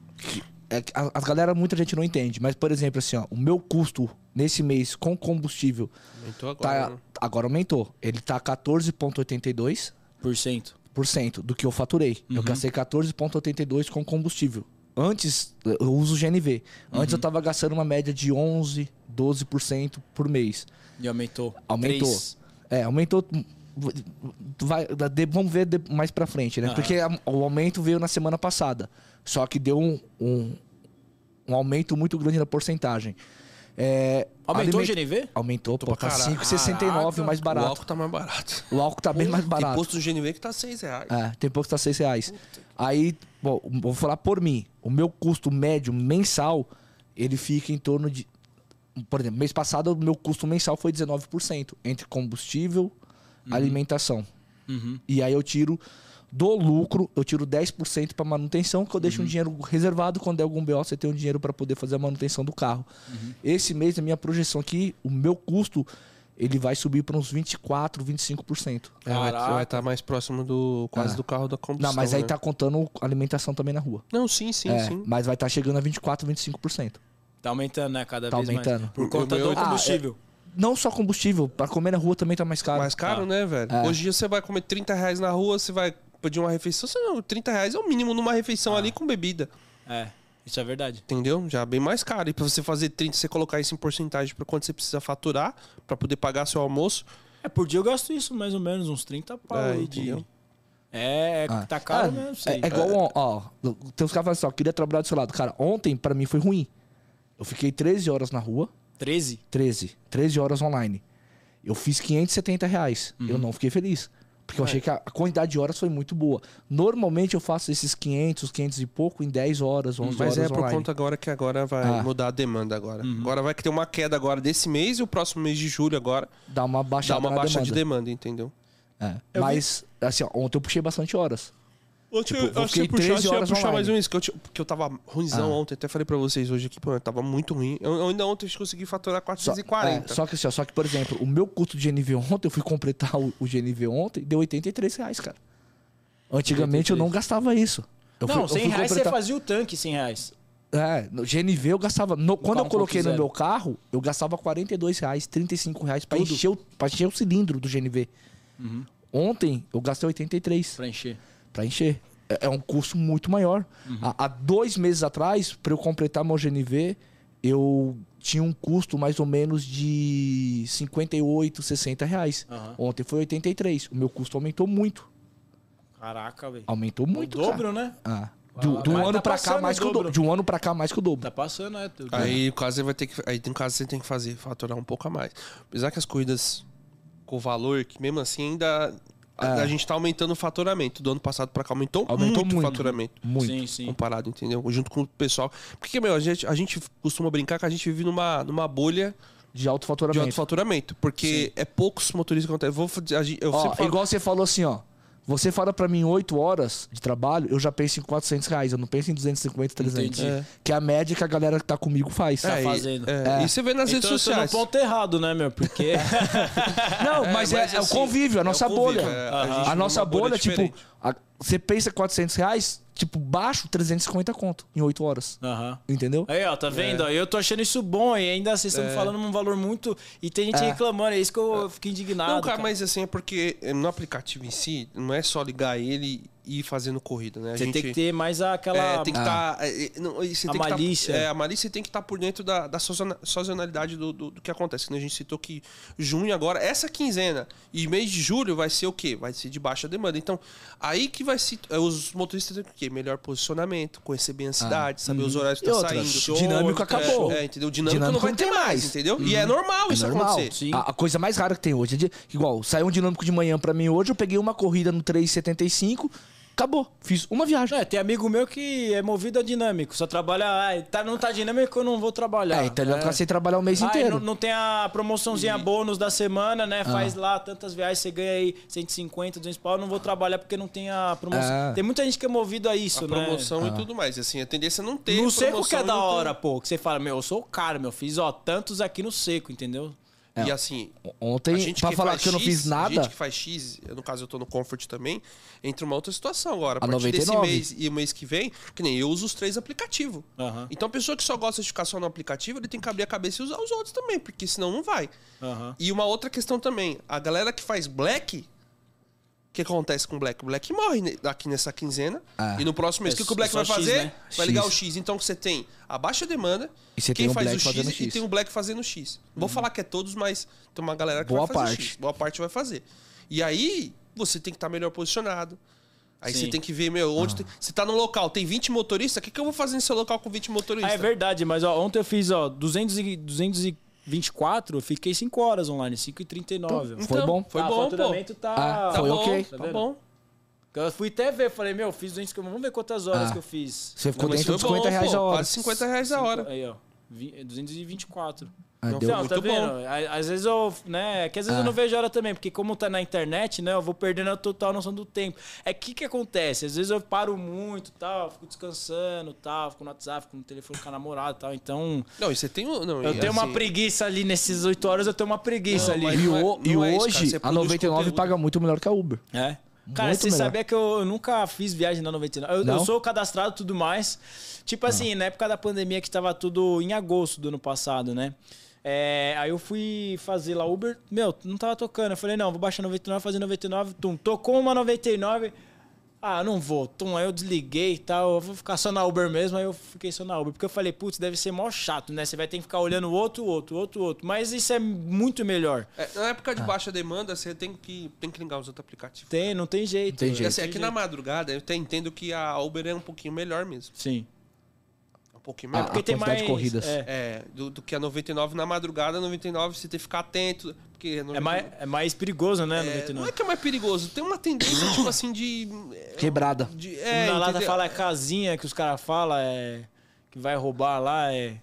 Speaker 2: É que a, a galera, muita gente não entende, mas por exemplo, assim, ó, o meu custo nesse mês com combustível
Speaker 1: Aumentou agora. né?
Speaker 2: tá, agora aumentou. Ele tá 14,82%
Speaker 3: Por cento.
Speaker 2: do que eu faturei. Eu gastei 14,82% com combustível. Antes, eu uso GNV. Antes eu tava gastando uma média de 11, 12% por mês.
Speaker 3: E aumentou.
Speaker 2: Aumentou.
Speaker 3: Três.
Speaker 2: É, aumentou. Vai, de- vamos ver de- mais pra frente, né?
Speaker 3: Aham.
Speaker 2: Porque a- o aumento veio na semana passada. Só que deu um, um, um aumento muito grande na porcentagem. É,
Speaker 3: Aumentou
Speaker 2: aliment-
Speaker 3: o GNV?
Speaker 2: Aumentou, pô, tá
Speaker 1: caralho.
Speaker 2: 5,69 mais
Speaker 1: O
Speaker 2: barato.
Speaker 1: álcool tá mais barato.
Speaker 2: O álcool tá bem mais
Speaker 1: Tem
Speaker 2: barato.
Speaker 1: posto do GNV que tá 6 reais.
Speaker 2: É, tem pouco que tá 6 reais. Aí, bom, vou falar por mim. O meu custo médio mensal, ele fica em torno de. Por exemplo, mês passado o meu custo mensal foi 19%, entre combustível, alimentação.
Speaker 3: Uhum.
Speaker 2: E aí eu tiro do lucro, eu tiro 10% para manutenção, que eu deixo um dinheiro reservado quando é algum BO, você tem um dinheiro para poder fazer a manutenção do carro. Esse mês a minha projeção aqui, o meu custo ele vai subir para uns 24, 25%.
Speaker 1: É, vai
Speaker 3: Caraca.
Speaker 1: estar mais próximo do quase
Speaker 2: Ah.
Speaker 1: do carro da combustão.
Speaker 2: Não, mas aí
Speaker 1: né?
Speaker 2: tá contando alimentação também na rua.
Speaker 1: Não, sim, sim,
Speaker 2: É,
Speaker 1: sim.
Speaker 2: mas vai estar chegando a 24, 25%.
Speaker 3: Tá aumentando, né? Cada
Speaker 2: Tá
Speaker 3: vez
Speaker 2: aumentando.
Speaker 3: mais. Por conta
Speaker 1: O meu- é-
Speaker 3: do combustível.
Speaker 2: Não só combustível, pra comer na rua também tá É. mais caro.
Speaker 1: Mais caro,
Speaker 3: tá.
Speaker 1: né, velho? Hoje em dia você vai comer 30 reais na rua, você vai pedir uma refeição. Você não, 30 reais é o mínimo numa
Speaker 2: Ah.
Speaker 1: refeição ali com bebida.
Speaker 3: é. isso é verdade.
Speaker 1: Entendeu? Já é bem mais caro. E pra você fazer 30, você colocar isso em porcentagem pra quanto você precisa faturar pra poder pagar seu almoço.
Speaker 3: É, por dia eu gasto isso, mais ou menos, uns 30 pau
Speaker 1: É,
Speaker 3: aí de.
Speaker 1: entendeu?
Speaker 3: É, é
Speaker 2: Ah.
Speaker 3: tá caro
Speaker 2: Ah,
Speaker 3: mesmo, sei.
Speaker 2: É, é igual, ó, ó, tem uns caras que falam assim, ó, queria trabalhar do seu lado. Cara, ontem pra mim foi ruim. Eu fiquei 13 horas na rua,
Speaker 3: 13?
Speaker 2: 13. 13 horas online. Eu fiz 570 reais.
Speaker 1: Uhum.
Speaker 2: Eu não fiquei feliz. Porque eu achei
Speaker 1: É.
Speaker 2: que a a quantidade de horas foi muito boa. Normalmente eu faço esses 500, 500 e pouco em 10 horas, 11
Speaker 1: Mas
Speaker 2: horas
Speaker 1: é por
Speaker 2: online.
Speaker 1: conta agora que agora vai
Speaker 2: Ah. Uhum.
Speaker 1: mudar a demanda agora. Agora vai que ter uma queda agora desse mês e o próximo mês de julho agora
Speaker 2: Dá uma baixada
Speaker 1: dá uma
Speaker 2: na
Speaker 1: baixa
Speaker 2: demanda.
Speaker 1: de demanda, entendeu?
Speaker 2: É. Mas, assim, ó, ontem eu puxei bastante horas.
Speaker 1: Ontem
Speaker 2: Tipo, eu
Speaker 1: eu, acho que se
Speaker 2: fiquei
Speaker 1: eu puxar,
Speaker 2: 13
Speaker 1: se eu ia
Speaker 2: horas
Speaker 1: puxar
Speaker 2: online.
Speaker 1: mais um isso, que eu, ti- porque eu tava ruimzão ontem, até falei pra vocês hoje aqui, pô, eu tava muito ruim. Eu, eu ainda ontem consegui faturar
Speaker 2: Só,
Speaker 1: 440.
Speaker 2: é, só que assim, ó, só que, por exemplo, o meu custo de GNV ontem, eu fui completar o, o GNV ontem, deu 83 reais, cara. Antigamente eu não gastava isso. Eu
Speaker 3: não, 100 reais você
Speaker 2: completar-
Speaker 3: fazia o tanque, 100 reais.
Speaker 2: É, no GNV eu gastava. no- quando eu
Speaker 3: carro
Speaker 2: coloquei no
Speaker 3: 1.0.
Speaker 2: meu carro, eu gastava 42 reais, 35 reais pra
Speaker 3: Tudo. Uhum.
Speaker 2: encher, o, pra encher o cilindro do GNV. Ontem eu gastei 83
Speaker 3: Pra encher.
Speaker 2: pra encher. É, é um custo muito maior.
Speaker 3: Uhum.
Speaker 2: Há, há dois meses atrás, pra eu completar meu GNV, eu tinha um custo mais ou menos de 58, 60 reais.
Speaker 3: Aham.
Speaker 2: Ontem foi 83. O meu custo aumentou muito.
Speaker 3: Caraca, velho.
Speaker 2: Aumentou muito,
Speaker 3: o dobro, né?
Speaker 2: cara. Ah, de, de um
Speaker 3: Mas tá
Speaker 2: ano pra cá,
Speaker 3: passando
Speaker 2: mais
Speaker 3: o
Speaker 2: que o dobro.
Speaker 3: dobro.
Speaker 2: De um ano pra cá, mais que o dobro.
Speaker 3: Tá passando, né? Tudo.
Speaker 1: Aí o caso você vai ter que. Aí no caso você tem que fazer, faturar um pouco a mais. Apesar que as corridas com valor, que mesmo assim ainda. A, a gente tá aumentando o faturamento. Do ano passado pra cá aumentou,
Speaker 2: Aumentou
Speaker 1: muito,
Speaker 2: muito.
Speaker 1: o faturamento.
Speaker 2: Muito.
Speaker 3: Sim, sim.
Speaker 1: Comparado, entendeu? Junto com o pessoal. Porque, meu, a gente, a gente costuma brincar que a gente vive numa, numa bolha
Speaker 2: De alto
Speaker 1: de
Speaker 2: faturamento.
Speaker 1: alto faturamento. Porque é poucos motoristas que acontecem. Vou, fazer- a gente- eu
Speaker 2: Ó,
Speaker 1: sempre falo,
Speaker 2: igual você falou assim, ó. Você fala pra mim 8 horas de trabalho, eu já penso em 400 reais. Eu não penso em 250, 300.
Speaker 3: Entendi.
Speaker 2: É. Que é a média que a galera que tá comigo faz.
Speaker 3: tá
Speaker 1: e-
Speaker 3: fazendo.
Speaker 1: é, E você vê nas
Speaker 3: Então
Speaker 1: redes
Speaker 3: eu tô no
Speaker 1: sociais.
Speaker 3: ponto errado, né, meu? Porque.
Speaker 2: Não, mas, é,
Speaker 1: mas
Speaker 2: é o
Speaker 1: assim,
Speaker 2: convívio, a
Speaker 1: é o
Speaker 2: nossa
Speaker 1: convívio,
Speaker 2: bolha.
Speaker 1: é, a gente
Speaker 2: a,
Speaker 1: vive
Speaker 2: nossa
Speaker 1: numa bolha
Speaker 2: bolha, tipo,
Speaker 1: diferente.
Speaker 2: a- você pensa 400 reais, tipo, baixo 350 conto em 8 horas.
Speaker 3: Aham.
Speaker 2: Entendeu?
Speaker 1: É
Speaker 3: Aí, ó, tá
Speaker 2: É.
Speaker 3: vendo? Aí Eu tô achando isso bom e ainda vocês estão falando um valor muito. E tem gente reclamando, é isso que eu fico indignado.
Speaker 1: Não, cara,
Speaker 3: cara.
Speaker 1: mas assim, é porque eh, no aplicativo em si, não é só ligar ele e ir fazendo corrida, né? A
Speaker 3: Você
Speaker 1: gente,
Speaker 3: tem que ter mais aquela.
Speaker 1: É, tem que estar.
Speaker 3: Ah. A malícia.
Speaker 1: é, a malícia tem que estar por dentro da, da sazona- sazonalidade do, do, do que acontece. Né? A gente citou que junho agora, essa quinzena e mês de julho vai ser o quê? Vai ser de baixa demanda. Então, aí que vai se. é, Os motoristas têm o quê? Melhor posicionamento, conhecer bem a cidade, saber os horários que
Speaker 2: E
Speaker 1: tá
Speaker 2: outra,
Speaker 1: saindo.
Speaker 2: show, dinâmico
Speaker 1: é,
Speaker 2: acabou.
Speaker 1: É, entendeu? Dinâmico,
Speaker 2: Dinâmico
Speaker 1: não vai
Speaker 2: não
Speaker 1: ter
Speaker 2: tem
Speaker 1: mais,
Speaker 2: mais.
Speaker 1: entendeu? E é normal
Speaker 2: É
Speaker 1: isso
Speaker 2: normal.
Speaker 1: acontecer.
Speaker 3: sim.
Speaker 2: A, a coisa mais rara que tem hoje é de- igual, saiu um dinâmico de manhã pra mim hoje, eu peguei uma corrida no 3,75, acabou. Fiz uma
Speaker 1: tá-
Speaker 2: viagem.
Speaker 3: É, tem amigo meu que é movido a dinâmico, só trabalha. Ah, tá, não tá dinâmico, eu não vou trabalhar.
Speaker 2: É, então ele vai ficar sem trabalhar o mês
Speaker 3: Ah, e
Speaker 2: inteiro. Ah.
Speaker 3: não, não tem a promoçãozinha bônus da semana, né? Faz lá tantas viagens, você ganha aí 150, 200 pau. Eu não vou trabalhar porque não tem a promoção.
Speaker 2: Ah.
Speaker 3: Tem muita gente que é movida a isso,
Speaker 1: A
Speaker 3: né?
Speaker 1: promoção e tudo mais. Assim, a tendência é não ter.
Speaker 3: No seco
Speaker 1: promoção
Speaker 3: que é
Speaker 1: e
Speaker 3: da
Speaker 1: não ter-
Speaker 3: hora, pô. Que você fala, meu, eu sou o cara, meu. Fiz, ó, tantos aqui no seco, entendeu?
Speaker 1: E assim,
Speaker 2: Ontem, pra falar
Speaker 1: faz
Speaker 2: que eu não
Speaker 1: X,
Speaker 2: fiz
Speaker 1: é A gente
Speaker 2: nada,
Speaker 1: que faz X, eu, no caso eu tô no Comfort também, entra uma outra situação agora. A
Speaker 2: A
Speaker 1: partir desse
Speaker 2: 99.
Speaker 1: mês e o mês que vem, que nem eu uso os três aplicativos.
Speaker 3: Aham.
Speaker 1: Então a pessoa que só gosta de ficar só no aplicativo, ele tem que abrir a cabeça e usar os outros também, porque senão não vai.
Speaker 3: Aham.
Speaker 1: E uma outra questão também, a galera que faz black, o que acontece com o black? O black morre ne- aqui nessa quinzena.
Speaker 2: Ah.
Speaker 1: E no próximo mês, o
Speaker 3: É
Speaker 1: que, que o black
Speaker 3: só
Speaker 1: vai
Speaker 3: X,
Speaker 1: fazer?
Speaker 3: né?
Speaker 1: Vai
Speaker 2: X.
Speaker 1: ligar o X. Então você tem a baixa demanda,
Speaker 2: E você
Speaker 1: quem
Speaker 2: tem o
Speaker 1: faz
Speaker 2: black
Speaker 1: o X,
Speaker 2: fazendo
Speaker 1: e
Speaker 2: X.
Speaker 1: tem o black fazendo X. Vou
Speaker 3: Uhum.
Speaker 1: falar que é todos, mas tem uma galera que
Speaker 2: Boa
Speaker 1: vai fazer
Speaker 2: parte.
Speaker 1: X. Boa parte vai fazer. E aí, você tem que estar melhor posicionado. Aí
Speaker 3: Sim.
Speaker 1: você tem que ver, meu,
Speaker 2: Ah.
Speaker 1: onde tem- você tá no local, tem 20 motoristas, o que, que eu vou fazer nesse local com 20 motoristas?
Speaker 3: Ah, é verdade, mas ó, ontem eu fiz, ó, 200 e, 224, eu fiquei 5 horas online, 5h39.
Speaker 2: Foi bom?
Speaker 1: Então, Foi
Speaker 3: ah,
Speaker 1: bom, pô.
Speaker 3: faturamento tá.
Speaker 2: Ah,
Speaker 1: Tá
Speaker 2: Foi
Speaker 1: bom,
Speaker 2: ok.
Speaker 1: Tá,
Speaker 3: Tá vendo?
Speaker 1: bom.
Speaker 3: Eu fui até ver, falei, meu, fiz 200 km, vamos ver quantas horas
Speaker 2: Ah.
Speaker 3: que eu fiz.
Speaker 2: você ficou
Speaker 1: Mas
Speaker 2: dentro
Speaker 1: foi
Speaker 2: dos 50 reais
Speaker 1: pô,
Speaker 2: a hora.
Speaker 1: Quase 50 reais a hora.
Speaker 3: Aí, ó, vi- 224.
Speaker 2: Ah,
Speaker 1: Não,
Speaker 2: deu-
Speaker 1: não,
Speaker 3: Então, tá
Speaker 1: muito
Speaker 3: vendo?
Speaker 1: bom.
Speaker 3: Á- Às vezes eu, né, que às vezes eu não vejo a hora também, porque como tá na internet, né, eu vou perdendo a total noção do tempo. É que que acontece? Às vezes eu paro muito, tal, fico descansando, tal, fico no WhatsApp, fico no telefone com a namorada, tal, então
Speaker 1: Não, e você tem um. Não,
Speaker 3: eu
Speaker 1: e
Speaker 3: tenho uma
Speaker 1: assim,
Speaker 3: preguiça ali nesses 8 horas, eu tenho uma preguiça
Speaker 1: Não,
Speaker 3: ali.
Speaker 1: mas
Speaker 2: E,
Speaker 1: não é-
Speaker 2: o- e
Speaker 1: não é isso, cara,
Speaker 2: hoje,
Speaker 1: você
Speaker 2: a
Speaker 1: produz
Speaker 2: 99
Speaker 1: conteúdo.
Speaker 2: paga muito melhor que a Uber.
Speaker 3: É. Cara,
Speaker 2: Muito
Speaker 3: você
Speaker 2: melhor.
Speaker 3: sabia que eu, eu nunca fiz viagem na 99. Eu, eu
Speaker 2: Não? Ah.
Speaker 3: sou cadastrado e tudo mais. Tipo assim, na época da pandemia que tava tudo em agosto do ano passado, né? É, aí eu fui fazer lá Uber, meu, não tava tocando. Eu falei, não, vou baixar 99, fazer 99, tum. Tocou uma 99. Ah, não vou, tum. Aí eu desliguei e tal. Eu vou ficar só na Uber mesmo. Aí eu fiquei só na Uber. Porque eu falei, putz, deve ser mó chato, né? Você vai ter que ficar olhando o outro, o outro, o outro, o outro. Mas isso é muito melhor.
Speaker 1: É, na época de baixa demanda, você tem que, tem que ligar os outros aplicativos.
Speaker 3: Tem, não tem jeito.
Speaker 2: Tem
Speaker 3: velho,
Speaker 1: E assim,
Speaker 3: tem
Speaker 1: aqui na
Speaker 3: jeito.
Speaker 1: madrugada, eu até entendo que a Uber é um pouquinho melhor mesmo.
Speaker 3: Sim.
Speaker 1: É um pouquinho
Speaker 2: Ah,
Speaker 1: melhor.
Speaker 2: porque a quantidade de corridas.
Speaker 3: É,
Speaker 1: É, do, do que a 99 na madrugada, 99 você tem que ficar atento. Porque a
Speaker 3: é
Speaker 1: 99
Speaker 3: mais, é mais perigoso, né?
Speaker 1: é,
Speaker 3: 99.
Speaker 1: não é que é mais perigoso, tem uma tendência, tipo assim, de.
Speaker 2: Quebrada.
Speaker 1: de é,
Speaker 3: na lata
Speaker 1: entendeu?
Speaker 3: fala é casinha que os caras falam, é. Que vai roubar lá, é.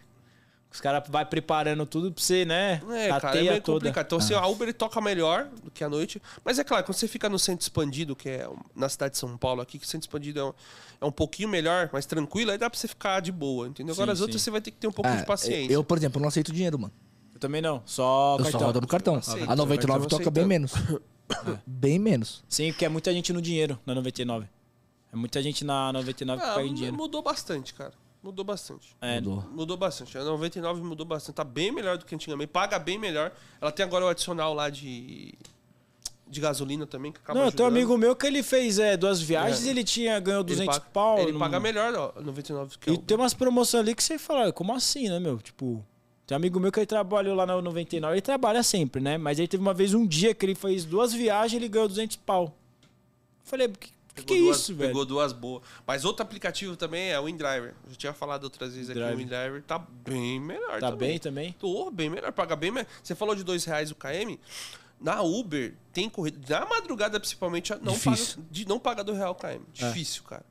Speaker 3: Os caras vai preparando tudo pra você, né?
Speaker 1: É,
Speaker 3: a
Speaker 1: cara, é
Speaker 3: teia
Speaker 1: meio
Speaker 3: toda. Ah.
Speaker 1: complicado. Então, assim, a Uber toca melhor do que à noite. Mas é claro, quando você fica no centro expandido, que é um- na cidade de São Paulo aqui, que o centro expandido é um, é um pouquinho melhor, mais tranquilo, aí dá pra você ficar de boa, entendeu? Agora
Speaker 3: Sim,
Speaker 1: as
Speaker 3: sim. Ah,
Speaker 1: outras você vai ter que ter um pouco de
Speaker 2: É,
Speaker 1: paciência.
Speaker 2: Eu, por exemplo, não aceito dinheiro, mano.
Speaker 3: Eu também não. Só
Speaker 2: Eu
Speaker 3: cartão.
Speaker 2: só rodo no cartão.
Speaker 1: aceito,
Speaker 2: a 99
Speaker 1: cartão É. eu
Speaker 2: toca bem
Speaker 1: aceito.
Speaker 2: menos. Bem menos.
Speaker 3: Sim, porque é muita gente no dinheiro na 99. É muita gente na 99 que
Speaker 1: Ah,
Speaker 3: pega em
Speaker 1: mu-
Speaker 3: dinheiro.
Speaker 1: mudou bastante, cara. Mudou bastante.
Speaker 3: É,
Speaker 2: Mudou.
Speaker 1: Mudou bastante. A 99 mudou bastante. Tá bem melhor do que antigamente. Paga bem melhor. Ela tem agora o adicional lá de. de gasolina também, que acaba
Speaker 3: Não, tem um
Speaker 1: ajudando.
Speaker 3: amigo meu que ele fez é, duas viagens
Speaker 1: É.
Speaker 3: e ele tinha ganhou 200
Speaker 1: ele paga,
Speaker 3: pau.
Speaker 1: Ele
Speaker 3: no-
Speaker 1: paga melhor, ó, 99 que é
Speaker 3: E
Speaker 1: o.
Speaker 3: tem umas promoções ali que você fala, como assim, né, meu? Tipo, tem um amigo meu que ele trabalhou lá na 99, ele trabalha sempre, né? Mas ele teve uma vez um dia que ele fez duas viagens e ele ganhou 200 pau. Eu Falei, o que, que, que é
Speaker 1: duas,
Speaker 3: isso, velho?
Speaker 1: Pegou duas boas. Mas outro aplicativo também é o InDriver. Eu já tinha falado outras vezes aqui, o
Speaker 3: Driver.
Speaker 1: InDriver tá bem melhor
Speaker 3: Tá
Speaker 1: também.
Speaker 3: bem também?
Speaker 1: Tô bem melhor, paga bem melhor. Você falou de dois reais o KM. Na Uber tem corrida. Na madrugada, principalmente, não
Speaker 2: Difícil.
Speaker 1: paga, de, não paga do real KM. Difícil, cara.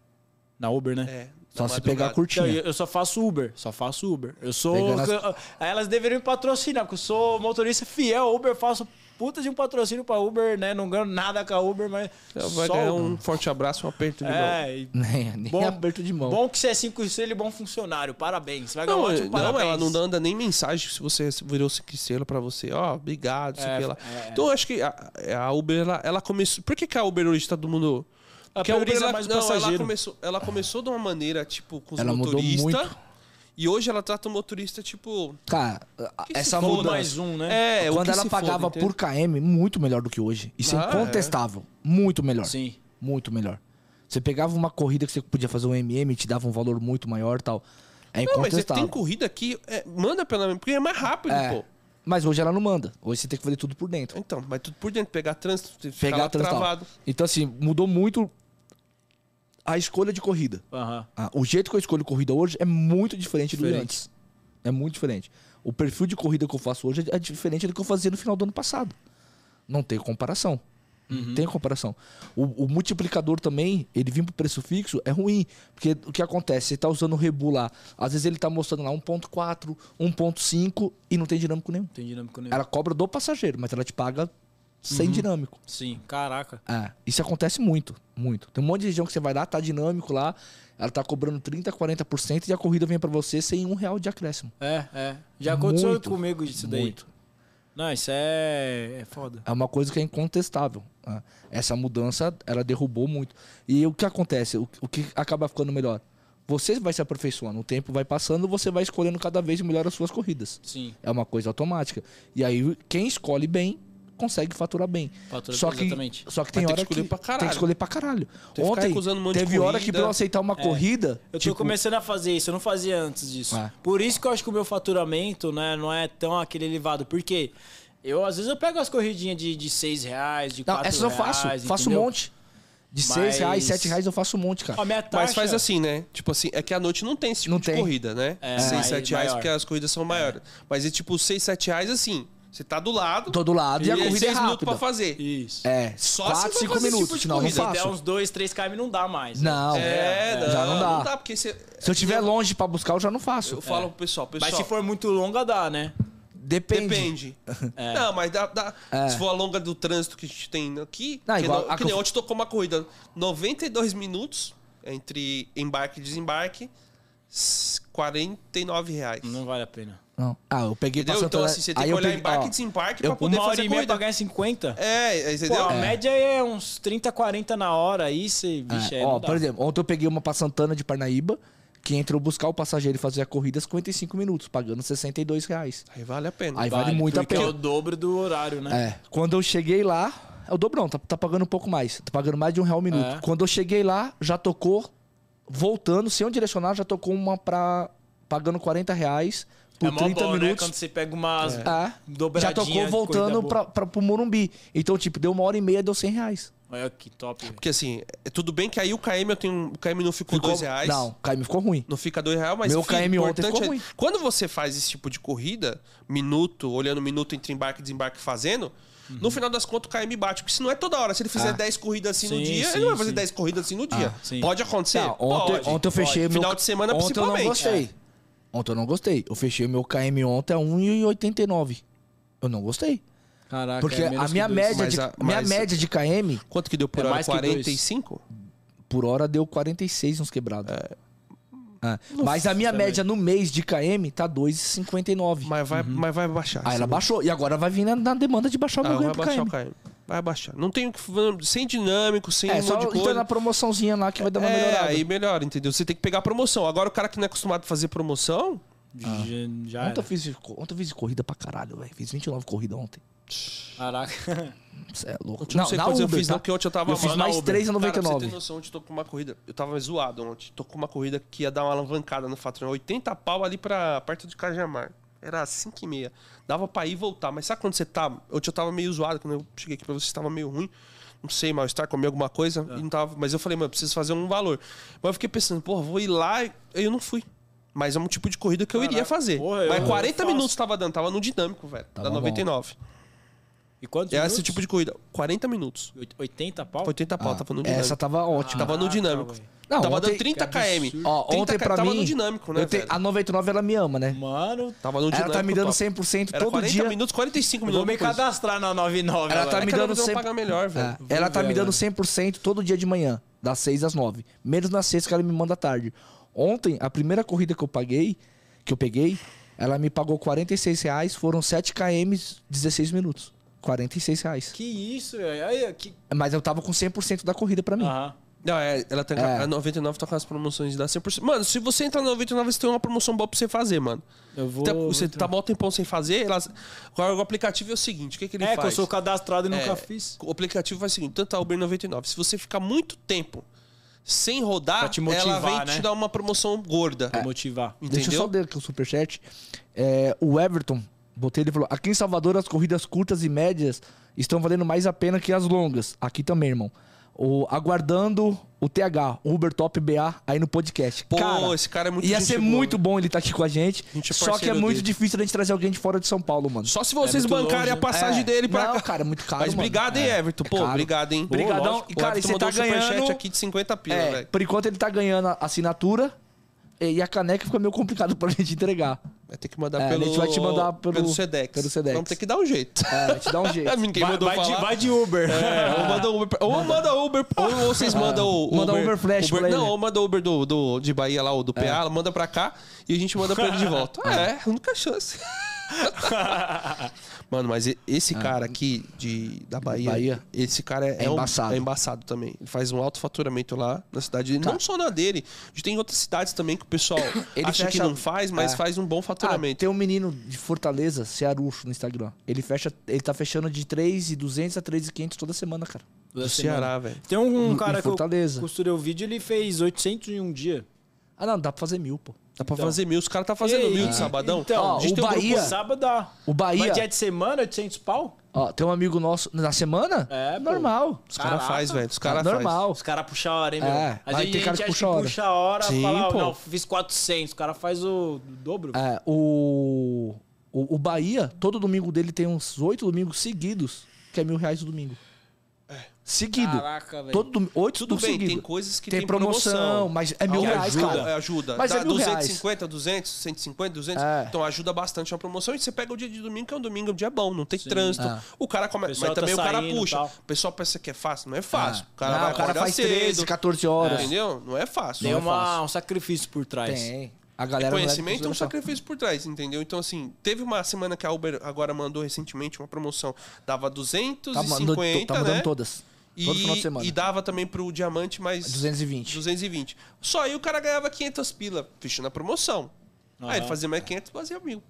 Speaker 3: Na Uber, né?
Speaker 1: É.
Speaker 2: Só
Speaker 1: na
Speaker 2: se pegar a
Speaker 1: madrugada.
Speaker 3: Então,
Speaker 2: curtinha.
Speaker 3: eu, eu só faço Uber, só faço Uber. Eu sou.
Speaker 2: Pegando as-
Speaker 3: eu- Aí elas deveriam me patrocinar, porque eu sou motorista fiel Uber, faço puta de um patrocínio pra Uber, né? Não ganho nada com a Uber, mas.
Speaker 1: Então vai
Speaker 3: só
Speaker 1: ganhar
Speaker 3: Uber.
Speaker 1: um forte abraço, um aperto de mão.
Speaker 3: É, e
Speaker 2: Nem, nem
Speaker 3: Bom-
Speaker 2: aperto de mão.
Speaker 3: bom que você é 5 estrelas e bom funcionário. Parabéns. Vai ganhar
Speaker 1: Não, é,
Speaker 3: um ótimo
Speaker 1: não,
Speaker 2: é,
Speaker 3: parabéns.
Speaker 1: ela não manda nem mensagem se você virou cinco estrelas pra você. Ó, obrigado, sei
Speaker 3: É,
Speaker 1: o que lá.
Speaker 3: é.
Speaker 1: Então eu acho que a, a Uber, ela, ela começou... Por que, que a Uber hoje tá todo mundo...
Speaker 3: Ela
Speaker 1: Porque a Uber,
Speaker 3: prioriza
Speaker 1: ela,
Speaker 3: mais o
Speaker 1: não, ela
Speaker 3: passageiro.
Speaker 1: começou, ela começou de uma maneira, tipo, com os
Speaker 2: Ela mudou
Speaker 1: motoristas.
Speaker 2: muito.
Speaker 1: E hoje ela trata o motorista, tipo...
Speaker 2: Cara, a-
Speaker 1: Que se
Speaker 2: essa
Speaker 1: foda.
Speaker 3: Ou
Speaker 2: mudança.
Speaker 3: mais um, né?
Speaker 1: É, o
Speaker 2: Quando
Speaker 1: que
Speaker 2: ela
Speaker 1: se
Speaker 2: pagava
Speaker 1: foda,
Speaker 2: por KM, muito melhor do que hoje. Isso
Speaker 1: Ah,
Speaker 2: é incontestável. Muito melhor.
Speaker 3: Sim.
Speaker 2: Muito melhor. Você pegava uma corrida que você podia fazer um MM, te dava um valor muito maior e tal.
Speaker 1: Não, mas é,
Speaker 2: É
Speaker 1: tem
Speaker 2: incontestável.
Speaker 1: corrida que é, manda pela... Porque é mais rápido,
Speaker 2: É.
Speaker 1: pô.
Speaker 2: Mas hoje ela não manda. Hoje você tem que fazer tudo por dentro.
Speaker 1: Então, mas tudo por dentro. Pegar trânsito, ficar
Speaker 2: Pegar
Speaker 1: lá
Speaker 2: a trans- tal.
Speaker 1: travado.
Speaker 2: Então, assim, mudou muito a escolha de corrida.
Speaker 3: Aham.
Speaker 2: Ah, o jeito que eu escolho corrida hoje é muito diferente, do
Speaker 3: Diferente.
Speaker 2: de antes. É muito diferente. O perfil de corrida que eu faço hoje é diferente do que eu fazia no final do ano passado. Não tem comparação. Não tem comparação. O, o multiplicador também, ele vir pro preço fixo, é ruim. Porque o que acontece? Você tá usando o Rebu lá. Às vezes ele tá mostrando lá 1.4, 1.5 e não tem dinâmico nenhum.
Speaker 3: Tem dinâmico nenhum.
Speaker 2: Ela cobra do passageiro, mas ela te paga sem
Speaker 3: Uhum.
Speaker 2: dinâmico.
Speaker 3: Sim, caraca.
Speaker 2: É, isso acontece muito, muito. Tem um monte de região que você vai lá, tá dinâmico lá, ela tá cobrando 30%, 40% e a corrida vem pra você sem um real de acréscimo.
Speaker 3: É, é. Já aconteceu
Speaker 2: Muito,
Speaker 3: comigo isso daí.
Speaker 2: muito.
Speaker 3: Não, isso é. É foda.
Speaker 2: É uma coisa que é incontestável. né? Essa mudança, ela derrubou muito. E o que acontece? O, o que acaba ficando melhor? Você vai se aperfeiçoando, o tempo vai passando, você vai escolhendo cada vez melhor as suas corridas.
Speaker 3: Sim.
Speaker 2: É uma coisa automática. E aí, quem escolhe bem, consegue faturar bem.
Speaker 3: Fatura
Speaker 2: Só que,
Speaker 3: exatamente.
Speaker 2: só
Speaker 1: Mas
Speaker 2: que tem
Speaker 1: tem que
Speaker 2: hora que,
Speaker 1: escolher pra caralho.
Speaker 2: tem que escolher pra caralho.
Speaker 1: que ficar
Speaker 2: Ontem,
Speaker 1: recusando um monte de
Speaker 2: teve hora que
Speaker 1: corrida. É.
Speaker 2: pra eu aceitar uma corrida...
Speaker 3: Eu tô
Speaker 2: tipo,
Speaker 3: começando a fazer isso, eu não fazia antes disso.
Speaker 2: Ah.
Speaker 3: Por isso que eu acho que o meu faturamento né, não é tão aquele elevado. Porque eu, às vezes, eu pego as corridinhas de, de 6 reais, de 4
Speaker 2: Não,
Speaker 3: reais.
Speaker 2: essas eu faço. faço um
Speaker 3: entendeu?
Speaker 2: monte. De
Speaker 3: Mas-
Speaker 2: 6 reais, 7 reais eu faço um monte, cara.
Speaker 3: Ó, minha taxa,
Speaker 1: Mas faz assim, né? Tipo assim, é que à noite não tem esse tipo
Speaker 2: Não
Speaker 1: de
Speaker 2: tem.
Speaker 1: corrida, né?
Speaker 3: É,
Speaker 1: 6,
Speaker 3: mas
Speaker 1: 7 reais,
Speaker 3: maior.
Speaker 1: porque as corridas são maiores. Mas é tipo 6, 7 reais assim. Você tá do lado.
Speaker 2: Tô do lado e a
Speaker 1: aí
Speaker 2: corrida é
Speaker 1: seis minutos pra
Speaker 2: rápida.
Speaker 1: fazer.
Speaker 3: Isso.
Speaker 2: É,
Speaker 1: Só
Speaker 2: 4,
Speaker 1: se for
Speaker 2: 5
Speaker 1: fazer esse
Speaker 2: minutos,
Speaker 1: tipo de
Speaker 2: senão eu não
Speaker 1: corrida,
Speaker 3: Até
Speaker 2: faço.
Speaker 3: uns 2, 3 km não dá mais. né?
Speaker 2: Não,
Speaker 1: É, não,
Speaker 2: já não dá.
Speaker 1: não dá, porque você.
Speaker 2: Se eu estiver longe pra buscar, eu já não faço. É,
Speaker 1: Eu falo pro pessoal, pessoal.
Speaker 3: Mas se for muito longa, dá, né?
Speaker 2: Depende.
Speaker 1: Depende.
Speaker 3: É.
Speaker 1: Não, mas dá, dá- se for a longa do trânsito que a gente tem aqui,
Speaker 2: É. Não,
Speaker 1: que,
Speaker 2: igual
Speaker 1: não-
Speaker 2: a
Speaker 1: que
Speaker 2: que
Speaker 1: nem
Speaker 2: eu-
Speaker 1: ontem tocou uma corrida, 92 minutos entre embarque e desembarque, s- 49 reais.
Speaker 3: Não vale a pena.
Speaker 2: Não. Ah, eu peguei
Speaker 1: Entendeu?
Speaker 2: pra Santa
Speaker 1: Então, assim, você tem que olhar embarque e desembarque pra poder
Speaker 3: Uma hora
Speaker 1: fazer
Speaker 3: e meia
Speaker 1: corrida.
Speaker 3: pra ganhar 50?
Speaker 1: É,
Speaker 3: Pô,
Speaker 1: entendeu?
Speaker 3: a média é uns 30, 40 na hora aí, você. Vixe, aí
Speaker 2: Ah, ó,
Speaker 3: não dá.
Speaker 2: por exemplo, ontem eu peguei uma pra Santana de Parnaíba, que entrou buscar o passageiro e fazer a corrida 55 minutos, pagando 62 reais.
Speaker 1: Aí vale a pena.
Speaker 2: Aí vale, muito a
Speaker 3: porque
Speaker 2: pena.
Speaker 3: é o dobro do horário, né?
Speaker 2: É. Quando eu cheguei lá. É o dobro, não, tá, tá pagando um pouco mais. Tá pagando mais de um real o minuto.
Speaker 3: É.
Speaker 2: Quando eu cheguei lá, já tocou, voltando, sem eu direcionar, já tocou uma pra. pagando 40 reais por
Speaker 3: É mó
Speaker 2: 30
Speaker 3: bom, né? Quando
Speaker 2: minutos.
Speaker 3: você pega umas
Speaker 2: Ah,
Speaker 3: dobradinhas.
Speaker 2: já tocou
Speaker 3: de corrida
Speaker 2: voltando
Speaker 3: boa.
Speaker 2: pra, pra, pro Morumbi. Então, tipo, deu uma hora e meia, deu 100 reais.
Speaker 3: Olha que top, velho.
Speaker 1: Porque assim, é tudo bem que aí o KM eu tenho. O KM não ficou, dois reais.
Speaker 2: Não, o KM ficou ruim.
Speaker 1: Não fica dois reais, mas
Speaker 2: Meu
Speaker 1: fica
Speaker 2: KM ontem
Speaker 1: importante
Speaker 2: ficou
Speaker 1: é-
Speaker 2: ruim.
Speaker 1: Quando você faz esse tipo de corrida, minuto, olhando minuto entre embarque e desembarque fazendo,
Speaker 3: Uhum.
Speaker 1: no final das contas o KM bate. Porque se não é toda hora, se ele fizer
Speaker 2: Ah.
Speaker 1: 10 corridas assim
Speaker 3: Sim,
Speaker 1: no dia,
Speaker 3: sim,
Speaker 1: ele não vai fazer
Speaker 3: sim. Ah,
Speaker 1: 10 corridas assim no dia.
Speaker 3: sim.
Speaker 1: Pode acontecer?
Speaker 2: Tá, ontem,
Speaker 1: Pode.
Speaker 2: ontem eu fechei o meu.
Speaker 1: Final de semana,
Speaker 2: ontem Eu não
Speaker 1: principalmente. É.
Speaker 2: gostei. Ontem eu não gostei. Eu fechei o meu KM ontem a 1,89. Eu não gostei.
Speaker 3: Caraca,
Speaker 2: Porque
Speaker 3: é
Speaker 2: a
Speaker 3: menos que
Speaker 2: minha
Speaker 3: dois.
Speaker 2: média,
Speaker 1: Mas
Speaker 2: de,
Speaker 1: a-
Speaker 2: minha
Speaker 1: mas-
Speaker 2: média de KM
Speaker 1: Quanto que deu por
Speaker 3: É
Speaker 1: hora?
Speaker 3: mais que dois.
Speaker 1: 45?
Speaker 2: por hora deu 46 uns quebrados.
Speaker 1: É.
Speaker 2: Ah, mas a minha
Speaker 3: também.
Speaker 2: média no mês de KM tá 2,59.
Speaker 1: Mas
Speaker 3: Uhum.
Speaker 1: vai, mas vai baixar.
Speaker 2: Aí Ah, ela
Speaker 1: Sim.
Speaker 2: baixou. E agora vai vir na, na demanda de baixar o
Speaker 1: Ah,
Speaker 2: meu
Speaker 1: vai
Speaker 2: ganho pro
Speaker 1: baixar
Speaker 2: KM.
Speaker 1: o KM. Vai baixar. Não tem o que. Sem dinâmico, sem
Speaker 2: É,
Speaker 1: um
Speaker 2: só
Speaker 1: monte de
Speaker 2: então
Speaker 1: coisa.
Speaker 2: na promoçãozinha lá que vai dar uma
Speaker 1: é,
Speaker 2: melhorada.
Speaker 1: aí melhora, entendeu? Você tem que pegar a promoção. Agora o cara que não é acostumado a fazer promoção,
Speaker 3: Já- Já
Speaker 2: Ontem eu,
Speaker 3: era.
Speaker 2: fiz, ontem eu fiz corrida pra caralho, velho. Fiz 29 corridas ontem.
Speaker 3: Caraca.
Speaker 2: Você é louco.
Speaker 1: Eu não, sei quantos Tipo, eu fiz,
Speaker 2: tá?
Speaker 1: não, porque ontem eu tava
Speaker 2: Eu fiz
Speaker 1: mal.
Speaker 2: mais
Speaker 1: Cara,
Speaker 2: 3,99.
Speaker 1: pra você ter noção, ontem eu tô com uma corrida. Eu tava zoado ontem. Tô com uma corrida que ia dar uma alavancada no faturão. 80 pau ali pra perto de Cajamar. Era 5 e meia. Dava pra ir e voltar. Mas sabe quando você tá. Ontem eu tava meio zoado. Quando eu cheguei aqui pra vocês, tava meio ruim. Não sei, mal-estar, comi alguma coisa. E não tava, mas eu falei, mano, eu preciso fazer um valor. Mas eu fiquei pensando, pô, vou ir lá. E eu não fui. Mas é um tipo de corrida que eu iria
Speaker 3: Caraca,
Speaker 1: fazer.
Speaker 3: porra, eu-
Speaker 1: mas
Speaker 3: eu
Speaker 1: 40
Speaker 3: faço.
Speaker 1: minutos tava dando, tava no dinâmico, velho.
Speaker 2: Tava
Speaker 1: da
Speaker 2: bom.
Speaker 1: 99.
Speaker 3: E quantos
Speaker 1: É esse
Speaker 3: minutos?
Speaker 1: tipo de corrida. 40 minutos.
Speaker 3: Oit- 80 pau?
Speaker 1: 80 pau, tava no dinâmico.
Speaker 2: Ah, Essa tá tava ótima.
Speaker 1: Tava no
Speaker 3: Caraca,
Speaker 1: dinâmico.
Speaker 3: velho.
Speaker 2: Não,
Speaker 1: tava
Speaker 2: ontem- é
Speaker 1: dando 30
Speaker 3: que absurdo.
Speaker 1: km.
Speaker 2: Ó,
Speaker 1: 30
Speaker 2: ontem
Speaker 1: km
Speaker 2: pra
Speaker 1: tava
Speaker 2: mim.
Speaker 1: no dinâmico, né,
Speaker 2: eu tenho-
Speaker 1: velho?
Speaker 2: a 99 ela me ama, né?
Speaker 3: Mano,
Speaker 1: Tava no
Speaker 2: Ela
Speaker 1: dinâmico.
Speaker 2: tá me dando
Speaker 1: top.
Speaker 2: 100%
Speaker 1: Era
Speaker 2: todo
Speaker 1: 40
Speaker 2: dia.
Speaker 1: minutos, 45
Speaker 3: eu vou
Speaker 1: minutos.
Speaker 3: me
Speaker 1: depois.
Speaker 3: cadastrar na 99
Speaker 2: Ela
Speaker 3: agora.
Speaker 2: tá me
Speaker 1: Cada
Speaker 2: dando
Speaker 1: vez eu vou
Speaker 2: 100%.
Speaker 1: pagar melhor, velho.
Speaker 2: É, ela tá
Speaker 3: ver,
Speaker 2: me dando
Speaker 3: né?
Speaker 2: 100% todo dia de manhã, das 6 às 9. Menos na sexta que ela me manda à tarde. Ontem, a primeira corrida que eu paguei, que eu peguei, ela me pagou 46 reais, foram 7 km, 16 minutos. 46 reais.
Speaker 3: Que isso, velho. Aí, que...
Speaker 2: Mas eu tava com 100% da corrida pra mim.
Speaker 3: Aham.
Speaker 1: Não, é, ela tá,
Speaker 2: É.
Speaker 1: A 99 tá com as promoções da 100%. Mano, se você entrar na 99, você tem uma promoção boa pra você fazer, mano.
Speaker 3: Eu vou...
Speaker 1: Tá- você tá mal tempão sem fazer. Elas... Agora, o aplicativo é o seguinte: o que, que ele
Speaker 3: É, que eu
Speaker 1: faz?
Speaker 3: sou cadastrado e nunca
Speaker 1: É.
Speaker 3: fiz.
Speaker 1: O aplicativo faz o seguinte: tanto a Uber 99, se você ficar muito tempo sem rodar,
Speaker 3: Pra te motivar,
Speaker 1: ela vem
Speaker 3: né? É.
Speaker 1: te dar uma promoção gorda.
Speaker 2: É.
Speaker 3: Pra motivar.
Speaker 1: Entendeu?
Speaker 2: Deixa eu só ler aqui o superchat. É, o Everton, botei ele e falou: aqui em Salvador as corridas curtas e médias estão valendo mais a pena que as longas. Aqui também, irmão. O, aguardando o TH, o Uber Top BA, aí no podcast.
Speaker 1: Pô,
Speaker 2: cara,
Speaker 1: esse cara é muito
Speaker 2: Ia
Speaker 1: gente
Speaker 2: ser
Speaker 1: boa.
Speaker 2: muito bom ele estar aqui com a gente.
Speaker 1: Gente, é
Speaker 2: só que é
Speaker 1: parceiro
Speaker 2: muito
Speaker 1: dele.
Speaker 2: difícil a gente trazer alguém de fora de São Paulo, mano.
Speaker 1: Só se vocês
Speaker 3: É muito
Speaker 1: bancarem
Speaker 3: longe,
Speaker 1: a
Speaker 3: né?
Speaker 1: passagem
Speaker 2: É.
Speaker 1: dele pra
Speaker 2: Não,
Speaker 1: cá.
Speaker 2: cara, é muito caro.
Speaker 1: Mas
Speaker 2: mano. É.
Speaker 1: obrigado, hein, Everton? É Pô,
Speaker 2: caro.
Speaker 1: obrigado, hein?
Speaker 2: Obrigadão.
Speaker 1: lógico.
Speaker 2: E,
Speaker 1: O
Speaker 2: cara,
Speaker 1: Everton
Speaker 2: você
Speaker 1: mandou
Speaker 2: tá ganhando-
Speaker 1: aqui de 50 pila,
Speaker 2: É,
Speaker 1: velho.
Speaker 2: por enquanto ele tá ganhando a assinatura e e a caneca fica meio complicado pra gente entregar.
Speaker 1: Vai ter que mandar
Speaker 2: É, a
Speaker 1: pelo...
Speaker 2: gente vai te mandar pelo-
Speaker 1: Sedex.
Speaker 2: pelo Sedex.
Speaker 1: Vamos ter que dar um jeito.
Speaker 2: É, a gente dá um jeito.
Speaker 1: Ninguém
Speaker 3: Vai,
Speaker 1: mandou
Speaker 3: vai de,
Speaker 1: falar.
Speaker 3: vai de Uber.
Speaker 1: É, ou manda Uber, pra- ou manda Uber, ou vocês mandam o
Speaker 2: Manda Uber Flash
Speaker 1: Uber-
Speaker 2: pra ele.
Speaker 1: não, ou manda Uber do, do, de Bahia lá, ou do PA, manda pra cá e a gente manda pra ele de volta. É, única chance. Mano, mas e- esse cara aqui Ah. de, da Bahia,
Speaker 2: Bahia.
Speaker 1: esse cara é,
Speaker 2: É
Speaker 1: um-
Speaker 2: embaçado.
Speaker 1: é embaçado Tá. também. Ele faz um alto faturamento lá na cidade dele. Não só na dele, a gente tem outras cidades também que o pessoal
Speaker 2: Ele
Speaker 1: acha que
Speaker 2: fecha-
Speaker 1: não faz, mas
Speaker 2: É.
Speaker 1: faz um bom
Speaker 2: Ah,
Speaker 1: faturamento.
Speaker 2: tem um menino de Fortaleza, Cearucho, no Instagram. Ele fecha, ele tá fechando de 3,200 a 3,500 toda semana, cara.
Speaker 1: do Ceará, velho.
Speaker 3: Tem um,
Speaker 2: Em-
Speaker 3: cara
Speaker 2: em
Speaker 3: que eu
Speaker 2: Fortaleza.
Speaker 3: costurei o vídeo, ele fez 800 em um dia.
Speaker 2: Ah, não, dá pra fazer mil, pô.
Speaker 1: Dá pra
Speaker 3: Então.
Speaker 1: fazer mil. Os caras tá fazendo
Speaker 3: Ei,
Speaker 1: mil de sabadão.
Speaker 3: Então,
Speaker 2: Ó,
Speaker 1: a gente
Speaker 2: o
Speaker 1: tem um grupo-
Speaker 2: Bahia-
Speaker 3: sábado dá.
Speaker 2: O Bahia,
Speaker 3: Mas
Speaker 1: é-
Speaker 3: dia de semana, 800 pau?
Speaker 2: ó, tem um amigo nosso na semana?
Speaker 3: É, pô.
Speaker 2: normal.
Speaker 1: Os caras
Speaker 3: Caraca.
Speaker 1: faz, velho. Os caras faz.
Speaker 2: normal.
Speaker 3: Os caras puxam a hora, hein, meu?
Speaker 2: É,
Speaker 3: Às
Speaker 2: vai
Speaker 3: vezes
Speaker 2: ter
Speaker 3: a
Speaker 2: cara
Speaker 3: gente
Speaker 2: que
Speaker 3: acha
Speaker 2: puxa a hora.
Speaker 3: puxa a hora,
Speaker 1: Sim,
Speaker 3: fala,
Speaker 1: pô.
Speaker 3: não, fiz 400. O cara faz o dobro.
Speaker 2: É, o, o o Bahia, todo domingo dele tem uns oito domingos seguidos, que é mil reais o domingo. Seguido.
Speaker 3: Caraca, velho.
Speaker 2: Todo domingo, oito
Speaker 1: É. Tudo
Speaker 2: domingos
Speaker 1: bem,
Speaker 2: seguidos.
Speaker 1: tem coisas que
Speaker 2: Tem
Speaker 1: tem,
Speaker 2: promoção,
Speaker 1: promoção,
Speaker 2: mas é mil
Speaker 1: Que
Speaker 2: reais,
Speaker 1: ajuda,
Speaker 2: cara.
Speaker 1: é, ajuda.
Speaker 2: Mas
Speaker 1: Dá
Speaker 2: é mil
Speaker 1: 250, 200, 150, 200.
Speaker 2: É.
Speaker 1: Então ajuda bastante uma promoção. E você pega o dia de domingo, que é um domingo, é um dia bom, não tem trânsito.
Speaker 2: É.
Speaker 1: O cara começa.
Speaker 3: pessoal
Speaker 1: Mas
Speaker 3: tá
Speaker 1: também o cara
Speaker 3: saindo e
Speaker 1: puxa.
Speaker 3: tal.
Speaker 1: O pessoal pensa que é fácil. Não é fácil. O cara
Speaker 2: Não,
Speaker 1: vai
Speaker 2: o cara
Speaker 1: acordar
Speaker 2: faz
Speaker 1: cedo.
Speaker 2: 13, 14 horas.
Speaker 1: Entendeu? Não é fácil.
Speaker 3: Tem
Speaker 2: Não é
Speaker 3: uma-
Speaker 2: fácil.
Speaker 3: um sacrifício por trás.
Speaker 2: Tem. A galera não leva em
Speaker 1: Conhecimento é um
Speaker 2: consideração.
Speaker 1: sacrifício por trás, entendeu? Então, assim, teve uma semana que a Uber agora mandou recentemente uma promoção. Dava 250,
Speaker 2: Tá mandando, tá mandando
Speaker 1: né?
Speaker 2: todas.
Speaker 1: E,
Speaker 2: Todo final de semana.
Speaker 1: e dava também pro diamante mais
Speaker 2: 220.
Speaker 1: 220. Só aí o cara ganhava 500 pila, fechando a promoção.
Speaker 3: Aham.
Speaker 1: Aí ele fazia mais 500, fazia mil.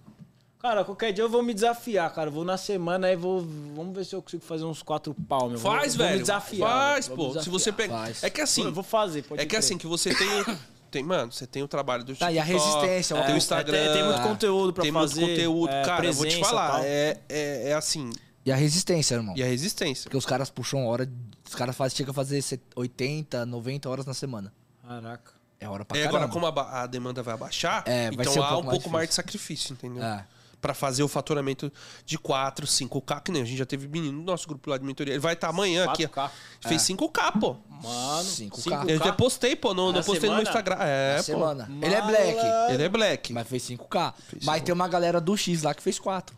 Speaker 3: Cara, qualquer dia eu vou me desafiar, cara. Eu Vou na semana aí vou. Vamos ver se eu consigo fazer uns quatro pau, meu.
Speaker 1: Faz,
Speaker 3: vou, Vou
Speaker 1: velho.
Speaker 3: me desafiar.
Speaker 1: Faz,
Speaker 3: vou
Speaker 1: pô.
Speaker 3: me
Speaker 1: Se
Speaker 3: desafiar.
Speaker 1: você pegar.
Speaker 2: Faz.
Speaker 1: É que assim.
Speaker 3: Eu vou fazer, pode
Speaker 1: é que
Speaker 3: crer.
Speaker 1: assim, que você tem o. Tem, mano, você tem o trabalho do
Speaker 2: Ah,
Speaker 1: TikTok.
Speaker 2: e a resistência, ó.
Speaker 1: tem
Speaker 2: É,
Speaker 1: o Instagram.
Speaker 3: tem- tem muito
Speaker 1: ah,
Speaker 3: conteúdo pra
Speaker 1: tem
Speaker 3: fazer,
Speaker 1: muito conteúdo.
Speaker 3: é,
Speaker 1: cara, eu vou te
Speaker 3: presença,
Speaker 1: falar.
Speaker 3: tal.
Speaker 1: É, é, é assim.
Speaker 2: E a resistência, irmão.
Speaker 1: E a resistência.
Speaker 2: Porque os caras puxam hora. Os caras faz, chegam a fazer set- 80, 90 horas na semana.
Speaker 3: Caraca.
Speaker 2: É hora pra
Speaker 1: É,
Speaker 2: caramba.
Speaker 1: agora, como a, ba- a demanda vai abaixar,
Speaker 2: É, vai
Speaker 1: então
Speaker 2: ser um
Speaker 1: há
Speaker 2: pouco
Speaker 1: um
Speaker 2: mais
Speaker 1: pouco mais de sacrifício, entendeu?
Speaker 2: É.
Speaker 1: Pra fazer o faturamento de 4, 5K, que nem a gente já teve menino no nosso grupo lá de mentoria. Ele vai estar amanhã aqui. ó.
Speaker 3: 4K.
Speaker 1: Fez 5K, pô.
Speaker 3: Mano,
Speaker 2: 5K.
Speaker 1: Eu até postei, pô, no,
Speaker 4: Na
Speaker 1: não postei no meu
Speaker 4: semana?
Speaker 1: Instagram. É,
Speaker 2: na
Speaker 1: pô.
Speaker 2: semana. Ele é black.
Speaker 1: Ele é black.
Speaker 2: Mas fez 5K. mas tem uma galera do X lá que fez 4.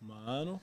Speaker 3: Mano.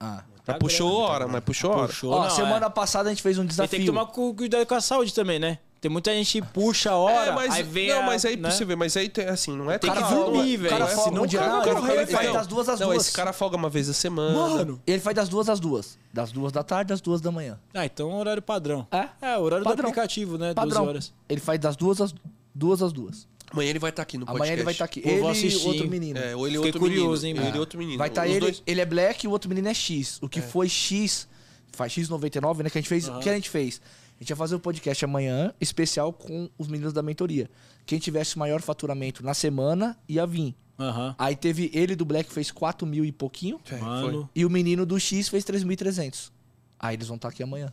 Speaker 2: Ah.
Speaker 1: Mas puxou hora, mas puxou hora.
Speaker 3: Puxou,
Speaker 2: Ó,
Speaker 3: não,
Speaker 2: semana
Speaker 3: é.
Speaker 2: passada a gente fez um
Speaker 3: E
Speaker 2: desafio.
Speaker 3: tem que tomar cu- cuidado com a saúde também, né? Tem muita gente que puxa a hora,
Speaker 1: É, mas,
Speaker 3: aí vem
Speaker 1: não,
Speaker 3: a,
Speaker 1: mas aí
Speaker 3: né?
Speaker 1: você vê, mas aí tem- assim, não é
Speaker 3: Tem que
Speaker 1: toda hora,
Speaker 3: dormir,
Speaker 1: não é-
Speaker 3: velho.
Speaker 1: não é-
Speaker 2: Senão
Speaker 1: não,
Speaker 2: o cara
Speaker 1: não,
Speaker 2: corre,
Speaker 1: não,
Speaker 2: ele faz
Speaker 1: não.
Speaker 2: das duas às
Speaker 1: Não,
Speaker 2: duas.
Speaker 1: esse cara folga uma vez a semana.
Speaker 3: Mano.
Speaker 2: Ele faz das duas às duas. Das duas da tarde às duas da manhã.
Speaker 3: Ah, então é um horário padrão.
Speaker 2: É?
Speaker 3: É, o horário do
Speaker 2: Padrão.
Speaker 3: aplicativo,
Speaker 1: é
Speaker 3: né? 12
Speaker 2: Padrão.
Speaker 3: horas.
Speaker 2: Ele faz das duas às duas às duas.
Speaker 1: Amanhã ele vai estar aqui no podcast.
Speaker 2: Amanhã ele vai estar aqui.
Speaker 3: Pô,
Speaker 2: ele
Speaker 3: vou assistir,
Speaker 2: e outro
Speaker 3: hein?
Speaker 2: menino.
Speaker 1: É, ou ele é
Speaker 3: Fiquei
Speaker 1: outro
Speaker 3: curioso,
Speaker 1: menino.
Speaker 3: hein,
Speaker 1: Ele
Speaker 3: mano.
Speaker 1: é outro menino.
Speaker 2: Vai estar
Speaker 1: Os
Speaker 2: ele,
Speaker 1: dois-
Speaker 2: ele é black e o outro menino é X. O que foi X, faz X99, né? Que a gente fez, o que a gente fez? A gente ia fazer um podcast amanhã, especial com os meninos da mentoria. Quem tivesse o maior faturamento na semana ia vir.
Speaker 3: Aham.
Speaker 2: Aí teve ele do Black fez 4 mil e pouquinho.
Speaker 1: É, foi.
Speaker 3: Mano,
Speaker 2: E o menino do X fez 3.300. Aí eles vão estar aqui amanhã.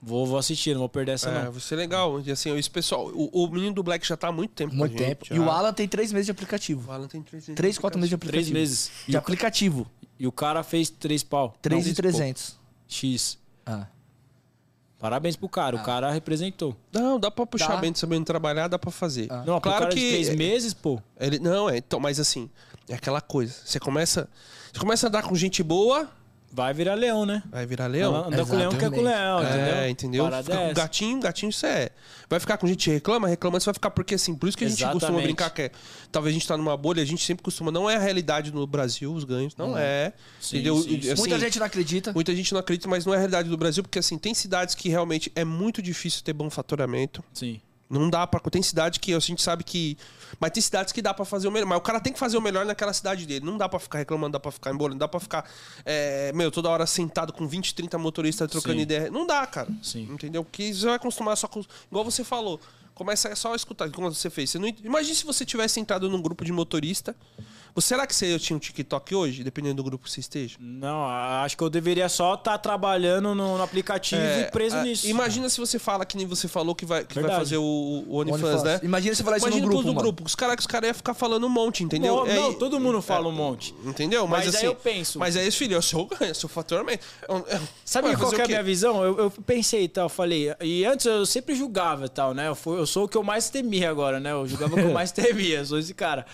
Speaker 3: vou, vou assistir, não vou perder essa
Speaker 1: É,
Speaker 3: não.
Speaker 1: vai ser legal. E assim, esse pessoal, o, o menino do Black já tá há muito tempo. com a
Speaker 2: Muito
Speaker 1: gente, ah.
Speaker 2: tempo.
Speaker 1: já.
Speaker 2: E o Alan tem 3 meses de
Speaker 1: O
Speaker 2: aplicativo.
Speaker 1: Alan tem três,
Speaker 2: 3, 4 meses de aplicativo.
Speaker 3: Três meses. E,
Speaker 2: De
Speaker 3: o,
Speaker 2: aplicativo.
Speaker 3: e o cara fez três pau. Não,
Speaker 1: tipo,
Speaker 2: 3.300.
Speaker 3: X.
Speaker 2: Ah.
Speaker 3: Parabéns pro
Speaker 1: Ah.
Speaker 3: cara, o cara representou.
Speaker 1: Não, dá pra puxar
Speaker 2: Dá. Ah.
Speaker 1: bem, sabendo trabalhar, dá pra fazer.
Speaker 3: Não, pro
Speaker 1: claro
Speaker 3: cara de
Speaker 1: que- é-
Speaker 3: três meses, pô.
Speaker 1: Ele, não, é, então, mas assim, é aquela coisa. Você começa, você começa a andar com gente boa,
Speaker 3: Vai virar leão, né?
Speaker 1: vai virar leão.
Speaker 3: Anda com leão que é com leão, entendeu?
Speaker 1: É, entendeu?
Speaker 3: Parada
Speaker 1: Fica
Speaker 3: é
Speaker 1: com
Speaker 3: essa.
Speaker 1: gatinho, gatinho você é. Vai ficar com gente que reclama, reclama, você vai ficar porque assim, por isso que a gente costuma
Speaker 3: Exatamente.
Speaker 1: brincar que é, talvez a gente tá numa bolha, a gente sempre costuma, não é a realidade no Brasil os ganhos, não é.
Speaker 3: Uhum. Sim,
Speaker 1: entendeu?
Speaker 3: sim,
Speaker 1: E, assim,
Speaker 2: Muita gente não acredita.
Speaker 1: muita gente não acredita, mas não é a realidade do Brasil, porque assim, tem cidades que realmente é muito difícil ter bom faturamento.
Speaker 3: Sim.
Speaker 1: Não dá pra. Tem cidade que a gente sabe que. Mas tem cidades que dá pra fazer o melhor. Mas o cara tem que fazer o melhor naquela cidade dele. Não dá pra ficar reclamando, dá pra ficar embolando, não dá pra ficar. é, meu, toda hora sentado com 20, 30 motoristas trocando
Speaker 3: Sim.
Speaker 1: ideia. Não dá, cara.
Speaker 3: Sim.
Speaker 1: Entendeu? Porque você vai acostumar só com. Igual você falou. Começa só a escutar, como você fez. Você não... Imagina se você tivesse entrado num grupo de motorista. Você- Será que você tinha um TikTok hoje, dependendo do grupo que você esteja?
Speaker 3: Não, a- acho que eu deveria só estar trabalhando no, no aplicativo
Speaker 1: É,
Speaker 3: e preso
Speaker 1: ah,
Speaker 3: nisso.
Speaker 1: Imagina se você fala que nem você falou que vai, que vai
Speaker 3: Verdade.
Speaker 1: fazer o, o OnlyFans,
Speaker 2: OnlyFans.
Speaker 1: né?
Speaker 2: Imagina você falar isso
Speaker 1: Imagina
Speaker 2: no grupo,
Speaker 1: todos no
Speaker 2: mano.
Speaker 1: grupo. Os caras os cara iam ficar falando um monte, entendeu?
Speaker 3: Não,
Speaker 1: É,
Speaker 3: não,
Speaker 1: e-
Speaker 3: todo mundo fala um monte.
Speaker 1: Entendeu? Mas,
Speaker 3: Mas aí
Speaker 1: assim,
Speaker 3: eu penso.
Speaker 1: Mas aí, filho, é o seu ganho, é o seu faturamento. É um- é um-
Speaker 3: Sabe
Speaker 1: Vai
Speaker 3: qual
Speaker 1: fazer
Speaker 3: que
Speaker 1: o
Speaker 3: é a
Speaker 1: quê?
Speaker 3: minha visão? Eu, eu pensei e tal, falei. E antes eu sempre julgava e tal, né? Eu, fui- eu sou o que eu mais temia agora, né? Eu julgava o que eu mais temia, eu sou esse cara.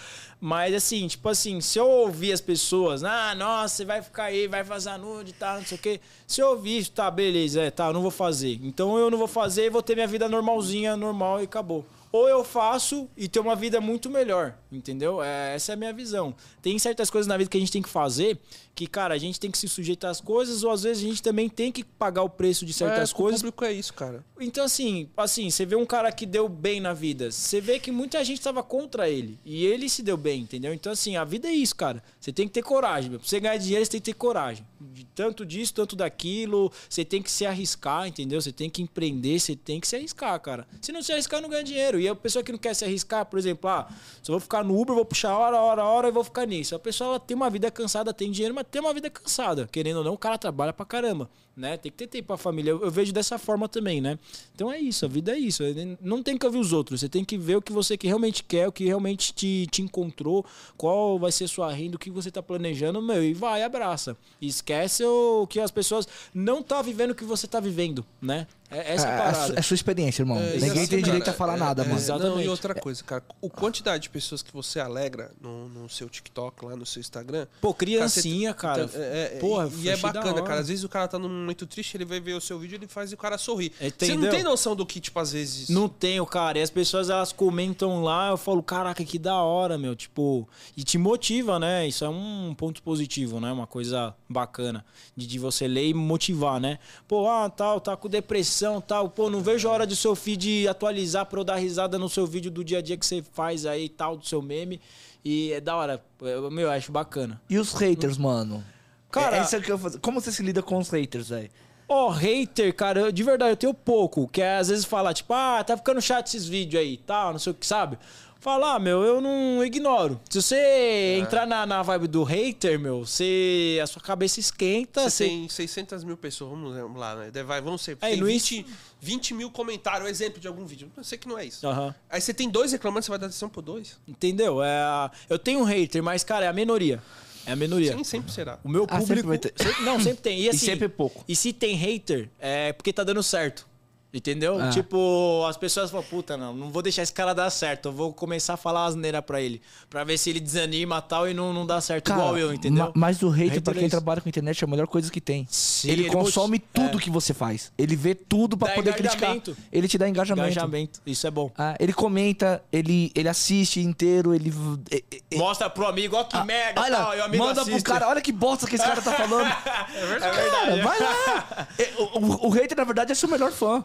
Speaker 3: Mas assim, tipo assim, se eu ouvir as pessoas, ah, nossa, você vai ficar aí, vai vazar nude e tal, não sei o quê. Se eu ouvir isso, tá, beleza, é, tá, eu não vou fazer. Então eu não vou fazer e vou ter minha vida normalzinha, normal e acabou. Ou eu faço e ter uma vida muito melhor, entendeu? É, essa é a minha visão. Tem certas coisas na vida que a gente tem que fazer que, cara, a gente tem que se sujeitar às coisas ou às vezes a gente também tem que pagar o preço de certas
Speaker 1: é, com
Speaker 3: coisas.
Speaker 1: O público é isso, cara.
Speaker 3: Então, assim, assim, você vê um cara que deu bem na vida, você vê que muita gente tava contra ele. E ele se deu bem, entendeu? Então, assim, a vida é isso, cara. Você tem que ter coragem. Meu. Pra você ganhar dinheiro, você tem que ter coragem. De tanto disso, tanto daquilo. Você tem que se arriscar, entendeu? Você tem que empreender, você tem que se arriscar, cara. Se não se arriscar, não ganha dinheiro. E a pessoa que não quer se arriscar, por exemplo, ah, só vou ficar no Uber, vou puxar hora, hora, hora e vou ficar nisso. A pessoa ela tem uma vida cansada, tem dinheiro, mas tem uma vida cansada. Querendo ou não, o cara trabalha pra caramba, né? Tem que ter tempo pra família. Eu, eu vejo dessa forma também, né? Então é isso, a vida é isso. Não tem que ouvir os outros, você tem que ver o que você que realmente quer, o que realmente te, te encontrou, qual vai ser sua renda, o que você tá planejando, meu, e vai, abraça. E esquece o que as pessoas não tá vivendo o que você tá vivendo, né? É essa é a
Speaker 2: É, é,
Speaker 3: parada.
Speaker 2: su- é sua experiência, irmão.
Speaker 1: É,
Speaker 2: Ninguém tem
Speaker 1: exatamente.
Speaker 2: direito a falar
Speaker 1: É,
Speaker 2: nada,
Speaker 1: é,
Speaker 2: mano.
Speaker 1: Não,
Speaker 3: Exatamente.
Speaker 1: e outra coisa, cara. O quantidade de pessoas que você alegra no, no seu TikTok, lá no seu Instagram.
Speaker 3: Pô, criancinha, cara.
Speaker 1: Então, é, é,
Speaker 3: Porra,
Speaker 1: e é
Speaker 3: achei da
Speaker 1: bacana,
Speaker 3: hora.
Speaker 1: cara. Às vezes o cara tá num momento triste, ele vai ver o seu vídeo ele faz o cara sorrir. Você não
Speaker 3: É, Entendeu?
Speaker 1: tem noção do que, tipo, às vezes.
Speaker 3: Não tenho, cara. E as pessoas elas comentam lá, eu falo, caraca, que da hora, meu. Tipo, e te motiva, né? Isso é um ponto positivo, né? Uma coisa bacana de, de você ler e motivar, né? Pô, ah, tal, tá com depressão, tal. Pô, não vejo a hora do seu feed atualizar pra eu dar risada no seu vídeo do dia a dia que você faz aí e tal, do seu meme. E é da hora. Eu- Meu, eu acho bacana.
Speaker 2: E os haters, mano?
Speaker 3: Cara-
Speaker 2: é, isso que eu faço. Como você se lida com os haters, velho?
Speaker 3: Ó, hater, cara, eu- de verdade, eu tenho pouco. Que é, às vezes fala, tipo, ah, tá ficando chato esses vídeos aí, tal, não sei o que, sabe? Falar, meu, eu não ignoro. Se você
Speaker 1: É.
Speaker 3: entrar na, na vibe do hater, meu, você, a sua cabeça esquenta.
Speaker 1: Você
Speaker 3: Você
Speaker 1: tem 600 mil pessoas, vamos lá, né? Daí Vai, vamos ser.
Speaker 3: assim. É,
Speaker 1: tem
Speaker 3: no
Speaker 1: 20, 20 mil comentários, um exemplo de algum vídeo. Eu sei que não é isso.
Speaker 3: Aham.
Speaker 1: Aí você tem dois reclamando, você vai dar atenção por dois?
Speaker 3: Entendeu? É, a- eu tenho um hater, mas, cara, é a minoria. É a minoria.
Speaker 1: Sim, sempre será.
Speaker 3: O meu
Speaker 4: Ah,
Speaker 3: público.
Speaker 4: sempre vai ter.
Speaker 3: Sempre- não, sempre tem. E, assim,
Speaker 4: sempre pouco.
Speaker 3: E se tem hater, é porque tá dando certo. Entendeu?
Speaker 4: Ah.
Speaker 3: Tipo, as pessoas falam, puta, não, não vou deixar esse cara dar certo. Eu vou começar a falar asneira pra ele. Pra ver se ele desanima e tal e não, não dá certo igual eu, entendeu?
Speaker 4: ma- mas o hater, pra
Speaker 3: Hater é
Speaker 4: quem
Speaker 3: isso.
Speaker 4: trabalha com internet, é a melhor coisa que tem.
Speaker 3: Sim,
Speaker 4: ele,
Speaker 3: ele
Speaker 4: consome
Speaker 3: mot-
Speaker 4: tudo
Speaker 2: é.
Speaker 4: que você faz. Ele vê tudo pra
Speaker 3: Dá
Speaker 4: poder criticar.
Speaker 3: engajamento.
Speaker 4: Ele te dá engajamento.
Speaker 3: Engajamento. Isso é bom.
Speaker 4: Ah, ele comenta, ele, ele assiste inteiro, ele. e- e- e-
Speaker 3: Mostra pro amigo, ó que merda,
Speaker 4: É. Ah, olha,
Speaker 3: tal, e o amigo
Speaker 4: manda
Speaker 3: assiste.
Speaker 4: pro cara, olha que bosta que esse cara tá falando.
Speaker 1: É verdade.
Speaker 4: Cara, vai lá! E- O, o- o hater, na verdade, é seu melhor fã.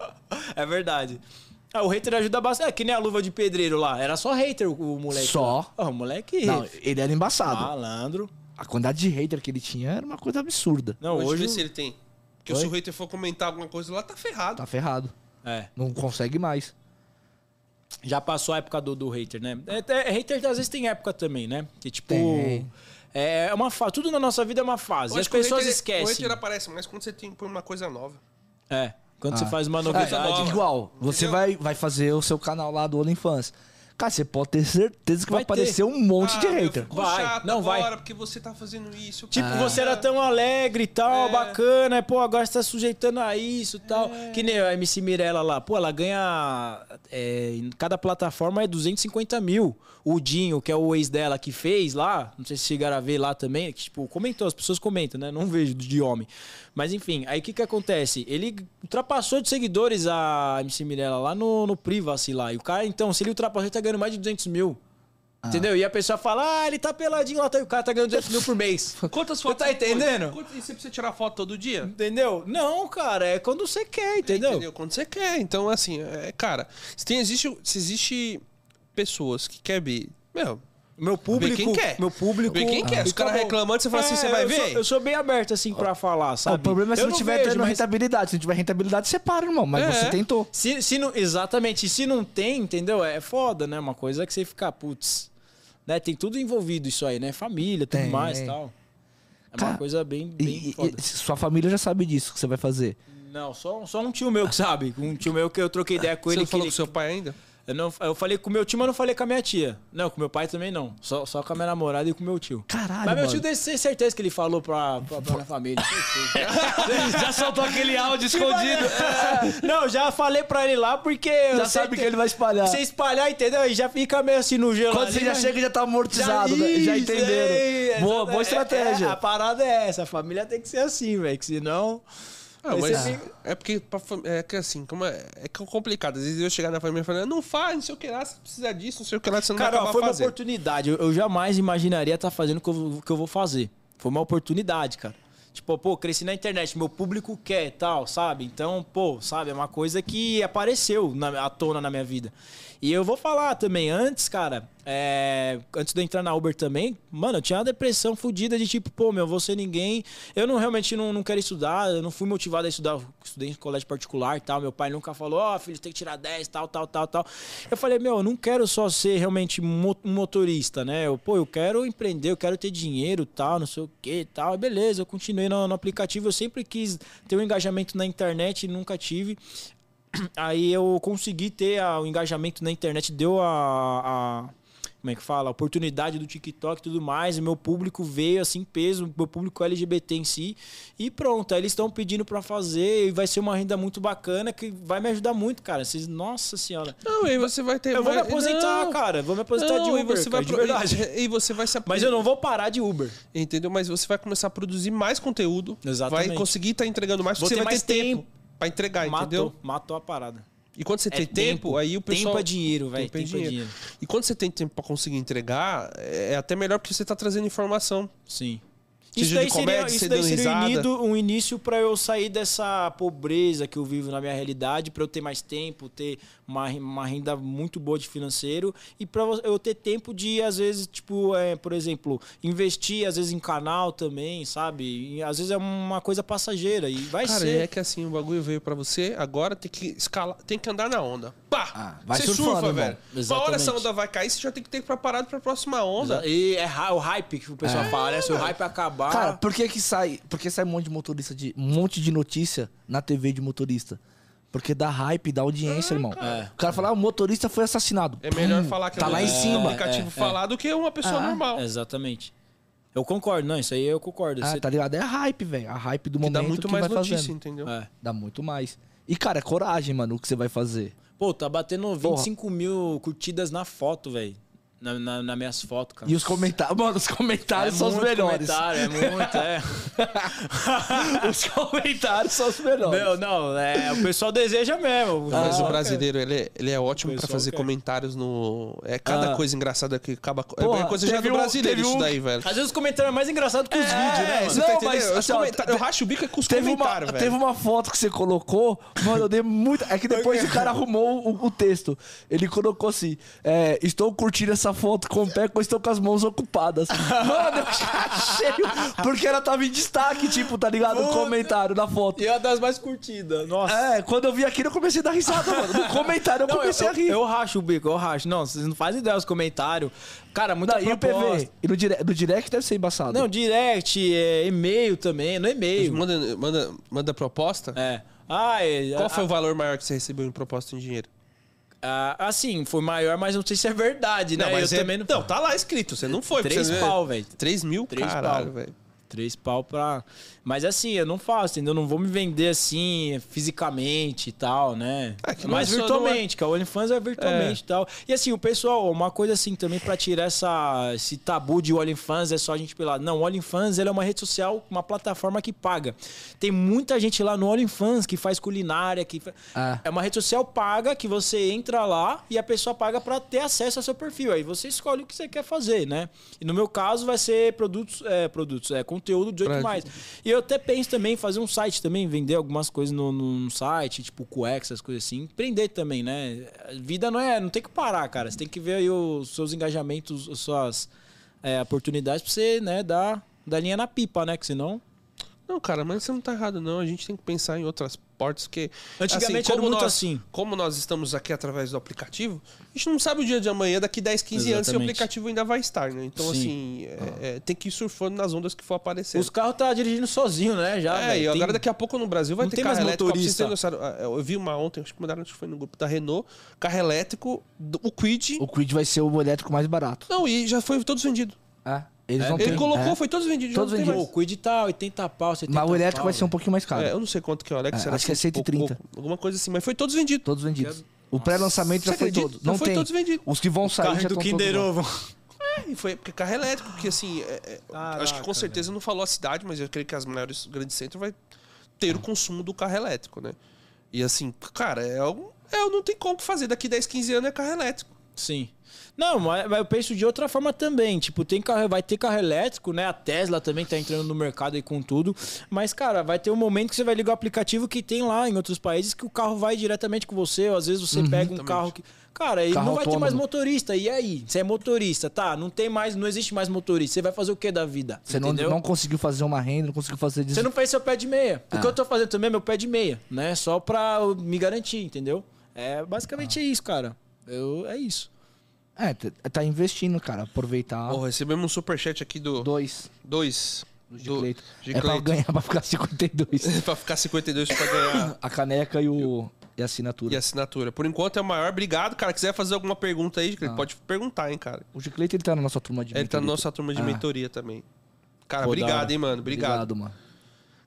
Speaker 3: É verdade. Ah, o hater ajuda bastante. É que nem a luva de pedreiro lá. Era só hater o, o moleque.
Speaker 4: Só.
Speaker 3: lá. Ah, o moleque.
Speaker 4: Não, ele era embaçado.
Speaker 3: malandro.
Speaker 4: A quantidade de hater que ele tinha era uma coisa absurda.
Speaker 3: Não,
Speaker 1: Hoje,
Speaker 3: hoje.
Speaker 1: vê se ele tem. Porque
Speaker 4: Oi?
Speaker 1: se o hater for comentar alguma coisa lá, tá ferrado.
Speaker 4: Tá ferrado.
Speaker 3: É.
Speaker 4: Não consegue mais.
Speaker 3: Já passou a época do, do hater, né? É, é, hater às vezes tem época também, né? Que tipo.
Speaker 4: Tem.
Speaker 3: É uma fase. Tudo na nossa vida é uma fase.
Speaker 1: Hoje
Speaker 3: as
Speaker 1: que o
Speaker 3: pessoas
Speaker 1: hater- O
Speaker 3: esquecem.
Speaker 1: hater aparece, mas quando você tem, põe uma coisa nova.
Speaker 3: É. Quando você
Speaker 4: Ah.
Speaker 3: faz uma
Speaker 4: Ah,
Speaker 3: novidade.
Speaker 1: nova.
Speaker 4: igual, você
Speaker 1: Entendeu?
Speaker 4: vai, vai fazer o seu canal lá do OnlyFans. Cara, você pode ter certeza que vai,
Speaker 3: Vai ter.
Speaker 4: aparecer um monte de
Speaker 1: Ah, meu,
Speaker 4: hater.
Speaker 1: ficou
Speaker 3: Vai,
Speaker 1: chato
Speaker 3: não vai.
Speaker 1: agora porque você tá fazendo isso.
Speaker 3: Tipo,
Speaker 1: cara.
Speaker 3: você era tão alegre e tal,
Speaker 1: É.
Speaker 3: bacana, pô, agora você tá sujeitando a isso e tal. Que nem a MC Mirella lá, pô, ela ganha. é, em cada plataforma é 250 mil. O Dinho, que é o ex dela que fez lá, não sei se chegaram a ver lá também, que, tipo, comentou, as pessoas comentam, né? Não vejo de homem. Mas enfim, aí o que que acontece? Ele ultrapassou de seguidores a MC Mirella lá no, no Privacy lá. E o cara, então, se ele ultrapassou, ele tá ganhando mais de 200 mil. Entendeu? E a pessoa fala, ah, ele tá peladinho lá, tá, e o cara tá ganhando 200 mil por mês.
Speaker 1: Quantas
Speaker 3: Você
Speaker 1: fotos
Speaker 3: tá entendendo?
Speaker 1: Quantas- E você precisa tirar foto todo dia?
Speaker 3: Entendeu? Não, cara, é quando você quer, entendeu?
Speaker 1: Entendeu? Quando você quer. Então, assim, é, cara, se, tem, existe, se existe pessoas que querem ver. Meu,
Speaker 3: Meu público.
Speaker 1: Vê quem quer.
Speaker 3: Meu público.
Speaker 1: Vê quem quer. Se o cara
Speaker 3: Acabou.
Speaker 1: reclamando, você fala assim, você vai
Speaker 3: É, eu
Speaker 1: ver?
Speaker 3: sou- eu sou bem aberto, assim, pra falar, sabe?
Speaker 4: o problema é se
Speaker 3: Eu
Speaker 4: não tiver
Speaker 3: vejo,
Speaker 4: tendo
Speaker 3: mas
Speaker 4: rentabilidade. Se não tiver rentabilidade, você para, irmão. Mas
Speaker 1: É.
Speaker 4: você tentou.
Speaker 3: se, se não, exatamente. Se não tem, entendeu? É foda, né? Uma coisa é que você fica, putz. Né? Tem tudo envolvido isso aí, né? Família, tudo
Speaker 4: Tem.
Speaker 3: mais e tal. É uma
Speaker 4: Cara,
Speaker 3: coisa bem,
Speaker 4: E-
Speaker 3: bem
Speaker 4: E,
Speaker 3: foda.
Speaker 4: e sua família já sabe disso que você vai fazer.
Speaker 3: Não, só, só um tio meu que sabe. Um tio meu que eu troquei ideia com
Speaker 1: você
Speaker 3: ele.
Speaker 1: não
Speaker 3: que
Speaker 1: falou
Speaker 3: ele-
Speaker 1: com seu pai ainda?
Speaker 3: eu, não, eu falei com meu tio, mas não falei com a minha tia. Não, com meu pai também não. Só, só com a minha namorada e com meu tio.
Speaker 4: Caralho,
Speaker 3: Mas meu
Speaker 4: mano.
Speaker 3: tio deve ter certeza que ele falou pra, pra, pra minha família.
Speaker 4: já soltou aquele áudio escondido.
Speaker 3: não, já falei pra ele lá porque.
Speaker 4: já sabe que ele vai espalhar.
Speaker 3: Se espalhar, entendeu? E já fica meio assim no gelo.
Speaker 4: Quando
Speaker 3: ali,
Speaker 4: você já
Speaker 3: mas-
Speaker 4: chega, já tá amortizado. né? Já
Speaker 3: Isso,
Speaker 4: entenderam.
Speaker 3: é,
Speaker 4: boa,
Speaker 3: exato-
Speaker 4: boa
Speaker 3: é, é, a
Speaker 4: estratégia.
Speaker 3: parada é essa. A família tem que ser assim, velho. Que senão.
Speaker 1: Ah,
Speaker 3: aí
Speaker 1: mas
Speaker 3: você
Speaker 1: é,
Speaker 3: fica-
Speaker 1: porque pra fam- é que assim, como é, é que é complicado. Às vezes eu chegar na família e falar, não faz, não sei o que lá, você precisa disso, não sei o que lá, você não
Speaker 3: Cara,
Speaker 1: vai
Speaker 3: ó,
Speaker 1: acabar
Speaker 3: foi uma
Speaker 1: fazendo.
Speaker 3: oportunidade. Eu, eu jamais imaginaria estar fazendo o que eu, vou- o que eu vou fazer. Foi uma oportunidade, cara. Tipo, pô, cresci na internet, meu público quer e tal, sabe? Então, pô, sabe, é uma coisa que apareceu na, à tona na minha vida. E eu vou falar também, antes, cara, é, antes de eu entrar na Uber também, mano, eu tinha uma depressão fodida de tipo, pô, meu, vou ser ninguém. Eu não realmente não, não quero estudar, eu não fui motivado a estudar, eu estudei em colégio particular e tal. Meu pai nunca falou, ó, filho, tem que tirar 10, tal, tal, tal, tal. Eu falei, meu, eu não quero só ser realmente mo- um motorista, né? Eu, pô, eu quero empreender, eu quero ter dinheiro, tal, não sei o que, tal. E Beleza, eu continuei no, no aplicativo, eu sempre quis ter um engajamento na internet, e nunca tive. Aí eu consegui ter a- o engajamento na internet, deu a, a- Como é que fala? A oportunidade do TikTok e tudo mais. E meu público veio assim, peso, meu público LGBT em si. E pronto, aí eles estão pedindo pra fazer. E vai ser uma renda muito bacana que vai me ajudar muito, cara. Vocês, nossa senhora.
Speaker 1: Não, e aí você vai ter.
Speaker 3: Eu vou me
Speaker 1: mais-
Speaker 3: aposentar,
Speaker 1: Não,
Speaker 3: cara. Vou me aposentar
Speaker 1: não,
Speaker 3: de
Speaker 1: e
Speaker 3: Uber.
Speaker 1: você vai
Speaker 3: cara, de
Speaker 1: pro-
Speaker 3: verdade.
Speaker 1: E, e você vai se
Speaker 3: Mas eu não vou parar de Uber.
Speaker 1: Entendeu? Mas você vai começar a produzir mais conteúdo.
Speaker 3: Exatamente.
Speaker 1: Vai conseguir estar entregando mais,
Speaker 3: Vou
Speaker 1: porque você
Speaker 3: ter
Speaker 1: vai
Speaker 3: mais
Speaker 1: ter tempo,
Speaker 3: tempo.
Speaker 1: pra entregar, Ah, entendeu?
Speaker 3: Matou, matou a parada.
Speaker 1: E quando você
Speaker 3: É
Speaker 1: tem tempo,
Speaker 3: tempo.
Speaker 1: aí o
Speaker 3: Tempo
Speaker 1: pessoal...
Speaker 3: é dinheiro, velho. Tempo é dinheiro.
Speaker 1: E quando você tem tempo pra conseguir entregar, é é até melhor porque você tá trazendo informação.
Speaker 3: Sim.
Speaker 1: Isso
Speaker 3: Isso
Speaker 1: de
Speaker 3: daí seria,
Speaker 1: comédia,
Speaker 3: isso
Speaker 1: você
Speaker 3: daí
Speaker 1: dando
Speaker 3: seria um,
Speaker 1: risada.
Speaker 3: inido- um início pra eu sair dessa pobreza que eu vivo na minha realidade, pra eu ter mais tempo, ter uma, re- uma renda muito boa de financeiro e pra eu ter tempo de, às vezes, tipo, é, por exemplo, investir, às vezes, em canal também, sabe? E, às vezes é uma coisa passageira e vai
Speaker 1: Cara,
Speaker 3: ser.
Speaker 1: é que assim, o bagulho veio pra você, agora tem que escalar, tem que andar na onda. Pá!
Speaker 2: Ah, vai
Speaker 1: você
Speaker 2: surfando,
Speaker 1: surfa,
Speaker 2: irmão.
Speaker 1: velho. Uma hora
Speaker 3: Exatamente.
Speaker 1: essa onda vai cair, você já tem que ter preparado pra próxima onda.
Speaker 3: E é ra- o hype que o pessoal
Speaker 1: É.
Speaker 3: fala, né? Se o hype acabar.
Speaker 2: Cara, por que que sai, por que sai um monte de motorista de, um monte de notícia na TV de motorista? Porque dá hype, dá audiência, irmão.
Speaker 3: cara.
Speaker 2: O cara fala, ah, o motorista foi assassinado.
Speaker 1: É melhor
Speaker 3: Hum,
Speaker 1: falar que
Speaker 2: tá
Speaker 1: é
Speaker 2: lá
Speaker 1: um
Speaker 2: em cima.
Speaker 1: aplicativo
Speaker 3: É, é.
Speaker 1: falar do que uma pessoa
Speaker 2: Ah, é.
Speaker 1: normal.
Speaker 3: Exatamente. Eu concordo, não, isso aí eu concordo.
Speaker 2: Ah,
Speaker 3: Você-
Speaker 2: tá ligado? É hype, velho. A hype do
Speaker 1: Que
Speaker 2: momento
Speaker 1: dá muito
Speaker 2: que
Speaker 1: mais
Speaker 2: vai
Speaker 1: notícia,
Speaker 2: fazendo.
Speaker 1: entendeu?
Speaker 3: é.
Speaker 2: Dá muito mais. E, cara, é coragem, mano, o que você vai fazer.
Speaker 3: Pô, tá batendo
Speaker 2: Porra.
Speaker 3: 25 mil curtidas na foto, velho. Na, na, nas minhas fotos,
Speaker 1: Tá.
Speaker 3: cara. É
Speaker 2: E os comentários. Mano, os comentários
Speaker 1: É
Speaker 2: são os
Speaker 3: muito
Speaker 2: melhores.
Speaker 3: Comentário, é muito, é.
Speaker 2: Os comentários são os melhores.
Speaker 3: Não, não, é, o pessoal deseja mesmo.
Speaker 1: Então, Mas o brasileiro, ele é, ele é ótimo pra
Speaker 3: Pessoal
Speaker 1: fazer
Speaker 3: quer.
Speaker 1: comentários no. É cada
Speaker 3: Ah.
Speaker 1: coisa engraçada que acaba.
Speaker 2: Porra,
Speaker 1: é coisa já
Speaker 2: teve
Speaker 1: do
Speaker 2: um-
Speaker 1: brasileiro,
Speaker 2: teve
Speaker 1: isso
Speaker 2: um-
Speaker 1: daí, velho.
Speaker 3: Às vezes o comentário é mais engraçado que os vídeos, né,
Speaker 1: É,
Speaker 3: mano?
Speaker 1: você
Speaker 2: Não,
Speaker 1: tá entendendo?
Speaker 2: mas,
Speaker 1: Os
Speaker 2: assim, ó,
Speaker 1: comentários- eu racho o bico é com os
Speaker 2: Teve uma,
Speaker 1: comentários, velho.
Speaker 2: teve um uma foto que você colocou, mano, eu dei muito. É que depois o cara arrumou o, o texto. Ele colocou assim: é, Estou curtindo essa foto com o pé, pois estou com as mãos ocupadas. Mano, eu já achei. Porque ela tava em destaque, tipo, tá ligado? O
Speaker 3: Puta.
Speaker 2: comentário na foto.
Speaker 3: E é uma das mais curtidas, nossa.
Speaker 2: É, quando eu vi aquilo, eu comecei a dar risada, mano. No comentário eu
Speaker 3: Não,
Speaker 2: comecei
Speaker 3: eu,
Speaker 2: a rir.
Speaker 3: eu racho o bico, eu racho. Não, vocês não fazem ideia os comentários. Cara, muita
Speaker 2: Não, e o
Speaker 3: proposta.
Speaker 2: PV? E no, dire... no direct deve ser embaçado.
Speaker 3: Não, direct, é, e-mail também, no
Speaker 1: Eles
Speaker 3: e-mail.
Speaker 1: Manda, manda, manda proposta.
Speaker 3: É. Ah, é,
Speaker 1: Qual
Speaker 3: a-
Speaker 1: foi o valor maior que você recebeu em proposta em dinheiro?
Speaker 3: Ah, assim, foi maior, mas não sei se é verdade, né? eu
Speaker 1: é-
Speaker 3: também não.
Speaker 1: Não, tá lá escrito, você não foi. pra
Speaker 3: Três
Speaker 1: você ver.
Speaker 3: pau, velho.
Speaker 1: Três mil?
Speaker 3: Três
Speaker 1: Caralho,
Speaker 3: pau.
Speaker 1: velho.
Speaker 3: Três pau pra. Mas assim, eu não faço, entendeu? Eu não vou me vender assim, fisicamente e tal, né?
Speaker 1: É, que
Speaker 3: Mas
Speaker 1: não é só-
Speaker 3: virtualmente, cara. O OnlyFans é virtualmente e tal. E assim, o pessoal, uma coisa assim também pra tirar essa, esse tabu de OnlyFans é só a gente pelar. Não, o OnlyFans ele é uma rede social, uma plataforma que paga. Tem muita gente lá no OnlyFans que faz culinária, que. fa-
Speaker 2: Ah.
Speaker 3: É uma rede social paga que você entra lá e a pessoa paga pra ter acesso ao seu perfil. Aí você escolhe o que você quer fazer, né? E no meu caso vai ser produtos, é, produtos, é conteúdo de 8
Speaker 1: Pra-
Speaker 3: mais. E eu até penso também em fazer um site também, vender algumas coisas no, no- no site, tipo cueca, essas coisas assim. Empreender também, né? A Vida não é, não tem que parar, cara. Você tem que ver aí os seus engajamentos, as suas é, oportunidades pra você, né, dar, dar linha na pipa, né? Que senão.
Speaker 1: Não, cara, mas você não tá errado, não. A gente tem que pensar em outras portas, porque...
Speaker 3: Antigamente era
Speaker 1: como
Speaker 3: muito
Speaker 1: nós-
Speaker 3: assim.
Speaker 1: Como nós estamos aqui através do aplicativo, a gente não sabe o dia de amanhã, daqui 10, 15 anos, se o
Speaker 3: Exatamente.
Speaker 1: aplicativo ainda vai estar, né? Então, assim, é- é, tem que ir surfando nas ondas que for aparecendo.
Speaker 3: Os carros tá dirigindo sozinho, né? Já,
Speaker 1: É,
Speaker 3: velho.
Speaker 1: e agora
Speaker 3: Tem-
Speaker 1: daqui a pouco no Brasil vai
Speaker 3: Não
Speaker 1: ter
Speaker 3: tem
Speaker 1: carro
Speaker 3: mais
Speaker 1: elétrico. pra vocês
Speaker 3: motorista.
Speaker 1: terem noção, ah, Eu vi uma ontem, acho que mandaram, acho que foi no grupo da Renault, carro elétrico, do- o Quid.
Speaker 2: O Creed vai ser o elétrico mais barato.
Speaker 1: Não, e já foi todos vendidos.
Speaker 2: É. Eles
Speaker 3: É,
Speaker 2: não
Speaker 1: Ele
Speaker 2: têm-
Speaker 1: colocou,
Speaker 2: é.
Speaker 1: foi todos vendidos.
Speaker 2: Todos
Speaker 1: já não tem
Speaker 3: Pô,
Speaker 1: mais.
Speaker 3: o Quid tá 80 pau, 70
Speaker 2: Mas o elétrico
Speaker 3: pau,
Speaker 2: vai ser um
Speaker 3: velho.
Speaker 2: pouquinho mais caro.
Speaker 1: É, eu não sei quanto que é o Alex.
Speaker 2: É,
Speaker 1: era
Speaker 2: acho que é
Speaker 1: pouco,
Speaker 2: 130.
Speaker 1: pouco, alguma coisa assim, mas foi todos vendidos.
Speaker 2: Todos vendidos. O pré-lançamento já
Speaker 1: Você
Speaker 2: foi
Speaker 1: acredita?
Speaker 2: todo.
Speaker 1: Já
Speaker 2: Não
Speaker 1: foi
Speaker 2: tem.
Speaker 1: todos vendidos.
Speaker 2: Os que vão sair já
Speaker 3: Carro do
Speaker 2: estão
Speaker 3: Kinder
Speaker 2: todos...
Speaker 3: Ovo.
Speaker 1: E foi porque carro elétrico, que assim, é- é,
Speaker 3: Caraca,
Speaker 1: acho que com certeza não falou a cidade, mas eu creio que as maiores grandes centros vai ter o consumo do carro elétrico, né? E assim, cara, é algo. É, não tem como fazer. Daqui 10, 15 anos é carro elétrico.
Speaker 3: Sim. Não, mas mas eu penso de outra forma também. Tipo, tem carro, vai ter carro elétrico, né? A Tesla também tá entrando no mercado aí com tudo. Mas, cara, vai ter um momento que você vai ligar o aplicativo que tem lá em outros países que o carro vai diretamente com você. Ou às vezes você pega um carro que. Cara, aí
Speaker 2: Uhum. Carro
Speaker 3: não vai ter mais
Speaker 2: autônomo.
Speaker 3: motorista. E aí? Você é motorista, tá? Não tem mais, não existe mais motorista. Você vai fazer o que da vida?
Speaker 2: Você não,
Speaker 3: Entendeu?
Speaker 2: não conseguiu fazer uma renda, não conseguiu fazer... Des...
Speaker 3: Você não fez seu pé de meia. O que
Speaker 2: Ah.
Speaker 3: eu tô fazendo também é meu pé de meia, né? Só pra eu me garantir, entendeu? É
Speaker 2: Ah.
Speaker 3: basicamente isso, cara. Eu, é isso.
Speaker 2: É, t- tá investindo, cara. Aproveitar.
Speaker 1: Ó, recebemos um superchat aqui do.
Speaker 2: Dois.
Speaker 1: Dois.
Speaker 2: De Cleito.
Speaker 1: de
Speaker 2: É pra
Speaker 1: Cleito.
Speaker 2: ganhar, pra ficar 52.
Speaker 1: pra ficar 52 pra ganhar.
Speaker 2: A caneca e, o... e a assinatura.
Speaker 1: E assinatura. Por enquanto é o maior. Obrigado, cara. Quiser fazer alguma pergunta aí, ele pode perguntar, hein, cara.
Speaker 2: O Gicleito, ele tá na nossa turma de
Speaker 1: Ele tá na
Speaker 2: Ah. mentoria.
Speaker 1: nossa turma de
Speaker 2: Ah.
Speaker 1: mentoria também. Cara,
Speaker 3: Pô, da
Speaker 1: obrigado,
Speaker 3: hora.
Speaker 1: hein, mano. Obrigado.
Speaker 2: Obrigado, mano.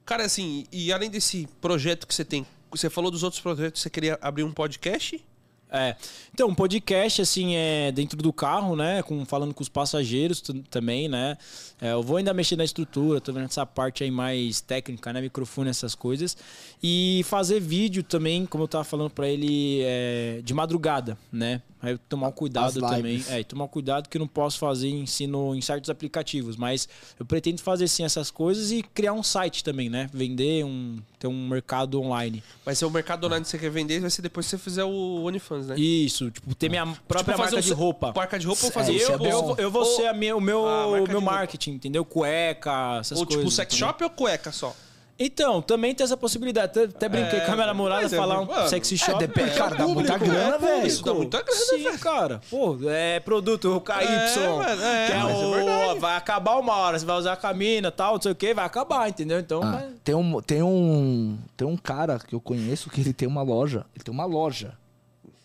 Speaker 1: Cara, assim, e além desse projeto que você tem, você falou dos outros projetos, você queria abrir um podcast?
Speaker 3: É. Então, um podcast, assim, é dentro do carro, né? Com, falando com os passageiros tu- também, né? É, eu vou ainda mexer na estrutura, tô vendo essa parte aí mais técnica, né? Microfone, essas coisas. E fazer vídeo também, como eu tava falando pra ele, é, de madrugada, né? Aí eu tomar um
Speaker 4: As
Speaker 3: cuidado
Speaker 4: lives.
Speaker 3: também. É, e tomar um cuidado que eu não posso fazer ensino em certos aplicativos, mas eu pretendo fazer sim essas coisas e criar um site também, né? Vender um. ter um mercado online.
Speaker 1: Vai ser o mercado online que você quer vender, vai ser depois que você fizer o OnlyFans, né?
Speaker 3: Isso, tipo, ter minha própria
Speaker 1: fazer
Speaker 3: marca
Speaker 1: um
Speaker 3: de
Speaker 1: se-
Speaker 3: roupa.
Speaker 1: Marca de roupa ou fazer
Speaker 2: É,
Speaker 1: um
Speaker 2: isso
Speaker 3: eu,
Speaker 2: é
Speaker 1: bolso?
Speaker 2: bom.
Speaker 3: eu, eu vou
Speaker 1: Ou-
Speaker 3: ser a minha- o meu,
Speaker 1: Ah, marca
Speaker 3: o meu
Speaker 1: de
Speaker 3: marketing, entendeu? Cueca, essas
Speaker 1: Ou
Speaker 3: coisas.
Speaker 1: tipo, sex
Speaker 3: entendeu?
Speaker 1: shop ou cueca só?
Speaker 3: Então, também tem essa possibilidade. Até, até
Speaker 1: É,
Speaker 3: brinquei com a minha namorada,
Speaker 1: mas é,
Speaker 3: falar um
Speaker 1: mano,
Speaker 3: sexy
Speaker 1: é,
Speaker 3: shop.
Speaker 4: depende, cara, dá muita
Speaker 1: público,
Speaker 4: grana,
Speaker 1: é público, Isso dá
Speaker 4: velho.
Speaker 1: muita grana,
Speaker 3: Sim,
Speaker 1: velho.
Speaker 3: cara. Pô, é produto, o KY.
Speaker 1: É, mano, é,
Speaker 3: que é
Speaker 1: mas é
Speaker 3: o-
Speaker 1: verdade.
Speaker 3: vai acabar uma hora, você vai usar a camina e tal, não sei o que, vai acabar, entendeu? Então,
Speaker 4: Ah,
Speaker 3: mas-
Speaker 4: tem, um, tem, um, tem um cara que eu conheço que ele tem uma loja. Ele tem uma loja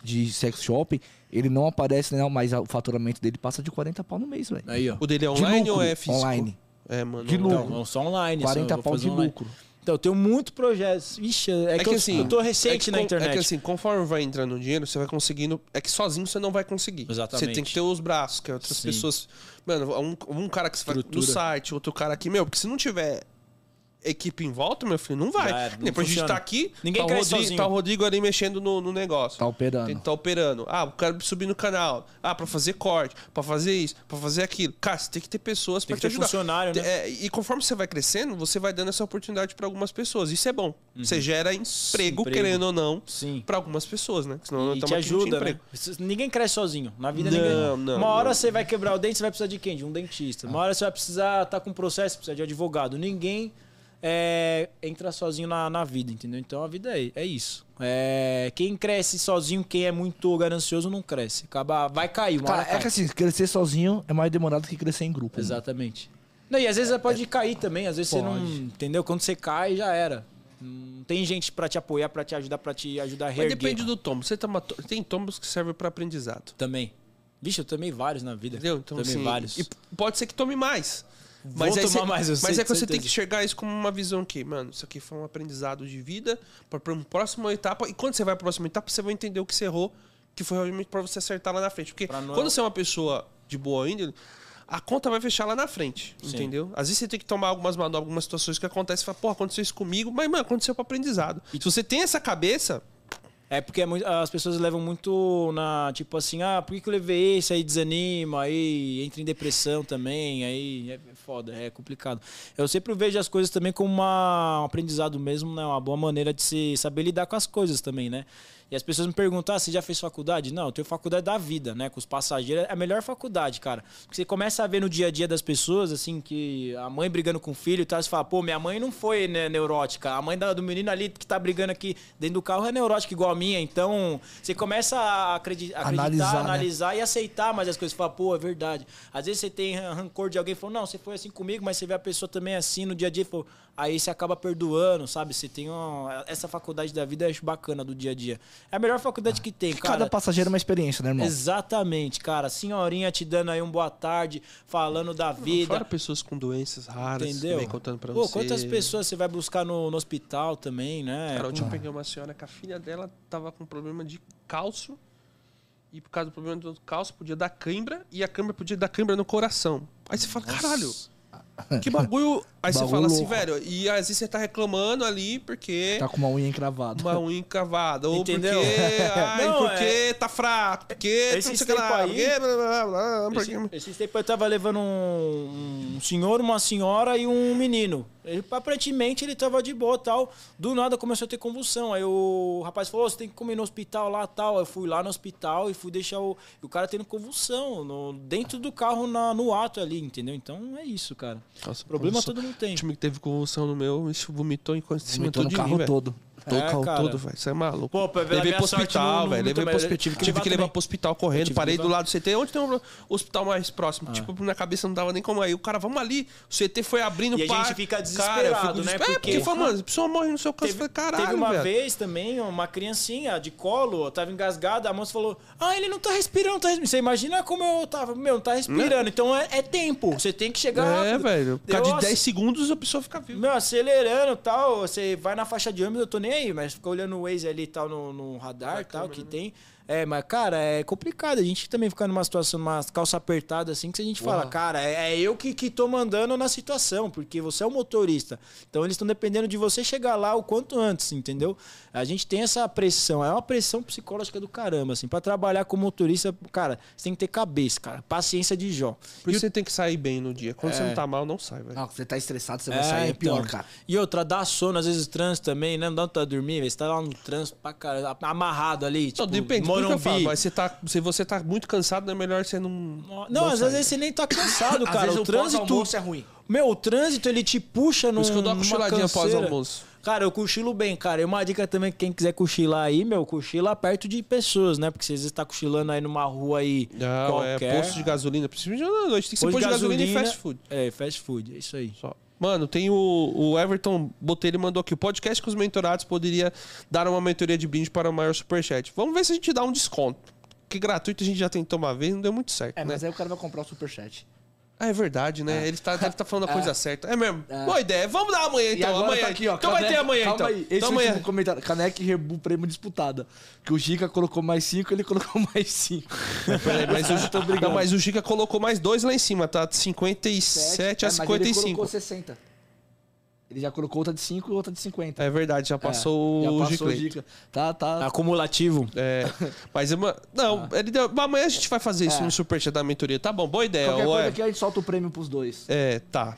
Speaker 4: de sex shop. Ele não aparece, né, mas o faturamento dele passa de 40 pau no mês, velho.
Speaker 3: Aí, ó.
Speaker 1: O dele é
Speaker 4: De
Speaker 1: online ou
Speaker 4: lucro,
Speaker 1: é físico?
Speaker 4: Online.
Speaker 1: É, mano.
Speaker 4: De
Speaker 1: online.
Speaker 4: lucro.
Speaker 3: Então, só online. só
Speaker 4: 40
Speaker 3: vou
Speaker 4: pau
Speaker 3: fazer
Speaker 4: de
Speaker 3: online.
Speaker 4: lucro.
Speaker 3: Então, eu tenho muito projetos. Ixi, é, que, eu, eu tô recente
Speaker 1: é que
Speaker 3: na
Speaker 1: con-
Speaker 3: internet.
Speaker 1: É que assim, conforme vai entrando dinheiro, você vai conseguindo. É que sozinho você não vai conseguir.
Speaker 3: Exatamente.
Speaker 1: Você tem que ter os braços, que outras
Speaker 3: Sim.
Speaker 1: pessoas. Mano, um, um cara que você vai no
Speaker 3: Estrutura.
Speaker 1: site, outro cara aqui, meu, porque se não tiver equipe em volta, meu filho, não vai.
Speaker 3: Já era, não
Speaker 1: Depois a gente
Speaker 3: funciona.
Speaker 1: tá aqui,
Speaker 3: Ninguém
Speaker 1: tá o,
Speaker 3: cresce
Speaker 1: Rodrigo,
Speaker 3: sozinho.
Speaker 1: tá o Rodrigo ali mexendo no, no negócio.
Speaker 4: Tá operando.
Speaker 1: Tem que tá operando. Ah, o cara subir no canal. Ah, pra fazer corte, pra fazer isso, pra fazer aquilo. Cara, você tem que ter pessoas pra
Speaker 3: Tem
Speaker 1: te
Speaker 3: que ter
Speaker 1: ajudar.
Speaker 3: funcionário, né?
Speaker 1: É, e conforme você vai crescendo, você vai dando essa oportunidade pra algumas pessoas. Isso é bom. Você gera emprego,
Speaker 3: Uhum. Emprego.
Speaker 1: querendo ou não,
Speaker 3: Sim.
Speaker 1: pra algumas pessoas, né? Senão tamo
Speaker 3: e
Speaker 1: aqui,
Speaker 3: te
Speaker 1: não tinha
Speaker 3: ajuda, né?
Speaker 1: emprego.
Speaker 3: Isso- Ninguém cresce sozinho. Na vida
Speaker 1: Não,
Speaker 3: ninguém.
Speaker 1: não,
Speaker 3: Uma hora
Speaker 1: não. Ah.
Speaker 3: você vai quebrar o dente, você vai precisar de quem? De um dentista. Uma hora você vai precisar estar com um processo, precisa de advogado. Ninguém é, entra sozinho na, na vida, entendeu? Então a vida é, é isso. É, quem cresce sozinho, quem é muito ganancioso, não cresce. Acaba, vai cair, uma
Speaker 4: Cara,
Speaker 3: hora
Speaker 4: é
Speaker 3: cai.
Speaker 4: que assim, crescer sozinho é mais demorado que crescer em
Speaker 2: né?
Speaker 4: grupo. mano.
Speaker 3: Exatamente. Não, e às vezes pode cair também, às vezes você não.
Speaker 4: É, Pode.
Speaker 3: Entendeu? Quando você cai, já era. Não tem gente pra te apoiar, pra te ajudar, pra te ajudar a
Speaker 1: Mas
Speaker 3: reerguer.
Speaker 1: depende do tombo. Você toma to- Tem tombos que servem pra aprendizado.
Speaker 3: Também. Vixe, eu tomei vários na vida.
Speaker 1: Entendeu? Então,
Speaker 3: tomei
Speaker 1: assim,
Speaker 3: vários.
Speaker 1: E pode ser que tome mais.
Speaker 3: Vou
Speaker 1: aí
Speaker 3: tomar
Speaker 1: você-
Speaker 3: mais, eu
Speaker 1: Mas
Speaker 3: sei,
Speaker 1: é que
Speaker 3: com
Speaker 1: você tem
Speaker 3: certeza.
Speaker 1: que enxergar isso como uma visão que, mano, isso aqui foi um aprendizado de vida para uma próxima etapa. E quando você vai para a próxima etapa, você vai entender o que você errou, que foi realmente para você acertar lá na frente. Porque
Speaker 3: Pra não-
Speaker 1: quando você é uma pessoa de boa índole, a conta vai fechar lá na frente,
Speaker 3: Sim.
Speaker 1: entendeu? Às vezes você tem que tomar algumas manobras, algumas situações que acontecem, e fala, porra, aconteceu isso comigo, mas, mano, aconteceu para aprendizado. Se você tem essa cabeça,
Speaker 3: É porque é muito- as pessoas levam muito na. Tipo assim, ah, por que, que eu levei esse? Aí desanima, aí entra em depressão também, aí é foda, é complicado. Eu sempre vejo as coisas também como uma- um aprendizado mesmo, né? Uma boa maneira de se saber lidar com as coisas também, né? E as pessoas me perguntam, ah, você já fez faculdade? Não, eu tenho faculdade da vida, né? Com os passageiros, é a melhor faculdade, cara. Porque você começa a ver no dia a dia das pessoas, assim, que a mãe brigando com o filho e tal, você fala, pô, minha mãe não foi né, neurótica. A mãe da- do menino ali que tá brigando aqui dentro do carro é neurótica igual a minha. Então, você começa a acredi- acreditar,
Speaker 4: Analisar,
Speaker 3: analisar,
Speaker 4: né?
Speaker 3: e aceitar mais as coisas. Você fala, pô, é verdade. Às vezes você tem rancor de alguém e fala, não, você foi assim comigo, mas você vê a pessoa também assim no dia a dia e fala, aí você acaba perdoando, sabe? Você tem uma- essa faculdade da vida, eu acho bacana do dia a dia. É a melhor faculdade que tem, cara.
Speaker 4: Cada passageiro é uma experiência, né, irmão?
Speaker 3: Exatamente, cara. Senhorinha te dando aí um boa tarde, falando da
Speaker 1: fora
Speaker 3: vida.
Speaker 1: pessoas com doenças raras,
Speaker 3: Entendeu?
Speaker 1: também contando para
Speaker 3: Pô,
Speaker 1: você.
Speaker 3: quantas pessoas você vai buscar no, no hospital também,
Speaker 4: É.
Speaker 3: né?
Speaker 1: Cara, ontem eu peguei uma senhora é que a filha dela tava com problema de cálcio. E por causa do problema do cálcio, podia dar cãibra. E a cãibra podia dar cãibra no coração. Aí você fala, caralho, que bagulho. Aí você
Speaker 4: Bagulho
Speaker 1: fala assim,
Speaker 4: louco.
Speaker 1: velho. E às vezes você tá reclamando ali porque.
Speaker 4: Tá com uma unha encravada.
Speaker 1: Uma unha encavada, ou
Speaker 3: Entendeu?
Speaker 1: porque, ai,
Speaker 3: Não,
Speaker 1: porque tá fraco, porque
Speaker 3: Esses
Speaker 1: não sei o que lá,
Speaker 3: tempos aí-
Speaker 1: porque, blá, blá, blá, um blá, porque...
Speaker 3: Esse, esses tempos eu tava levando um, um senhor, uma senhora e um menino. Ele, aparentemente ele tava de boa tal. Do nada começou a ter convulsão. Aí o rapaz falou: "Ô, você tem que comer no hospital lá tal. Eu fui lá no hospital e fui deixar o. E o cara tendo convulsão no- dentro do carro na- no ato ali, entendeu? Então é isso, cara.
Speaker 1: Nossa,
Speaker 3: Problema
Speaker 1: nossa,
Speaker 3: todo mundo
Speaker 1: O
Speaker 3: tem.
Speaker 1: time que teve convulsão no meu, isso vomitou em cima
Speaker 4: Vomitou
Speaker 1: todo
Speaker 4: no
Speaker 1: de
Speaker 4: carro
Speaker 1: mim, velho.
Speaker 4: todo.
Speaker 1: Todo
Speaker 3: É,
Speaker 1: carro
Speaker 3: cara.
Speaker 1: todo, velho. Isso é maluco.
Speaker 3: Pô, pela
Speaker 1: levei
Speaker 3: minha
Speaker 1: pro
Speaker 3: sorte,
Speaker 1: hospital, velho.
Speaker 3: não- não
Speaker 1: Levei
Speaker 3: tomei-
Speaker 1: pro
Speaker 3: eu
Speaker 1: hospital. Tive que, levar
Speaker 3: também.
Speaker 1: pro hospital
Speaker 3: Eu
Speaker 1: correndo.
Speaker 3: tive Ah.
Speaker 1: Parei
Speaker 3: que
Speaker 1: do
Speaker 3: levar.
Speaker 1: lado do CT. Onde tem um hospital mais próximo? Tipo, na cabeça não dava nem como aí. O cara, vamos ali. O CT foi abrindo.
Speaker 3: E a
Speaker 1: pá.
Speaker 3: gente fica
Speaker 1: Cara, eu fico
Speaker 3: desesperado, né?
Speaker 1: desesperado. É,
Speaker 3: Porque-
Speaker 1: porque fala, mano, a pessoa morre no seu caso. Eu
Speaker 3: Teve,
Speaker 1: falei, caralho,
Speaker 3: teve uma
Speaker 1: velho.
Speaker 3: vez também, uma criancinha de colo, tava engasgada, a moça falou: Ah, ele não tá respirando, não tá respirando. Você imagina como eu tava, meu, não tá respirando. Então é, é tempo, você tem que chegar
Speaker 1: Né? É,
Speaker 3: rápido.
Speaker 1: velho. Por causa
Speaker 3: Eu
Speaker 1: de 10
Speaker 3: ac-
Speaker 1: segundos a pessoa fica viva.
Speaker 3: Meu, acelerando e tal, você vai na faixa de ônibus, eu tô nem aí, mas fica olhando o Waze ali e tal no, no radar e tal, que tem. É, mas, cara, é complicado. A gente também fica numa situação, numa calça apertada assim, que a gente fala, cara, é é eu que, que tô mandando na situação, porque você é o motorista. Então eles estão dependendo de você chegar lá o quanto antes, entendeu? A gente tem essa pressão, é uma pressão psicológica do caramba, assim. Pra trabalhar como motorista, cara, você tem que ter cabeça, cara. Paciência de Jó.
Speaker 1: Por isso você tem que sair bem no dia. Quando você
Speaker 3: É.
Speaker 1: não tá mal, não sai,
Speaker 3: Ah,
Speaker 1: velho.
Speaker 2: Não, você tá estressado, você vai sair, é
Speaker 3: então.
Speaker 2: pior, cara.
Speaker 3: E outra, dá sono, às vezes trânsito também, né? Não dá pra dormir, velho. Você tá lá no trânsito pra caralho, amarrado ali, tipo,
Speaker 1: Não, depende do que eu
Speaker 3: Morumbi.
Speaker 1: falo, mas você tá, se você tá muito cansado, é melhor você não.
Speaker 3: Não, às
Speaker 1: sair.
Speaker 3: vezes você nem tá cansado,
Speaker 2: Às
Speaker 3: cara.
Speaker 2: vezes
Speaker 3: O
Speaker 2: o
Speaker 3: trânsito.
Speaker 2: pós-almoço é ruim.
Speaker 3: Meu, o trânsito ele te puxa no.
Speaker 1: isso que eu dou uma cochiladinha pós-almoço.
Speaker 3: Cara, eu cochilo bem, cara. E uma dica também, quem quiser cochilar aí, meu, cochila perto de pessoas, né? Porque às vezes tá cochilando aí numa rua aí
Speaker 1: Não,
Speaker 3: qualquer.
Speaker 1: é posto de gasolina. Principalmente na noite. Tem que ser posto de gasolina, e fast food.
Speaker 3: É, fast food, é isso aí.
Speaker 1: Só. Mano, tem o, o Everton Botelho mandou aqui. O podcast com os mentorados poderia dar uma mentoria de brinde para o maior superchat. Vamos ver se a gente dá um desconto. Que gratuito a gente já tentou uma vez, não deu muito certo,
Speaker 2: É,
Speaker 1: né?
Speaker 2: mas aí o cara vai comprar o superchat.
Speaker 1: Ah, é verdade, né? Ele, tá, ele tá falando a coisa certa. É mesmo. Boa ideia. Vamos dar amanhã, então. amanhã.
Speaker 2: tá
Speaker 1: então vai ter amanhã,
Speaker 2: calma
Speaker 1: então.
Speaker 2: Aí. Esse
Speaker 1: então
Speaker 2: último
Speaker 1: amanhã.
Speaker 2: comentário. Caneca e Rebu, prêmio disputada. Que o Gica colocou mais 5, ele colocou mais 5.
Speaker 1: Peraí, mas, o, não, mas o Giga colocou mais dois lá em cima, tá? 57 a
Speaker 2: Ele É, colocou
Speaker 1: 55.
Speaker 2: 60. Ele já colocou outra de 5 e outra de 50.
Speaker 1: É verdade, já passou
Speaker 2: já
Speaker 1: o
Speaker 2: passou
Speaker 1: Giclete.
Speaker 2: Gica. Tá, tá.
Speaker 3: Acumulativo.
Speaker 1: É, mas uma, não,
Speaker 2: Ah.
Speaker 1: ele deu- mas amanhã a gente vai fazer isso no superchat da mentoria. Tá bom, boa ideia.
Speaker 2: É. Qualquer
Speaker 1: ou
Speaker 2: coisa
Speaker 1: é-
Speaker 2: aqui a gente solta o prêmio pros dois.
Speaker 1: É, tá.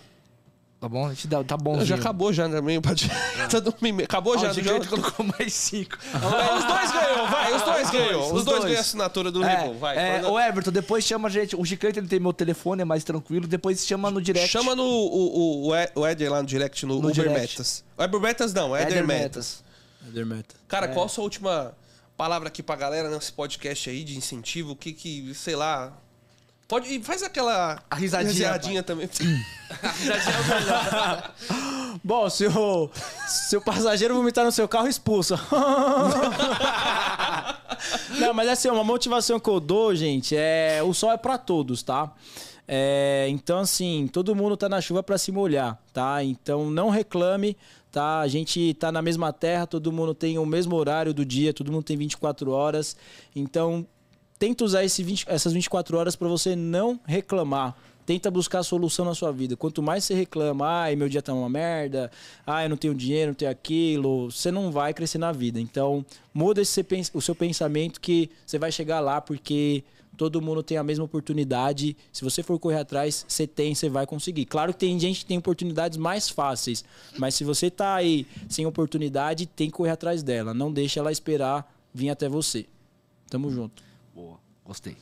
Speaker 2: Tá bom? A gente dá, tá bom.
Speaker 1: Já acabou já né, também o podcast. Tá no mime- Acabou já
Speaker 2: o
Speaker 1: no
Speaker 2: Giclete
Speaker 1: jogo?
Speaker 2: colocou mais 5.
Speaker 1: Os dois ganhou, vai, os dois ganhou. Os dois
Speaker 2: os dois.
Speaker 1: ganham a assinatura do
Speaker 2: É,
Speaker 1: Ribbon, vai.
Speaker 2: é,
Speaker 1: Fernando.
Speaker 2: o Everton, depois chama a gente. O Gicante ele tem meu telefone, é mais tranquilo. Depois chama no direct.
Speaker 1: Chama no o, o, o E- o Eder lá no direct, no,
Speaker 2: No
Speaker 1: Uber
Speaker 2: direct.
Speaker 1: Metas. Uber Metas não, Eder,
Speaker 2: Éder
Speaker 1: Metas.
Speaker 2: Metas. É.
Speaker 1: Cara, qual a sua última palavra aqui pra galera nesse podcast aí de incentivo? O que que, sei lá... Pode, e faz aquela
Speaker 2: A risadinha,
Speaker 1: risadinha também.
Speaker 3: Bom, se o, se o passageiro vomitar no seu carro, expulsa. Não, mas assim, uma motivação que eu dou, gente, é o sol é pra todos, tá? É, então, assim, todo mundo tá na chuva pra se molhar, tá? Então, não reclame, tá? A gente tá na mesma terra, todo mundo tem o mesmo horário do dia, todo mundo tem 24 horas. Então, tenta usar esse 20 essas 24 horas pra você não reclamar. Tenta buscar a solução na sua vida. Quanto mais você reclama, ai, meu dia tá uma merda, ai, eu não tenho dinheiro, não tenho aquilo, você não vai crescer na vida. Então, muda esse pens- o seu pensamento que você vai chegar lá porque todo mundo tem a mesma oportunidade. Se você for correr atrás, você tem, você vai conseguir. Claro que tem gente que tem oportunidades mais fáceis, mas se você tá aí sem oportunidade, tem que correr atrás dela. Não deixa ela esperar vir até você. Tamo junto.
Speaker 2: Boa, gostei.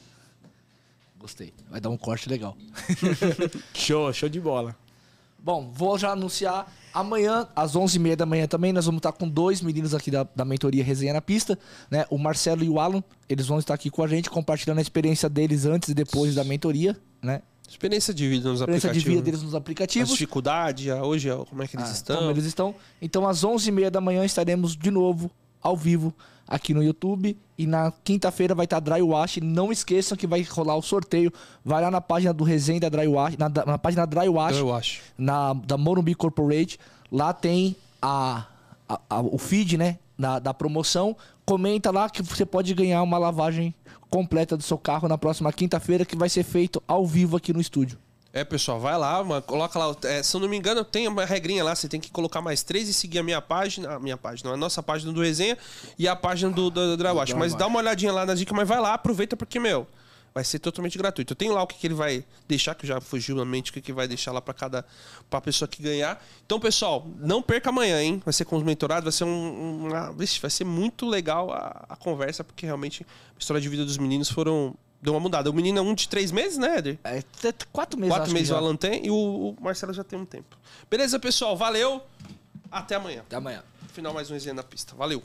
Speaker 2: Gostei. Vai dar um corte legal.
Speaker 3: Show, show de bola.
Speaker 2: Bom, vou já anunciar. Amanhã, às 11h30 da manhã também, nós vamos estar com dois meninos aqui da, da mentoria Resenha na Pista, né? O Marcelo e o Alan. Eles vão estar aqui com a gente, compartilhando a experiência deles antes e depois da mentoria, né?
Speaker 1: Experiência de vida nos
Speaker 2: A experiência de
Speaker 1: aplicativos.
Speaker 2: vida deles nos
Speaker 1: As
Speaker 2: aplicativos.
Speaker 1: dificuldades, a- hoje a- como é que eles
Speaker 2: Ah,
Speaker 1: estão.
Speaker 2: Como eles estão. Então, às 11h30 da manhã estaremos de novo, ao vivo, aqui no YouTube. E na quinta-feira vai estar Dry Wash. Não esqueçam que vai rolar o sorteio. Vai lá na página do Resenha da Dry Wash, na, na página Dry Wash,
Speaker 1: Eu acho.
Speaker 2: na, da Morumbi Corporate. Lá tem a, a- a- o feed, né? Da, da promoção. Comenta lá que você pode ganhar uma lavagem completa do seu carro na próxima quinta-feira, que vai ser feito ao vivo aqui no estúdio.
Speaker 1: É, pessoal, vai lá, mano, coloca lá. o- é, se eu não me engano, tem uma regrinha lá, você tem que colocar mais três e seguir a minha página, a minha página, a nossa página do resenha e a página do, do, do Drawash. Mas dá uma olhadinha lá nas dicas, mas vai lá, aproveita porque, meu, vai ser totalmente gratuito. Eu tenho lá o que, que ele vai deixar, que já fugiu na mente, o que, que vai deixar lá pra cada pra pessoa que ganhar. Então, pessoal, não perca amanhã, hein? Vai ser com os mentorados, vai ser um. Uma, vixe, vai ser muito legal a, a conversa, porque realmente a história de vida dos meninos foram. Deu uma mudada. O menino é um de três meses, né, Eder?
Speaker 2: É, t- t- quatro meses acho
Speaker 1: Quatro
Speaker 2: que
Speaker 1: meses o
Speaker 2: já.
Speaker 1: Alan tem e o o Marcelo já tem um tempo. Beleza, pessoal? Valeu. Até amanhã.
Speaker 2: Até amanhã.
Speaker 1: Final mais um resenha na pista. Valeu.